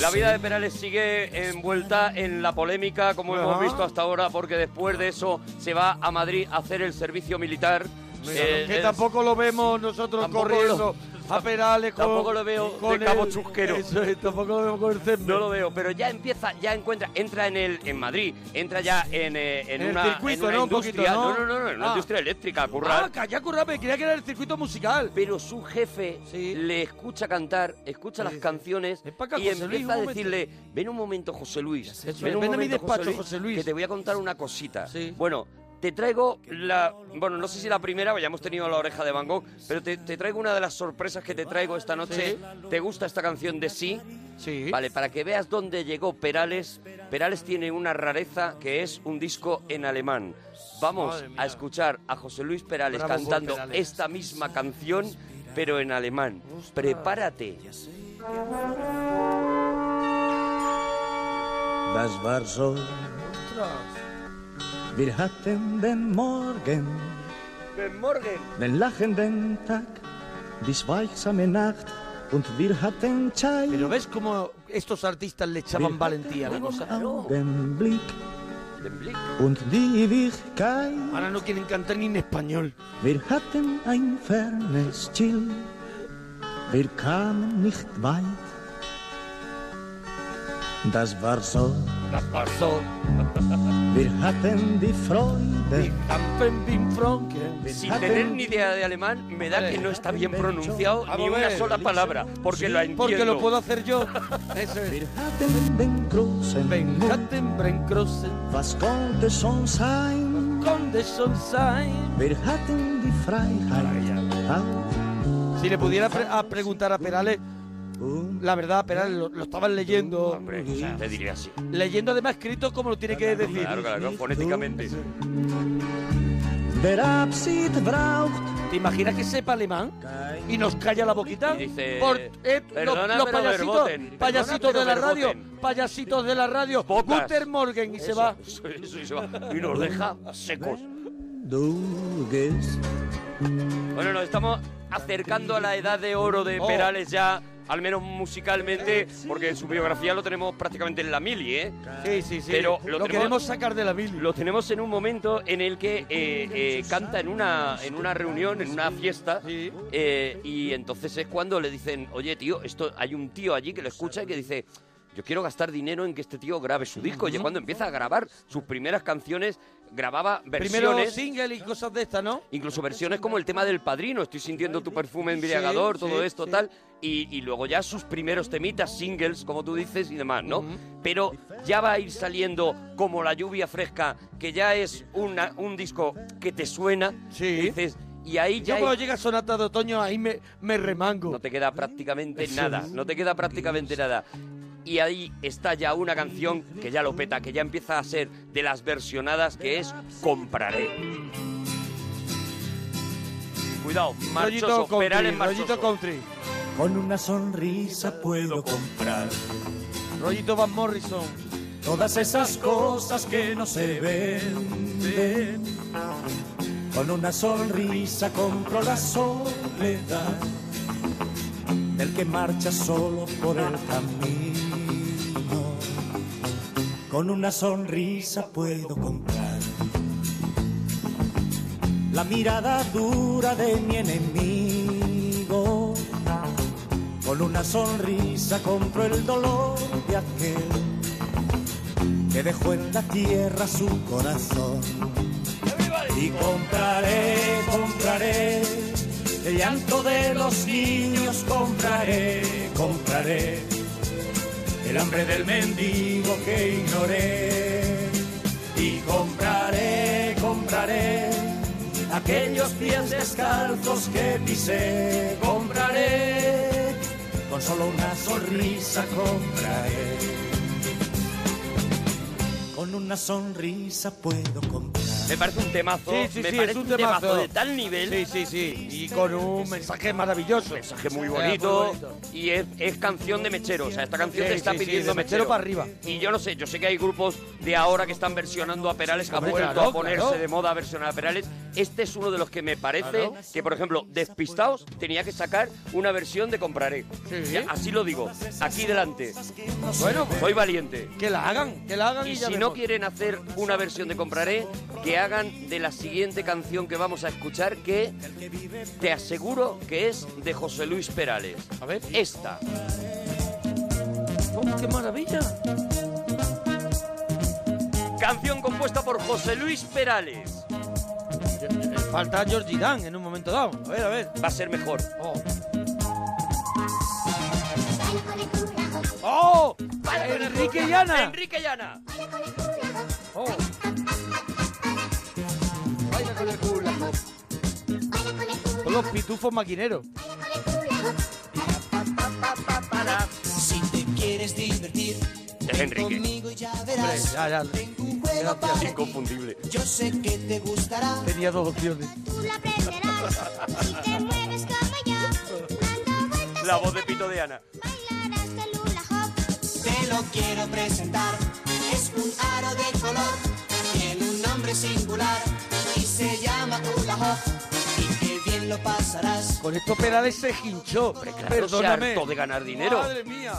Speaker 2: La vida de Perales sigue envuelta en la polémica, como hemos
Speaker 4: Ajá.
Speaker 2: visto hasta ahora, porque después de eso se va a Madrid a hacer el servicio militar. Eh,
Speaker 4: que
Speaker 2: eh,
Speaker 4: tampoco lo vemos nosotros
Speaker 2: tampoco
Speaker 4: corriendo a Perales con,
Speaker 2: tampoco lo veo
Speaker 4: con
Speaker 2: de cabo
Speaker 4: el-
Speaker 2: chusquero.
Speaker 4: Eso es, tampoco lo veo con el cembre.
Speaker 2: No lo veo, pero ya empieza, ya encuentra, entra en el en Madrid, entra ya en, eh, en
Speaker 4: En el
Speaker 2: una,
Speaker 4: circuito,
Speaker 2: en una
Speaker 4: ¿no? Un poquito,
Speaker 2: industria,
Speaker 4: ¿no?
Speaker 2: no, no, no, en una
Speaker 4: Ah.
Speaker 2: industria eléctrica, currar.
Speaker 4: Ah, calla, curra, me creía que era el circuito musical.
Speaker 2: Pero su jefe le escucha cantar, escucha las canciones
Speaker 4: acá,
Speaker 2: y
Speaker 4: José Luis,
Speaker 2: empieza
Speaker 4: un
Speaker 2: a decirle, ven un momento José Luis,
Speaker 4: Eso
Speaker 2: ven,
Speaker 4: es,
Speaker 2: un
Speaker 4: ven a mi
Speaker 2: momento,
Speaker 4: despacho, José Luis".
Speaker 2: que te voy a contar una cosita. Bueno, te traigo la, bueno, no sé si la primera, ya hemos tenido la oreja de Van Gogh, pero te, te traigo una de las sorpresas que te traigo esta noche. ¿Te gusta esta canción de sí?
Speaker 4: Sí.
Speaker 2: Vale, para que veas dónde llegó Perales, Perales tiene una rareza que es un disco en alemán. Vamos
Speaker 4: Madre mía.
Speaker 2: a escuchar a José Luis Perales
Speaker 4: Bravo,
Speaker 2: cantando
Speaker 4: Perales.
Speaker 2: esta misma canción, pero en alemán. Prepárate.
Speaker 11: Das war so, wir hatten den Morgen, den lachenden Tag, die schweigsame Nacht und wir hatten Zeit.
Speaker 4: Pero ves cómo estos artistas le echaban valentía a la cosa.
Speaker 2: ah.
Speaker 11: Den Blick und die Ewigkeit.
Speaker 4: Ahora no quieren cantar ni en español.
Speaker 11: Wir hatten ein fernes Ziel, wir kamen nicht weit. Das war so,
Speaker 4: Das war so.
Speaker 11: wir hatten die Freude.
Speaker 2: Sin tener ni idea de alemán, me da que no está bien pronunciado ni
Speaker 4: ver.
Speaker 2: una sola palabra, porque la entiendo.
Speaker 4: Porque lo puedo hacer yo. Eso es.
Speaker 11: Was konnte schon sein? Wir hatten die Freiheit.
Speaker 4: Si le pudiera pre- a preguntar a Perales, la verdad, Perales, lo, lo estaban leyendo.
Speaker 2: Sí, te diría así.
Speaker 4: Leyendo además escrito como lo tiene que decir.
Speaker 2: Claro, claro, claro, fonéticamente.
Speaker 11: Der Abschied braucht.
Speaker 4: ¿Te imaginas que sepa alemán? Y nos calla la boquita.
Speaker 2: dice,
Speaker 4: Por eh, los-
Speaker 2: "Perdona,
Speaker 4: los
Speaker 2: pero
Speaker 4: payasitos,
Speaker 2: verboten,
Speaker 4: payasitos
Speaker 2: perdona,
Speaker 4: de la
Speaker 2: pero
Speaker 4: radio,
Speaker 2: verboten".
Speaker 4: payasitos de la radio.
Speaker 2: Bocas.
Speaker 4: Guter Morgen y se
Speaker 2: Eso,
Speaker 4: va.
Speaker 2: eso, eso, y se va. Y nos deja secos.
Speaker 11: Du gehst.
Speaker 2: Bueno, nos estamos acercando a la edad de oro de
Speaker 4: Oh.
Speaker 2: Perales ya, al menos musicalmente, porque en su biografía lo tenemos prácticamente en la mili, ¿eh?
Speaker 4: Sí, sí, sí.
Speaker 2: Pero lo,
Speaker 4: Lo
Speaker 2: tenemos,
Speaker 4: queremos sacar de la mili.
Speaker 2: Lo tenemos en un momento en el que eh, eh, canta en una, en una reunión, en una fiesta, eh, y entonces es cuando le dicen, oye, tío, esto hay un tío allí que lo escucha y que dice... Yo quiero gastar dinero en que este tío grabe su disco. Y es cuando empieza a grabar sus primeras canciones, grababa versiones.
Speaker 4: Primero single y cosas de estas, ¿no?
Speaker 2: Incluso versiones como el tema del padrino, estoy sintiendo tu perfume embriagador,
Speaker 4: Sí,
Speaker 2: todo
Speaker 4: sí,
Speaker 2: esto,
Speaker 4: sí.
Speaker 2: tal. Y, y luego ya sus primeros temitas, singles, como tú dices, y demás, ¿no? Pero ya va a ir saliendo como la lluvia fresca, que ya es una, un disco que te suena. Sí. dices, y ahí
Speaker 4: Yo
Speaker 2: ya.
Speaker 4: cuando
Speaker 2: hay-
Speaker 4: llega Sonata de Otoño, ahí me, me remango.
Speaker 2: no te queda prácticamente
Speaker 4: Eso
Speaker 2: nada,
Speaker 4: es.
Speaker 2: no te queda prácticamente nada. Y ahí está ya una canción que ya lo peta, que ya empieza a ser de las versionadas, que es Compraré. Cuidado, marchoso,
Speaker 4: Rollito country,
Speaker 2: Perales
Speaker 4: rollito
Speaker 2: marchoso.
Speaker 4: country.
Speaker 11: Con una sonrisa puedo comprar
Speaker 4: Rollito Van Morrison.
Speaker 11: todas esas cosas que no se venden. Con una sonrisa compro la soledad del que marcha solo por el camino. Con una sonrisa puedo comprar la mirada dura de mi enemigo. Con una sonrisa compro el dolor de aquel que dejó en la tierra su corazón. Y compraré, compraré el llanto de los niños, compraré, compraré el hambre del mendigo que ignoré. Y compraré, compraré aquellos pies descalzos que pisé, compraré con solo una sonrisa, compraré. Con una sonrisa puedo comprar.
Speaker 2: Me parece un temazo,
Speaker 4: Sí, sí,
Speaker 2: Oh, me
Speaker 4: sí,
Speaker 2: parece
Speaker 4: es un
Speaker 2: temazo.
Speaker 4: temazo.
Speaker 2: de tal nivel.
Speaker 4: Sí, sí, sí. Y con un mensaje maravilloso. Un
Speaker 2: mensaje muy bonito y es, es canción de mechero. O sea, esta canción
Speaker 4: Sí,
Speaker 2: te está
Speaker 4: sí, sí,
Speaker 2: pidiendo
Speaker 4: de mechero para arriba.
Speaker 2: Y yo no sé, yo sé que hay grupos de ahora que están versionando a Perales, que ha
Speaker 4: Hombre,
Speaker 2: vuelto
Speaker 4: claro,
Speaker 2: a ponerse
Speaker 4: claro.
Speaker 2: de moda a versionar a Perales. Este es uno de los que me parece
Speaker 4: Claro.
Speaker 2: que, por ejemplo, Despistaos tenía que sacar una versión de Compraré. Ya, Así lo digo, aquí delante.
Speaker 4: Bueno, pues,
Speaker 2: soy valiente.
Speaker 4: Que la hagan, que la hagan y,
Speaker 2: Y
Speaker 4: ya
Speaker 2: si no
Speaker 4: vemos.
Speaker 2: quieren hacer una versión de Compraré, que hagan de la siguiente canción que vamos a escuchar, que te aseguro que es de José Luis Perales. A ver. Esta.
Speaker 4: Oh, ¡Qué maravilla!
Speaker 2: Canción compuesta por José Luis Perales.
Speaker 4: Falta Georgie Dan en un momento dado. A ver, a ver.
Speaker 2: Va a ser mejor.
Speaker 4: ¡Oh!
Speaker 2: Vale, con el
Speaker 4: Enrique
Speaker 2: culo.
Speaker 4: y Ana.
Speaker 2: Enrique y Ana.
Speaker 4: Oh. Son los pitufos maquineros.
Speaker 11: Si te quieres divertir,
Speaker 2: Es Enrique.
Speaker 11: conmigo ya
Speaker 4: Hombre,
Speaker 11: verás.
Speaker 4: ya, ya. Gracias.
Speaker 2: Inconfundible.
Speaker 11: Yo sé que te gustará.
Speaker 4: Tenía dos opciones.
Speaker 2: La voz de Pito de Ana.
Speaker 11: Te lo quiero presentar. Es un aro de color. Tiene un nombre singular. Y se llama Hula Hoop. Y qué bien
Speaker 3: lo pasarás.
Speaker 4: Con estos pedales se hinchó.
Speaker 2: Claro,
Speaker 4: Perdóname.
Speaker 2: se hartó de ganar dinero.
Speaker 4: Madre mía.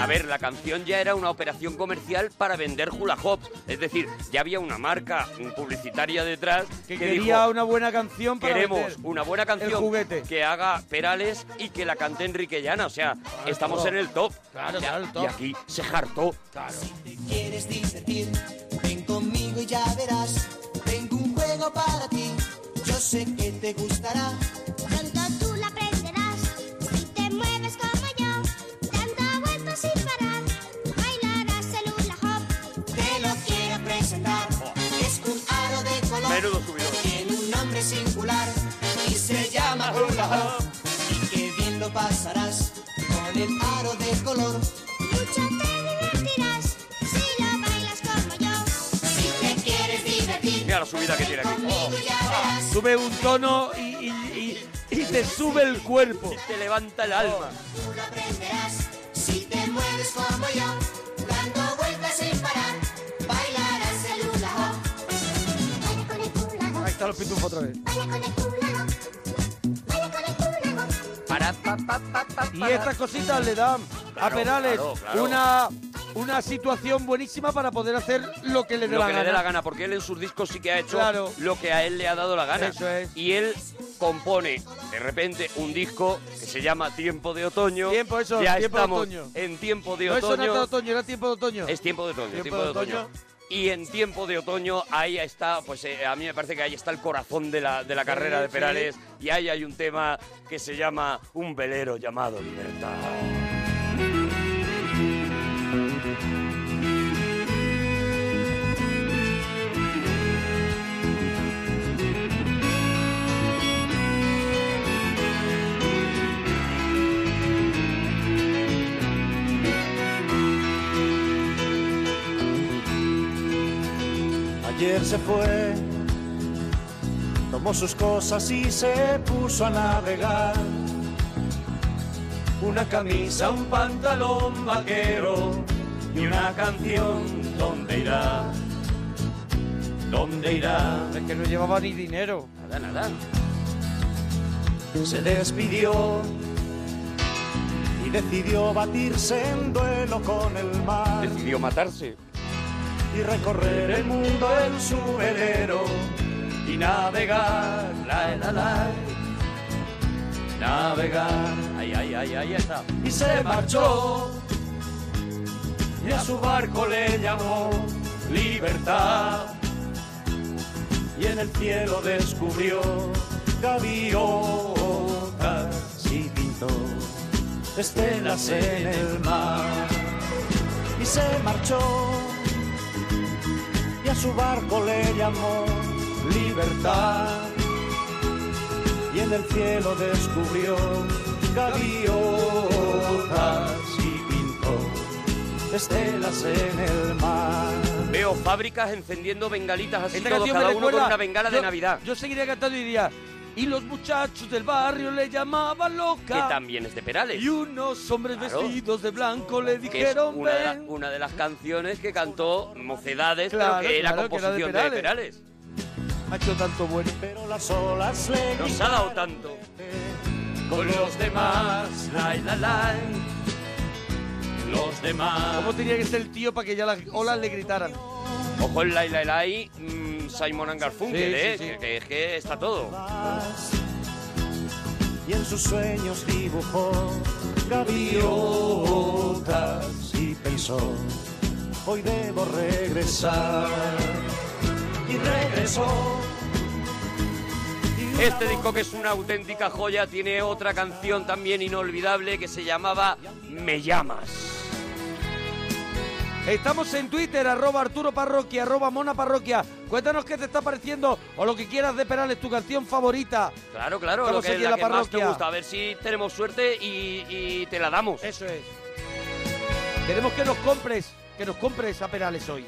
Speaker 2: A ver, la canción ya era una operación comercial para vender hula hoops. Es decir, ya había una marca publicitaria detrás que,
Speaker 4: Quería
Speaker 2: dijo,
Speaker 4: una buena canción para
Speaker 2: queremos
Speaker 4: vender.
Speaker 2: una buena canción que haga Perales y que la cante Enrique Llana. O sea, estamos en el top. Ya- Y aquí se hartó.
Speaker 3: Quieres divertir, ven conmigo y ya verás. Tengo un juego para ti, yo sé que te gustará.
Speaker 26: Pronto tú la aprenderás si te mueves como yo, dando vueltas sin parar. Bailarás el hula hop.
Speaker 3: Te lo quiero presentar. Es un aro de color.
Speaker 2: Menudo subidón.
Speaker 3: Tiene un nombre singular y se llama Hula Hoop. Y qué bien lo pasarás con el aro de color.
Speaker 26: Mucho te divertirás si lo bailas como yo.
Speaker 3: Si te quieres divertir,
Speaker 2: Mira la subida que tiene aquí.
Speaker 4: Oh, ah. Sube un tono y, y- y- y te sube el cuerpo. Oh.
Speaker 2: Te levanta el alma.
Speaker 3: tú lo aprenderás. Si te mueves como yo, dando vueltas sin parar, bailarás el Hula Hoop.
Speaker 4: Ahí están los pitufos otra vez. Y estas cositas le dan a
Speaker 2: Claro,
Speaker 4: Perales
Speaker 2: claro, claro.
Speaker 4: una una situación buenísima para poder hacer lo que le dé
Speaker 2: lo
Speaker 4: la
Speaker 2: que
Speaker 4: gana.
Speaker 2: le dé la gana, porque él en sus discos sí que ha hecho
Speaker 4: Claro.
Speaker 2: lo que a él le ha dado la gana.
Speaker 4: Eso es.
Speaker 2: Y él compone de repente un disco que se llama Tiempo de Otoño.
Speaker 4: Tiempo, eso,
Speaker 2: ya
Speaker 4: tiempo de
Speaker 2: estamos
Speaker 4: otoño.
Speaker 2: en Tiempo de
Speaker 4: No es
Speaker 2: Otoño.
Speaker 4: sonata de otoño, era tiempo de otoño.
Speaker 2: Es tiempo de otoño,
Speaker 4: Tiempo
Speaker 2: tiempo,
Speaker 4: de
Speaker 2: de otoño.
Speaker 4: otoño.
Speaker 2: Y en tiempo de otoño, ahí está, pues eh, a mí me parece que ahí está el corazón de la, de la carrera de
Speaker 4: sí.
Speaker 2: Perales. Y ahí hay un tema que se llama Un velero llamado Libertad.
Speaker 11: Ayer se fue, tomó sus cosas y se puso a navegar. Una camisa, un pantalón vaquero y una canción, ¿dónde irá? ¿Dónde irá?
Speaker 4: Es que no llevaba ni dinero.
Speaker 2: Nada, nada.
Speaker 11: Se despidió y decidió batirse en duelo con el mar.
Speaker 2: Decidió matarse.
Speaker 11: y recorrer el mundo en su velero y navegar, la, la, la, navegar.
Speaker 2: Ahí, ahí, ahí, ahí está.
Speaker 11: Y se marchó y a su barco le llamó libertad y en el cielo descubrió gaviotas y pintó estelas en el mar. Y se marchó y a su barco le llamó libertad. Y en el cielo descubrió gaviotas y pintó estelas en el mar.
Speaker 2: Veo fábricas encendiendo bengalitas así
Speaker 4: Esta
Speaker 2: todos,
Speaker 4: canción
Speaker 2: cada
Speaker 4: me
Speaker 2: uno con
Speaker 4: recuerda-
Speaker 2: una bengala de
Speaker 4: yo-
Speaker 2: Navidad.
Speaker 4: Yo seguiría cantando y diría. Y los muchachos del barrio le llamaban
Speaker 2: Que
Speaker 4: loca.
Speaker 2: también es de Perales.
Speaker 4: Y unos hombres
Speaker 2: Claro.
Speaker 4: vestidos de blanco le
Speaker 2: que es
Speaker 4: dijeron
Speaker 2: una de, la-
Speaker 4: "Ven".
Speaker 2: una de las canciones que cantó Mocedades,
Speaker 4: Claro,
Speaker 2: pero que era
Speaker 4: claro, que era de
Speaker 2: composición de
Speaker 4: Perales.
Speaker 2: Perales.
Speaker 4: Ha hecho tanto bueno.
Speaker 11: Pero las olas le
Speaker 2: Nos ha dado tanto.
Speaker 11: con los demás, la, la, la, los demás.
Speaker 4: ¿Cómo tenía que ser el tío para que ya las olas le gritaran?
Speaker 2: Ojo el Lai Lai Lai, mm, Simon and Garfunkel,
Speaker 4: Sí, sí,
Speaker 2: ¿eh?
Speaker 4: sí.
Speaker 2: Que, que es que está todo.
Speaker 11: y en sus sueños dibujó gaviotas y pensó, hoy debo regresar. Y regresó.
Speaker 2: Este disco que es una auténtica joya tiene otra canción también inolvidable que se llamaba Me llamas.
Speaker 4: Estamos en Twitter, arroba Arturo Parroquia, arroba Mona Parroquia. Cuéntanos qué te está pareciendo o lo que quieras de Perales, tu canción favorita.
Speaker 2: Claro, claro,
Speaker 4: Estamos
Speaker 2: lo que es
Speaker 4: aquí
Speaker 2: la,
Speaker 4: en la
Speaker 2: que más te
Speaker 4: parroquia.
Speaker 2: gusta. A ver si tenemos suerte y, y te la damos.
Speaker 4: Eso es. Queremos que nos compres, que nos compres a Perales hoy.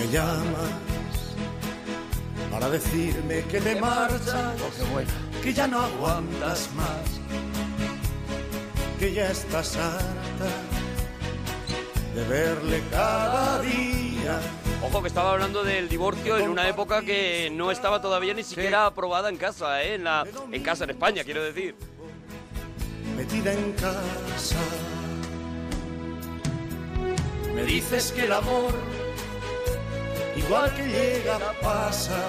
Speaker 11: Me llamas para decirme que te marchas, que ya no aguantas más, que ya estás harta grata de verle cada día.
Speaker 2: Ojo que estaba hablando del divorcio en una época que no estaba todavía ni siquiera aprobada en casa, ¿eh? en, la, en casa en España, quiero decir.
Speaker 11: metida en casa. Me dices que el amor, igual que llega, pasa.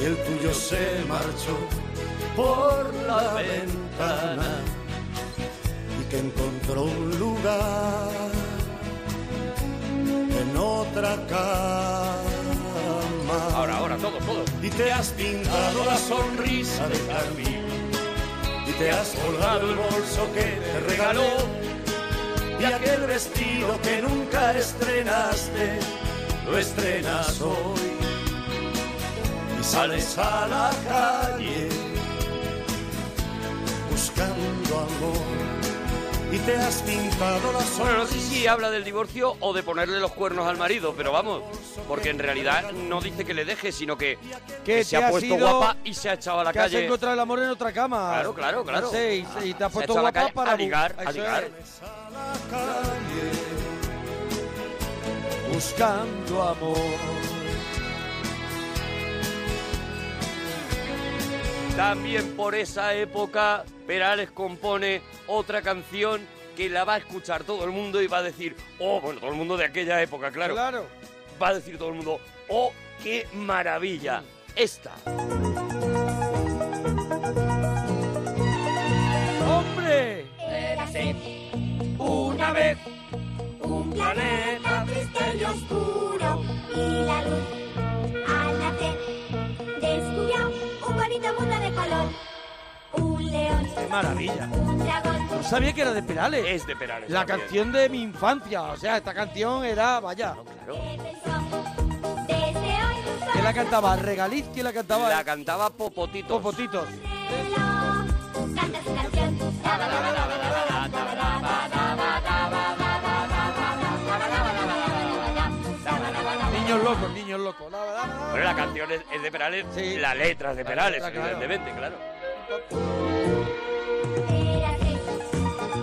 Speaker 11: Y el tuyo se marchó por la ventana y que encontró un lugar en otra cama.
Speaker 2: Ahora, ahora, todo, todo.
Speaker 11: Y te has pintado la sonrisa de jardín y te has colgado el bolso que te regaló y aquel vestido que nunca estrenaste lo estrenas hoy y sales a la calle buscando amor y te has pintado la
Speaker 2: Bueno,
Speaker 11: sonrisa
Speaker 2: no sé si habla del divorcio o de ponerle los cuernos al marido, pero vamos, porque en realidad no dice que le deje, sino que, que
Speaker 4: te
Speaker 2: se ha
Speaker 4: has
Speaker 2: puesto
Speaker 4: ido,
Speaker 2: guapa y se ha echado a la
Speaker 4: que has
Speaker 2: calle.
Speaker 4: encontrado el amor en otra cama.
Speaker 2: Claro, claro, claro.
Speaker 4: Monse, y, y te
Speaker 2: Se ha
Speaker 4: has puesto
Speaker 2: echado a la
Speaker 4: guapa
Speaker 2: calle
Speaker 4: para
Speaker 2: a ligar,
Speaker 4: Eso
Speaker 2: a ligar.
Speaker 4: es. Buscando amor.
Speaker 2: También por esa época, Perales compone otra canción que la va a escuchar todo el mundo y va a decir, oh, bueno, todo el mundo de aquella época, claro.
Speaker 4: Claro.
Speaker 2: Va a decir todo el mundo, oh, qué maravilla. Esta.
Speaker 4: ¡Hombre!
Speaker 3: Érase una vez un planeta triste y oscuro y la luz al nacer descubrió un bonito mundo de color. Un león,
Speaker 4: ¡Qué maravilla!
Speaker 3: un dragón,
Speaker 4: No sabía que era de Perales.
Speaker 2: Es de Perales.
Speaker 4: La
Speaker 2: también.
Speaker 4: canción de mi infancia. O sea, esta canción era, vaya.
Speaker 3: desde hoy
Speaker 4: ¿Quién la cantaba? ¿Regaliz? ¿Quién la cantaba? La
Speaker 2: cantaba Popotitos.
Speaker 4: Popotitos.
Speaker 3: canta su canción.
Speaker 4: Niños locos, niños locos. La verdad.
Speaker 2: Bueno, la canción es, es de Perales, la letra es de
Speaker 4: La
Speaker 2: Perales,
Speaker 4: letra, claro.
Speaker 2: evidentemente, claro.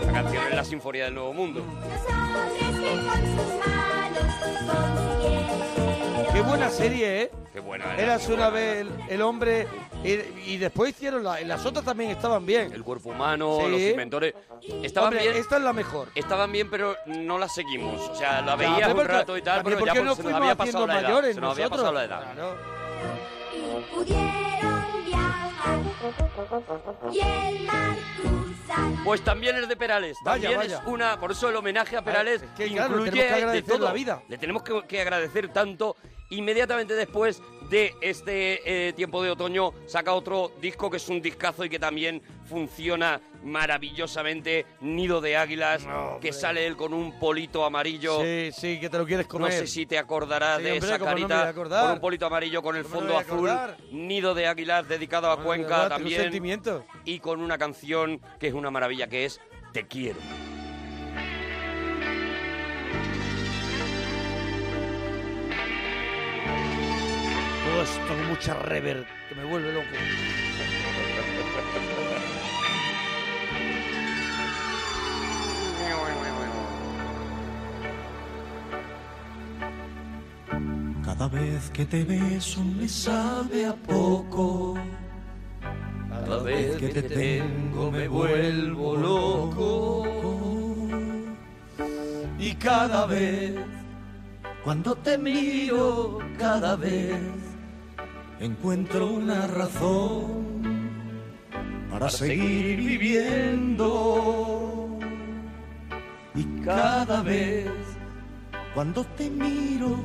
Speaker 2: La canción es la Sinfonía del Nuevo Mundo.
Speaker 4: Qué buena serie, ¿eh?
Speaker 2: Qué buena era.
Speaker 4: Eras
Speaker 2: qué
Speaker 4: una
Speaker 2: buena
Speaker 4: vez el, el hombre. Y, y después hicieron la, las otras también estaban bien.
Speaker 2: El cuerpo humano,
Speaker 4: Sí.
Speaker 2: los inventores. Estaban
Speaker 4: Hombre,
Speaker 2: bien.
Speaker 4: Esta es la mejor.
Speaker 2: Estaban bien, pero no la seguimos. O sea, la
Speaker 4: Ya,
Speaker 2: veías
Speaker 4: pero
Speaker 2: un
Speaker 4: porque-
Speaker 2: rato y tal,
Speaker 4: también
Speaker 2: pero ya
Speaker 4: porque
Speaker 2: por-
Speaker 4: nos
Speaker 2: se nos
Speaker 4: fuimos
Speaker 2: había pasado
Speaker 4: haciendo
Speaker 2: la edad.
Speaker 4: mayores
Speaker 2: se nos había pasado
Speaker 4: nosotros.
Speaker 2: la edad.
Speaker 3: Y el mar
Speaker 2: Pues también es de Perales.
Speaker 4: Vaya,
Speaker 2: También
Speaker 4: vaya.
Speaker 2: es una. Por eso el homenaje a Perales
Speaker 4: es que, claro, le tenemos
Speaker 2: incluye
Speaker 4: que
Speaker 2: de
Speaker 4: agradecer
Speaker 2: todo.
Speaker 4: la vida.
Speaker 2: Le tenemos que, que agradecer tanto. Inmediatamente después de este eh, tiempo de otoño saca otro disco que es un discazo y que también funciona maravillosamente. Nido de águilas, que sale él con un polito amarillo.
Speaker 4: Sí, sí, que te lo quieres comer.
Speaker 2: No sé si te acordarás
Speaker 4: Sí,
Speaker 2: de
Speaker 4: hombre,
Speaker 2: esa
Speaker 4: cómo no me voy a
Speaker 2: carita
Speaker 4: acordar.
Speaker 2: con un polito amarillo con el
Speaker 4: me
Speaker 2: fondo
Speaker 4: voy a
Speaker 2: azul,
Speaker 4: acordar.
Speaker 2: nido de águilas dedicado a Cuenca
Speaker 4: verdad, tengo
Speaker 2: también
Speaker 4: sentimientos.
Speaker 2: y con una canción que es una maravilla que es Te quiero.
Speaker 4: Todo esto con mucha rever que me vuelve loco.
Speaker 11: Cada vez que te beso me sabe a poco. Cada vez que te tengo me vuelvo loco. Y cada vez, cuando te miro, cada vez encuentro una razón para seguir viviendo. Y cada vez, cuando te miro,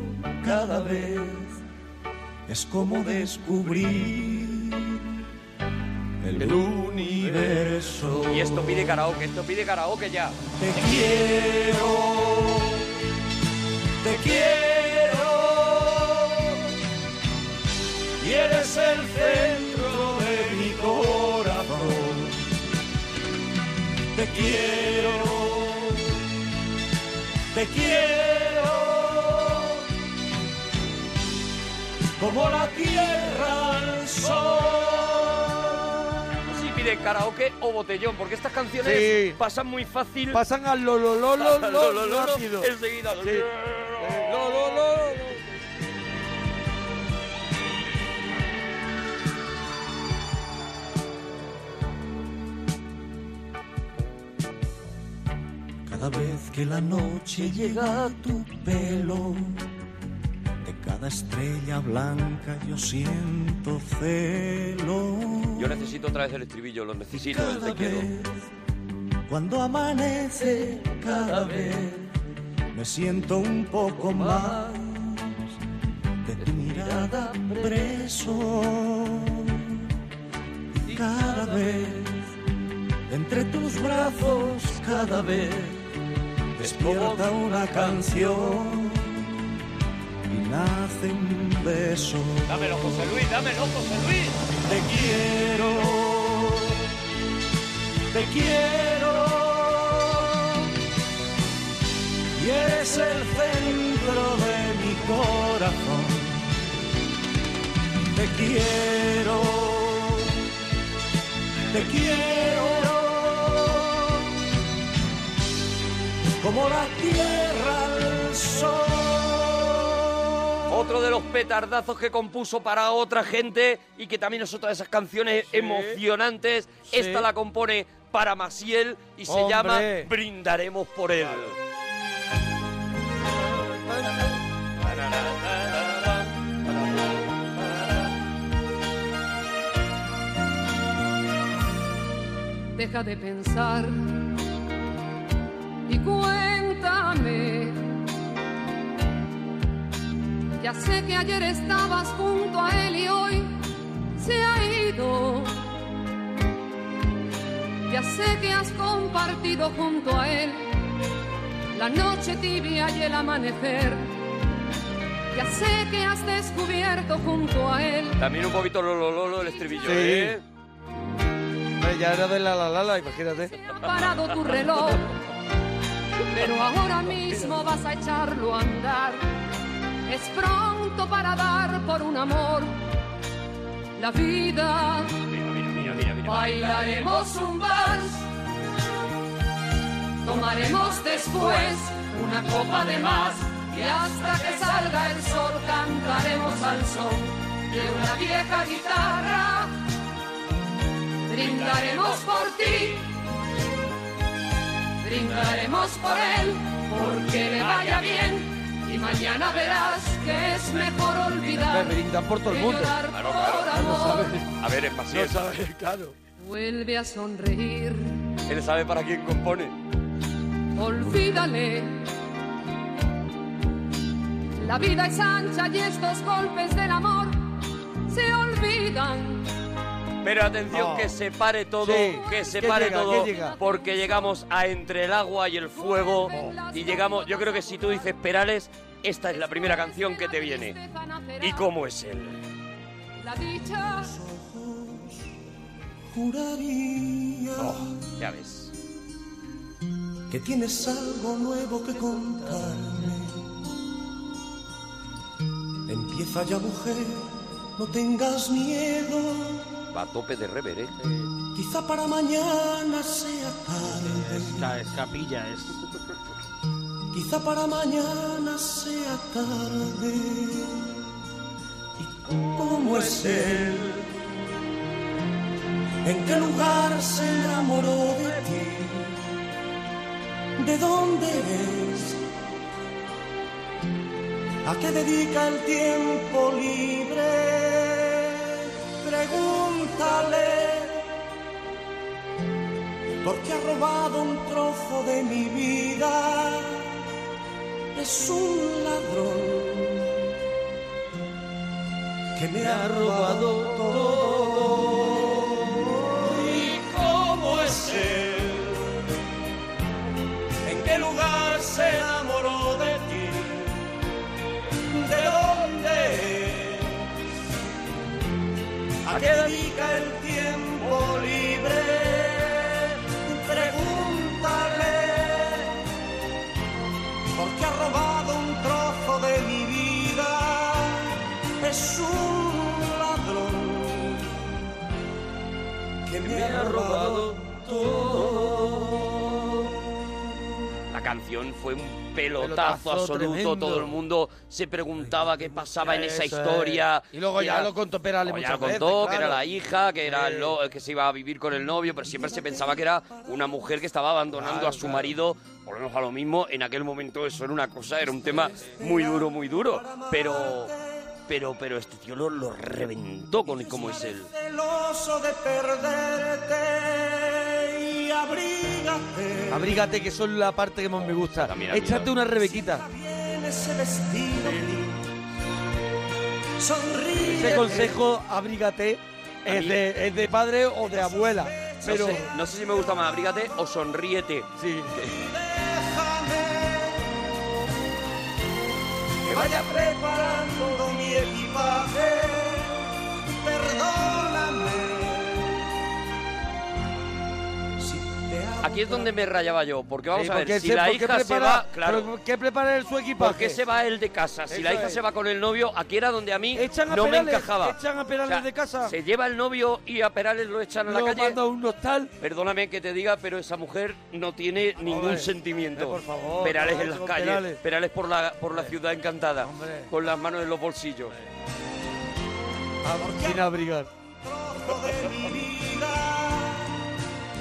Speaker 11: cada vez es como descubrir el universo.
Speaker 2: Y esto pide karaoke, esto pide karaoke ya.
Speaker 11: Te quiero, te quiero, y eres el centro de mi corazón. Te quiero, te quiero, como la tierra al sol.
Speaker 2: Sí, pide karaoke o botellón, porque estas canciones
Speaker 4: Sí.
Speaker 2: pasan muy fácil.
Speaker 4: Pasan al lo lo lo lo
Speaker 2: Al
Speaker 4: lo,
Speaker 2: lo, lo, lo,
Speaker 4: rápido.
Speaker 2: enseguida.
Speaker 4: Sí. Lo, lo, lo, lo.
Speaker 6: Cada vez que la noche llega a tu pelo, de cada estrella blanca yo siento celo.
Speaker 2: Yo necesito otra vez el estribillo, lo necesito, el
Speaker 6: Cada
Speaker 2: te quiero.
Speaker 6: vez, cuando amanece cada vez, me siento un poco más de tu mirada preso. Y cada vez, entre tus brazos, cada vez, despierta una canción y nace un beso.
Speaker 2: Dámelo, José Luis, dámelo, José Luis.
Speaker 6: Te quiero, te quiero. Y eres el centro de mi corazón. Te quiero, te quiero. Como la tierra al sol.
Speaker 2: Otro de los petardazos que compuso para otra gente y que también es otra de esas canciones emocionantes. Esta la compone para Maciel y se
Speaker 4: Hombre.
Speaker 2: llama Brindaremos por él.
Speaker 27: Deja de pensar y cuéntame. Ya sé que ayer estabas junto a él y hoy se ha ido. Ya sé que has compartido junto a él la noche tibia y el amanecer. Ya sé que has descubierto junto a él
Speaker 2: También un poquito lo, lo, lo, lo, el estribillo,
Speaker 4: Sí.
Speaker 2: ¿eh?
Speaker 4: Hombre, Ya era de la la la la, imagínate.
Speaker 27: parado tu reloj, pero ahora mismo vas a echarlo a andar. Es pronto para dar por un amor la vida. Bailaremos un vals, tomaremos
Speaker 6: pues,
Speaker 27: después una copa de más y hasta que salga el sol cantaremos al sol de una vieja guitarra. Brindaremos por ti, brindaremos por él, porque le vaya bien y mañana verás que es mejor olvidar.
Speaker 4: Me brindan por todo el
Speaker 27: que
Speaker 4: mundo.
Speaker 27: llorar
Speaker 2: Claro,
Speaker 27: por amor.
Speaker 2: A ver, es Maciel.
Speaker 4: claro.
Speaker 27: Vuelve a sonreír,
Speaker 2: Él sabe para quién compone.
Speaker 27: olvídale. La vida es ancha y estos golpes del amor se olvidan.
Speaker 2: Pero atención,
Speaker 27: Oh.
Speaker 2: que se pare todo,
Speaker 4: Sí.
Speaker 2: que se
Speaker 4: ¿Qué
Speaker 2: pare
Speaker 4: llega?
Speaker 2: todo,
Speaker 4: ¿Qué llega?
Speaker 2: porque llegamos a entre el agua y el fuego y llegamos, yo creo que si tú dices Perales, esta es la primera canción que te viene. ¿Y cómo es él?
Speaker 27: La dicha
Speaker 6: Juraría
Speaker 2: Ya ves.
Speaker 6: que tienes algo nuevo que contarme. Empieza ya, mujer, no tengas miedo.
Speaker 2: Va a tope de rever, ¿eh?
Speaker 6: Quizá para mañana sea tarde.
Speaker 4: Esta es capilla, es.
Speaker 6: Quizá para mañana sea tarde. ¿Y cómo es él? ¿En qué lugar se enamoró de ti? ¿De dónde es? ¿A qué dedica el tiempo libre? Pregúntale. Porque ha robado un trozo de mi vida. Es un ladrón que me ha robado todo. ¿Y cómo es él? ¿En qué lugar se enamoró de ti? ¿De dónde es? ¿A qué dedica el tiempo libre? Pregúntale, porque ha robado un trozo de mi vida. Es un ladrón que me ha robado.
Speaker 2: La canción fue un
Speaker 4: Pelotazo
Speaker 2: pelotazo absoluto,
Speaker 4: tremendo.
Speaker 2: todo el mundo se preguntaba qué pasaba en esa
Speaker 4: Eso es.
Speaker 2: historia.
Speaker 4: Y luego
Speaker 2: que
Speaker 4: ya
Speaker 2: era-
Speaker 4: lo contó Perales
Speaker 2: o ya
Speaker 4: muchas
Speaker 2: lo contó,
Speaker 4: veces,
Speaker 2: que era
Speaker 4: claro.
Speaker 2: la hija, que era el lo- que se iba a vivir con el novio, pero siempre se pensaba que era una mujer que estaba abandonando
Speaker 4: Claro,
Speaker 2: a su
Speaker 4: claro.
Speaker 2: marido. Volvemos a lo mismo, en aquel momento eso era una cosa, era un tema muy duro, muy duro. Pero pero pero este tío lo, lo reventó con cómo es él.
Speaker 11: Celoso de perderte y abrígate.
Speaker 4: Abrígate, que eso es la parte que más me gusta. Échate una rebequita.
Speaker 11: En ese vestido Sonríe.
Speaker 4: Ese consejo, abrígate, es de, es de padre o de abuela. Pero
Speaker 2: no, sé, no sé si me gusta más, abrígate o sonríete.
Speaker 4: Sí.
Speaker 11: que vaya preparando mi equipaje. Perdóname. Si te amo.
Speaker 2: Aquí es donde me rayaba yo, porque vamos
Speaker 4: Sí,
Speaker 2: a
Speaker 4: porque
Speaker 2: ver, si
Speaker 4: sé-
Speaker 2: la
Speaker 4: porque
Speaker 2: hija se
Speaker 4: prepara-
Speaker 2: va, claro,
Speaker 4: pero ¿Qué prepara él su equipaje?
Speaker 2: ¿por qué se va él de casa? Si la
Speaker 4: Eso
Speaker 2: hija
Speaker 4: es.
Speaker 2: se va con el novio, aquí era donde a mí
Speaker 4: Echan a
Speaker 2: no me
Speaker 4: Perales,
Speaker 2: encajaba.
Speaker 4: echan a Perales de casa.
Speaker 2: Se lleva el novio y a Perales lo echan a la
Speaker 4: Lo
Speaker 2: calle.
Speaker 4: manda un hostal.
Speaker 2: Perdóname que te diga, pero esa mujer no tiene ningún sentimiento.
Speaker 4: eh, por favor,
Speaker 2: Perales
Speaker 4: no,
Speaker 2: en las
Speaker 4: con
Speaker 2: calles,
Speaker 4: Perales.
Speaker 2: Perales, por la por la ciudad encantada, con las manos en los bolsillos.
Speaker 4: Sin abrigar.
Speaker 11: de mi vida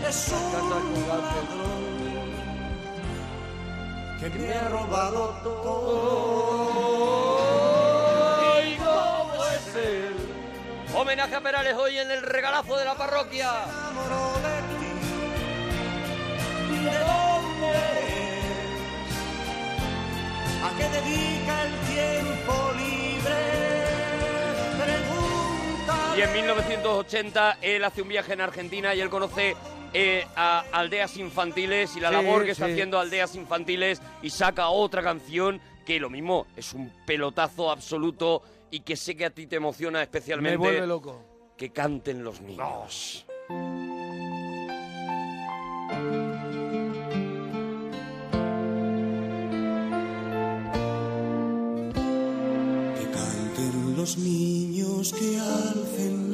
Speaker 11: es un ladrón que me ha robado todo.
Speaker 2: Y cómo es él. Homenaje a Perales hoy en el regalazo de la parroquia.
Speaker 11: ¿De dónde es? ¿A qué dedica el tiempo libre? Pregunta.
Speaker 2: Y en 1980 él hace un viaje en Argentina y él conoce eh, a Aldeas Infantiles y la
Speaker 4: Sí,
Speaker 2: labor que está
Speaker 4: sí.
Speaker 2: haciendo Aldeas Infantiles y saca otra canción que lo mismo es un pelotazo absoluto y que sé que a ti te emociona especialmente.
Speaker 4: Me vuelve loco.
Speaker 2: Que canten los niños.
Speaker 11: Canten los niños que alcen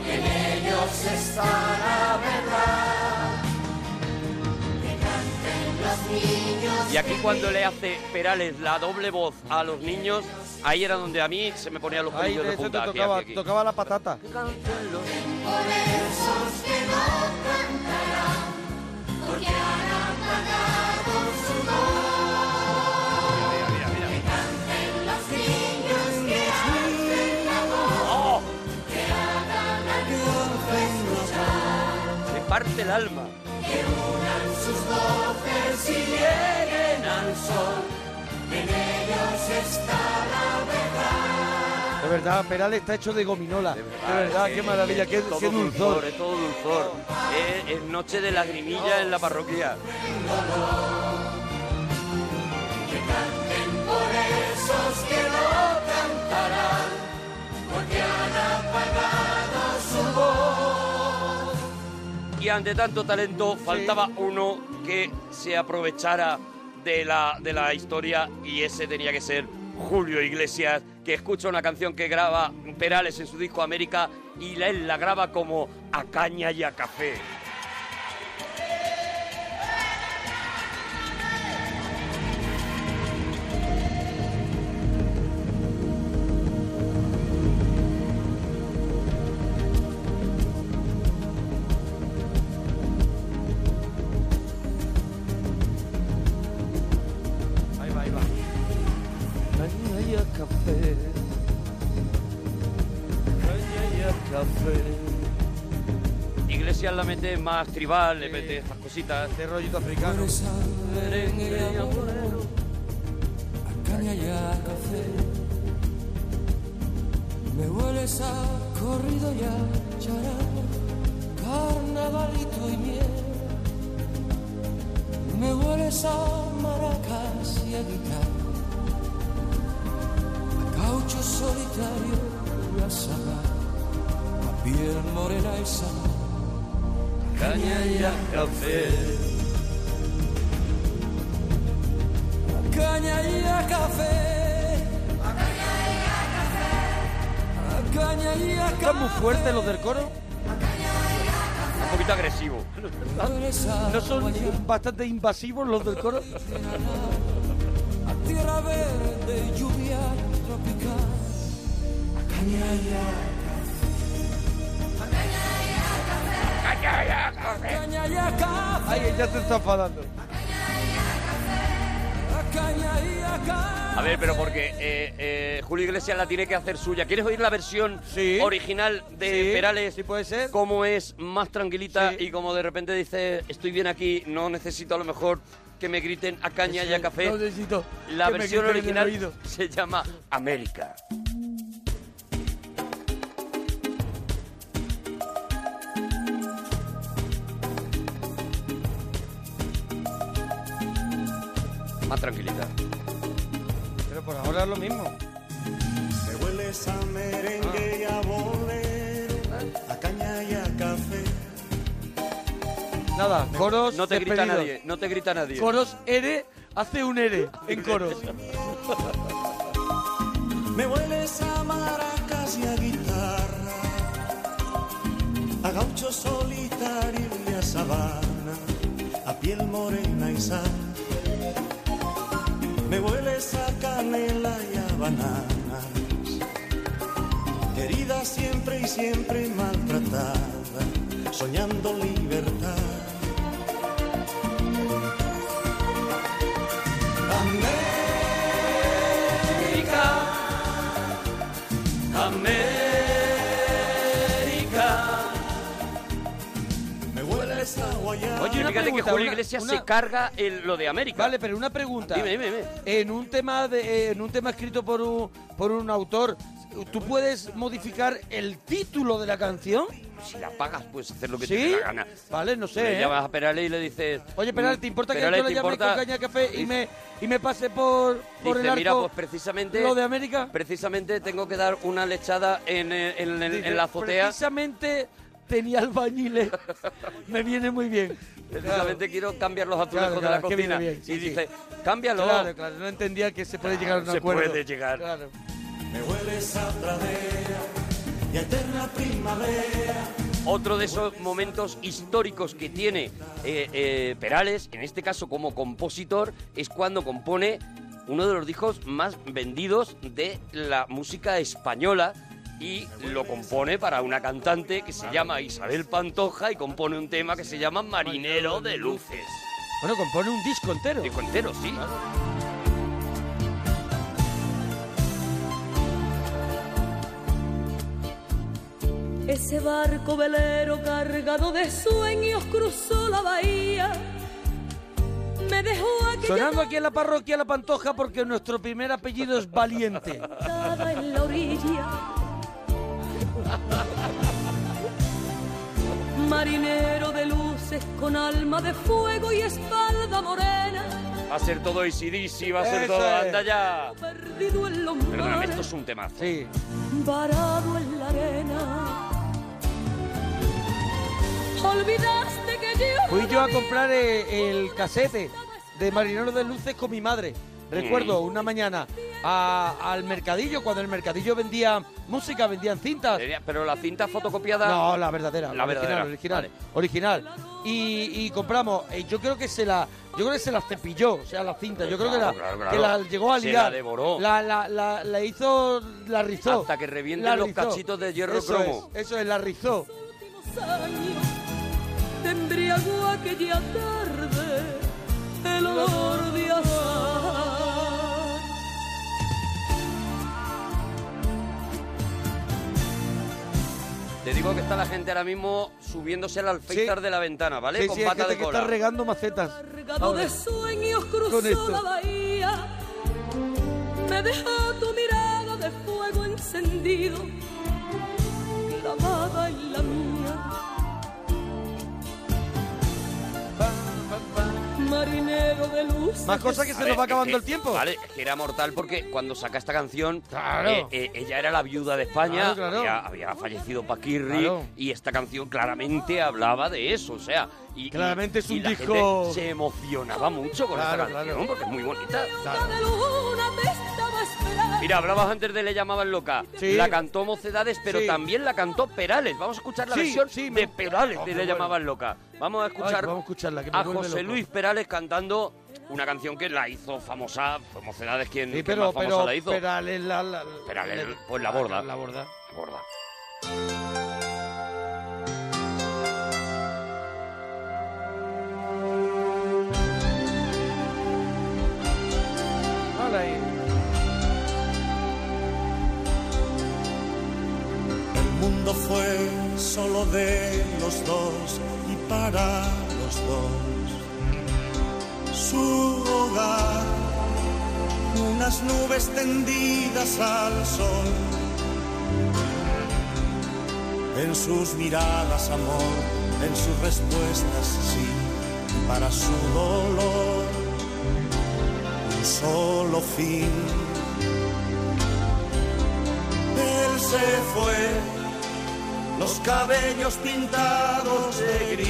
Speaker 6: en ellos está la verdad. Que canten los niños.
Speaker 2: Y aquí cuando le hace Perales la doble voz a los niños, ahí era donde a mí se me ponían los
Speaker 4: Ahí
Speaker 2: pelillos
Speaker 4: de
Speaker 2: de
Speaker 4: eso te
Speaker 2: punta. aquí,
Speaker 4: tocaba,
Speaker 2: aquí, aquí.
Speaker 4: tocaba la patata.
Speaker 6: Tengo versos que no cantarán, porque han apagado su voz. Que canten los niños que hacen la
Speaker 2: Oh.
Speaker 6: voz, que hagan a Dios escuchar,
Speaker 2: Me parte el alma.
Speaker 6: que unan sus voces y lleguen al sol. En ellos está la verdad.
Speaker 4: De verdad, Perales está hecho de gominola. De verdad,
Speaker 2: sí,
Speaker 4: qué maravilla,
Speaker 2: es
Speaker 4: qué,
Speaker 2: eh, todo
Speaker 4: qué dulzor.
Speaker 2: Es todo dulzor. Es, es noche de lagrimilla en la parroquia.
Speaker 6: Por esos que no cantarán, porque han apagado su voz.
Speaker 2: Y ante tanto talento faltaba uno que se aprovechara de la, de la historia y ese tenía que ser Julio Iglesias, que escucha una canción que graba Perales en su disco América y la- él la graba como a caña y a café.
Speaker 4: Ahí va, ahí va.
Speaker 6: Caña y a café.
Speaker 2: Caña y a café. Iglesias la mete más tribal, le mete estas cositas.
Speaker 4: De rollito africano.
Speaker 6: Merengue y amorero, a caña y a café. Me hueles a corrido y a charao, carnavalito y miel. Me hueles a maracas y a guitarra, a caucho solitario y a sabá, a piel morena y sabá. Caña y a café. caña y a café. A caña y a café.
Speaker 4: ¿Están muy fuertes los del coro?
Speaker 2: Un poquito agresivo.
Speaker 4: ¿No son bastante invasivos los del coro?
Speaker 6: Tierra verde, lluvia tropical. A caña y a café. A caña y a café.
Speaker 4: Ay, ya te está enfadando.
Speaker 6: A caña y a café.
Speaker 2: A ver, pero porque eh, eh, Julio Iglesias la tiene que hacer suya. ¿Quieres oír la versión original de
Speaker 4: Sí,
Speaker 2: Perales? Sí, puede ser. Cómo es más tranquilita y como de repente dice, estoy bien aquí, no necesito a lo mejor que me griten a caña y a café.
Speaker 4: No necesito
Speaker 2: la
Speaker 4: que me
Speaker 2: versión
Speaker 4: griten en el
Speaker 2: original se llama América. Más tranquilita.
Speaker 4: Pero por ahora es lo mismo.
Speaker 11: Me hueles a merengue y a bolero, a caña y a café.
Speaker 4: Nada, coros
Speaker 2: No te grita
Speaker 4: despedidos.
Speaker 2: nadie, no te grita nadie.
Speaker 4: Coros ere, hace un ere en coros.
Speaker 11: Me hueles a maracas y a guitarra, a gaucho solitario y a sabana, a piel morena y sal. Me hueles a canela y a bananas, querida siempre y siempre maltratada, soñando libertad.
Speaker 6: América, América.
Speaker 11: Me hueles a guayaba.
Speaker 2: Oye,
Speaker 4: una
Speaker 2: fíjate
Speaker 4: pregunta,
Speaker 2: que Julio
Speaker 4: una-
Speaker 2: Iglesias
Speaker 4: una-
Speaker 2: se carga el- lo de América.
Speaker 4: Vale, pero una pregunta.
Speaker 2: Dime, dime, dime.
Speaker 4: En un tema de, eh, en un tema escrito por un por un autor, ¿tú puedes modificar el título de la canción?
Speaker 2: Si la pagas, puedes hacer lo que
Speaker 4: ¿Sí?
Speaker 2: te dé la gana.
Speaker 4: Vale, no sé,
Speaker 2: Le
Speaker 4: ¿eh?
Speaker 2: llamas a Perales y le dices...
Speaker 4: Oye, Peral, ¿te importa que
Speaker 2: Perales,
Speaker 4: yo le
Speaker 2: ¿te
Speaker 4: llame
Speaker 2: Mm, importa?
Speaker 4: con caña de café y
Speaker 2: Dice-
Speaker 4: me y me pase por por
Speaker 2: Dice,
Speaker 4: el arco?
Speaker 2: mira, pues precisamente...
Speaker 4: lo de América.
Speaker 2: Precisamente tengo que dar una lechada en, eh, en- en-
Speaker 4: Dice,
Speaker 2: en la azotea.
Speaker 4: Precisamente tenía albañiles, me viene muy bien.
Speaker 2: Precisamente quiero cambiar los azulejos
Speaker 4: Claro,
Speaker 2: de la
Speaker 4: claro, que viene
Speaker 2: cocina.
Speaker 4: bien, sí,
Speaker 2: y
Speaker 4: sí.
Speaker 2: dice, cámbialo.
Speaker 4: Claro, claro, no entendía que se puede llegar a un
Speaker 2: se
Speaker 4: acuerdo.
Speaker 2: puede llegar.
Speaker 4: Claro.
Speaker 11: Me hueles a pradera y a eterna primavera.
Speaker 2: Otro de esos momentos históricos que tiene eh, eh, Perales, en este caso como compositor, es cuando compone uno de los discos más vendidos de la música española y lo compone para una cantante que se llama Isabel Pantoja y compone un tema que se llama Marinero de Luces.
Speaker 4: Bueno, compone un disco entero.
Speaker 2: Disco entero, sí.
Speaker 13: Ese barco velero cargado de sueños cruzó la bahía. Me dejó aquella
Speaker 4: Sonando aquí en la parroquia La Pantoja porque nuestro primer apellido es Valiente.
Speaker 13: notada en la orilla. Marinero de luces con alma de fuego y espalda morena,
Speaker 2: Va a ser todo ACDC, va a ser
Speaker 13: Eso
Speaker 2: todo...
Speaker 13: es.
Speaker 2: ¡Anda ya!
Speaker 13: perdido en los
Speaker 2: Perdóname,
Speaker 13: mares.
Speaker 2: esto es un temazo.
Speaker 4: Sí.
Speaker 13: varado en la arena. Olvidaste que yo.
Speaker 4: Fui yo a comprar eh, el casete de Marinero de Luces con mi madre. Recuerdo
Speaker 2: Mm.
Speaker 4: una mañana a- al mercadillo, cuando el mercadillo vendía música, vendían cintas.
Speaker 2: Pero la cinta fotocopiada...
Speaker 4: No, la verdadera.
Speaker 2: La verdadera,
Speaker 4: Original, original. original. Y, y compramos, eh, yo creo que se la yo creo que se la cepilló, o sea, la cinta. Yo creo que, la,
Speaker 2: Claro, claro, claro.
Speaker 4: que la llegó a
Speaker 2: Se
Speaker 4: ligar.
Speaker 2: la devoró.
Speaker 4: La, la- la- la hizo, la rizó.
Speaker 2: Hasta que revienten
Speaker 4: La
Speaker 2: los
Speaker 4: rizó.
Speaker 2: cachitos de hierro
Speaker 4: Eso
Speaker 2: cromo.
Speaker 4: es, eso es, la rizó.
Speaker 13: años te embriagó aquella tarde el olor de azahar.
Speaker 2: Te digo que está la gente ahora mismo subiéndose al alféizar de la ventana, ¿vale?
Speaker 4: Sí,
Speaker 2: Con
Speaker 4: sí, hay
Speaker 2: pata
Speaker 4: gente
Speaker 2: de
Speaker 4: que está
Speaker 2: cola.
Speaker 4: regando macetas.
Speaker 13: Cargado de sueños
Speaker 4: Con esto.
Speaker 13: cruzó la bahía. Me dejó tu mirada de fuego encendido, clavada en la mía. Marinero de luz.
Speaker 4: Más cosas que se
Speaker 2: A
Speaker 4: nos
Speaker 2: ver,
Speaker 4: va acabando
Speaker 2: eh,
Speaker 4: el tiempo.
Speaker 2: Vale, es que era mortal porque cuando saca esta canción,
Speaker 4: Claro.
Speaker 2: eh, eh, ella era la viuda de España,
Speaker 4: Claro, claro.
Speaker 2: Había, había fallecido Paquirri
Speaker 4: Claro.
Speaker 2: y esta canción claramente hablaba de eso, o sea, y, y-
Speaker 4: Claramente es
Speaker 2: y
Speaker 4: un
Speaker 2: la
Speaker 4: disco-
Speaker 2: gente se emocionaba mucho con
Speaker 4: Claro,
Speaker 2: esta canción
Speaker 4: claro.
Speaker 2: porque es muy bonita.
Speaker 13: La luna te estaba esperando.
Speaker 2: Mira, hablabas antes de Le llamaban loca.
Speaker 4: Sí.
Speaker 2: La cantó Mocedades, pero
Speaker 4: Sí.
Speaker 2: también la cantó Perales. Vamos a escuchar la
Speaker 4: Sí,
Speaker 2: versión
Speaker 4: sí, me-
Speaker 2: de Perales
Speaker 4: Oh, qué
Speaker 2: de Le
Speaker 4: bueno.
Speaker 2: llamaban loca. Vamos a escuchar
Speaker 4: Ay, vamos a escucharla, que me
Speaker 2: a
Speaker 4: vuelve
Speaker 2: José
Speaker 4: loco.
Speaker 2: Luis Perales cantando una canción que la hizo famosa. Fue Mocedades quien,
Speaker 4: Sí,
Speaker 2: quien
Speaker 4: pero,
Speaker 2: más famosa
Speaker 4: pero,
Speaker 2: la hizo.
Speaker 4: Perales, la, la- la-
Speaker 2: Perales, pues la borda.
Speaker 4: La borda.
Speaker 2: La borda.
Speaker 4: Hola
Speaker 2: eh.
Speaker 4: ahí.
Speaker 11: El mundo fue solo de los dos y para los dos. Su hogar, unas nubes tendidas al sol. En sus miradas amor, en sus respuestas sí, y para su dolor un solo fin. Él se fue, los cabellos pintados de gris.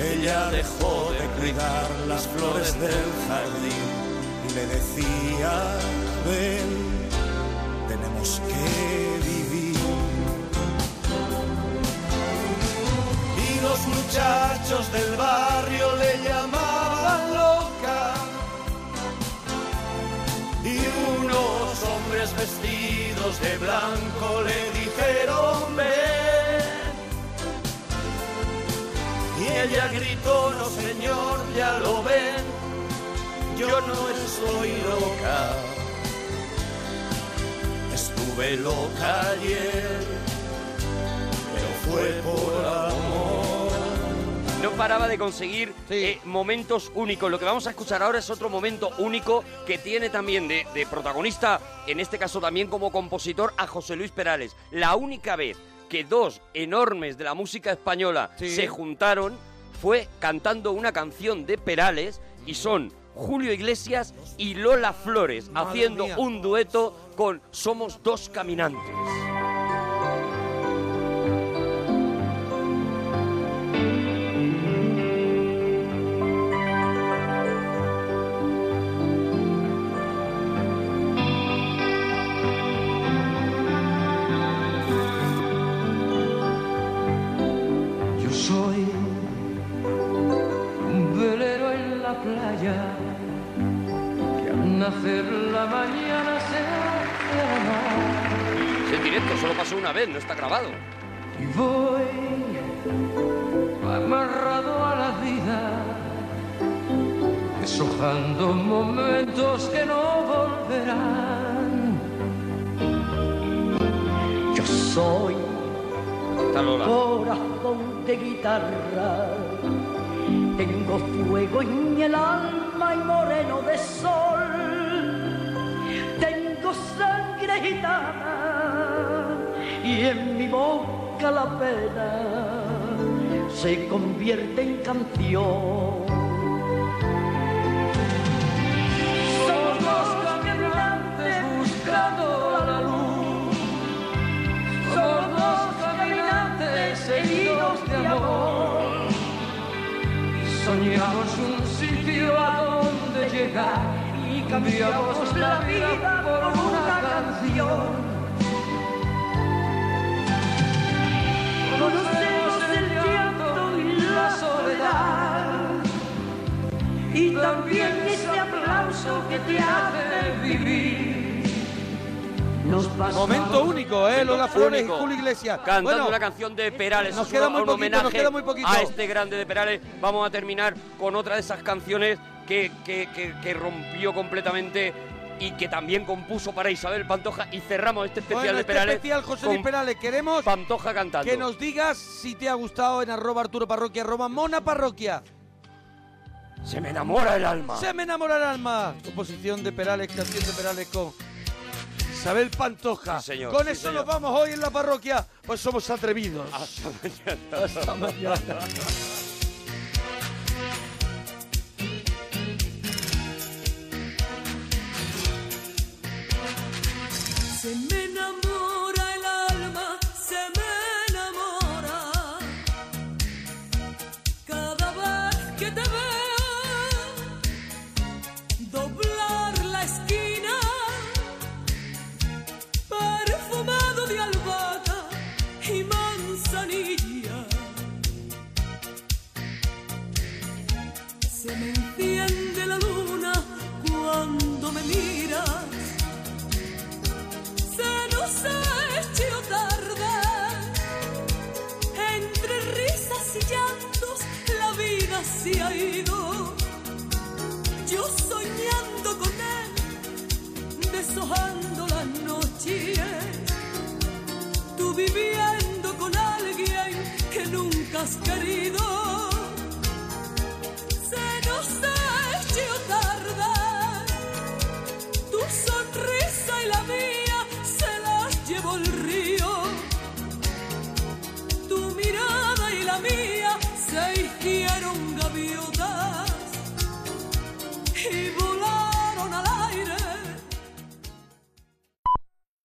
Speaker 11: Ella dejó de cuidar las flores del jardín y le decía, ven, tenemos que vivir. Y los muchachos del barrio le llamaban loca. Y unos hombres vestidos de blanco le dijeron ven. Y ella gritó, no señor, ya lo ven, yo no soy loca. Estuve loca ayer, pero fue por amor.
Speaker 2: No paraba de conseguir eh, momentos únicos. Lo que vamos a escuchar ahora es otro momento único que tiene también de, de protagonista, en este caso también como compositor, a José Luis Perales. La única vez que dos enormes de la música española
Speaker 4: Sí.
Speaker 2: se juntaron fue cantando una canción de Perales y son Julio Iglesias y Lola Flores
Speaker 4: Madre
Speaker 2: haciendo
Speaker 4: mía.
Speaker 2: un dueto con Somos dos caminantes.
Speaker 6: playa, que al nacer la mañana se hace amar.
Speaker 2: Es en directo, solo pasó una vez, no está grabado.
Speaker 6: Y voy amarrado a la vida, deshojando momentos que no volverán. Yo soy
Speaker 2: Está Lola.
Speaker 6: corazón de guitarra, tengo fuego en el alma y moreno de sol, tengo sangre gitana y en mi boca la pena se convierte en canción. Somos caminantes buscando la luz, somos caminantes seguidos de amor, soñamos un sitio a donde llegar y cambiamos la vida por una canción. Conocemos el llanto y la soledad y también ese aplauso que te hace vivir.
Speaker 4: Momento único, ¿eh? Lola Flores y
Speaker 2: único.
Speaker 4: Julio Iglesias.
Speaker 2: Cantando
Speaker 4: Bueno,
Speaker 2: una canción de Perales.
Speaker 4: nos
Speaker 2: es
Speaker 4: queda
Speaker 2: un-
Speaker 4: muy
Speaker 2: un
Speaker 4: poquito, nos
Speaker 2: homenaje
Speaker 4: queda muy poquito.
Speaker 2: A este grande de Perales. Vamos a terminar con otra de esas canciones que, que- que- que rompió completamente y que también compuso para Isabel Pantoja. Y cerramos este especial
Speaker 4: Bueno,
Speaker 2: de
Speaker 4: este
Speaker 2: Perales.
Speaker 4: especial, José
Speaker 2: con
Speaker 4: Luis Perales, queremos
Speaker 2: Pantoja cantando.
Speaker 4: que nos digas si te ha gustado en arroba Arturo Parroquia, arroba Mona Parroquia.
Speaker 2: Se me enamora el alma.
Speaker 4: Se me enamora el alma. Composición de Perales, canción de Perales con Isabel Pantoja.
Speaker 2: Sí, señor,
Speaker 4: con
Speaker 2: sí,
Speaker 4: eso
Speaker 2: señor.
Speaker 4: nos vamos hoy en la parroquia, pues somos atrevidos.
Speaker 2: Hasta mañana.
Speaker 13: Se me enamora el alma, se me enamora. Cada vez que te veo, doblar la esquina, perfumado de albahaca y manzanilla. Se me enciende la luna cuando me miras se nos ha hecho tarde. Entre risas y llantos la vida se ha ido. Yo soñando con él, deshojando las noches. Tú viviendo con alguien que nunca has querido. Se nos ha hecho tarde tu sonrisa y la mía se las llevó el río. Tu mirada y la mía se hicieron gaviotas. Y voy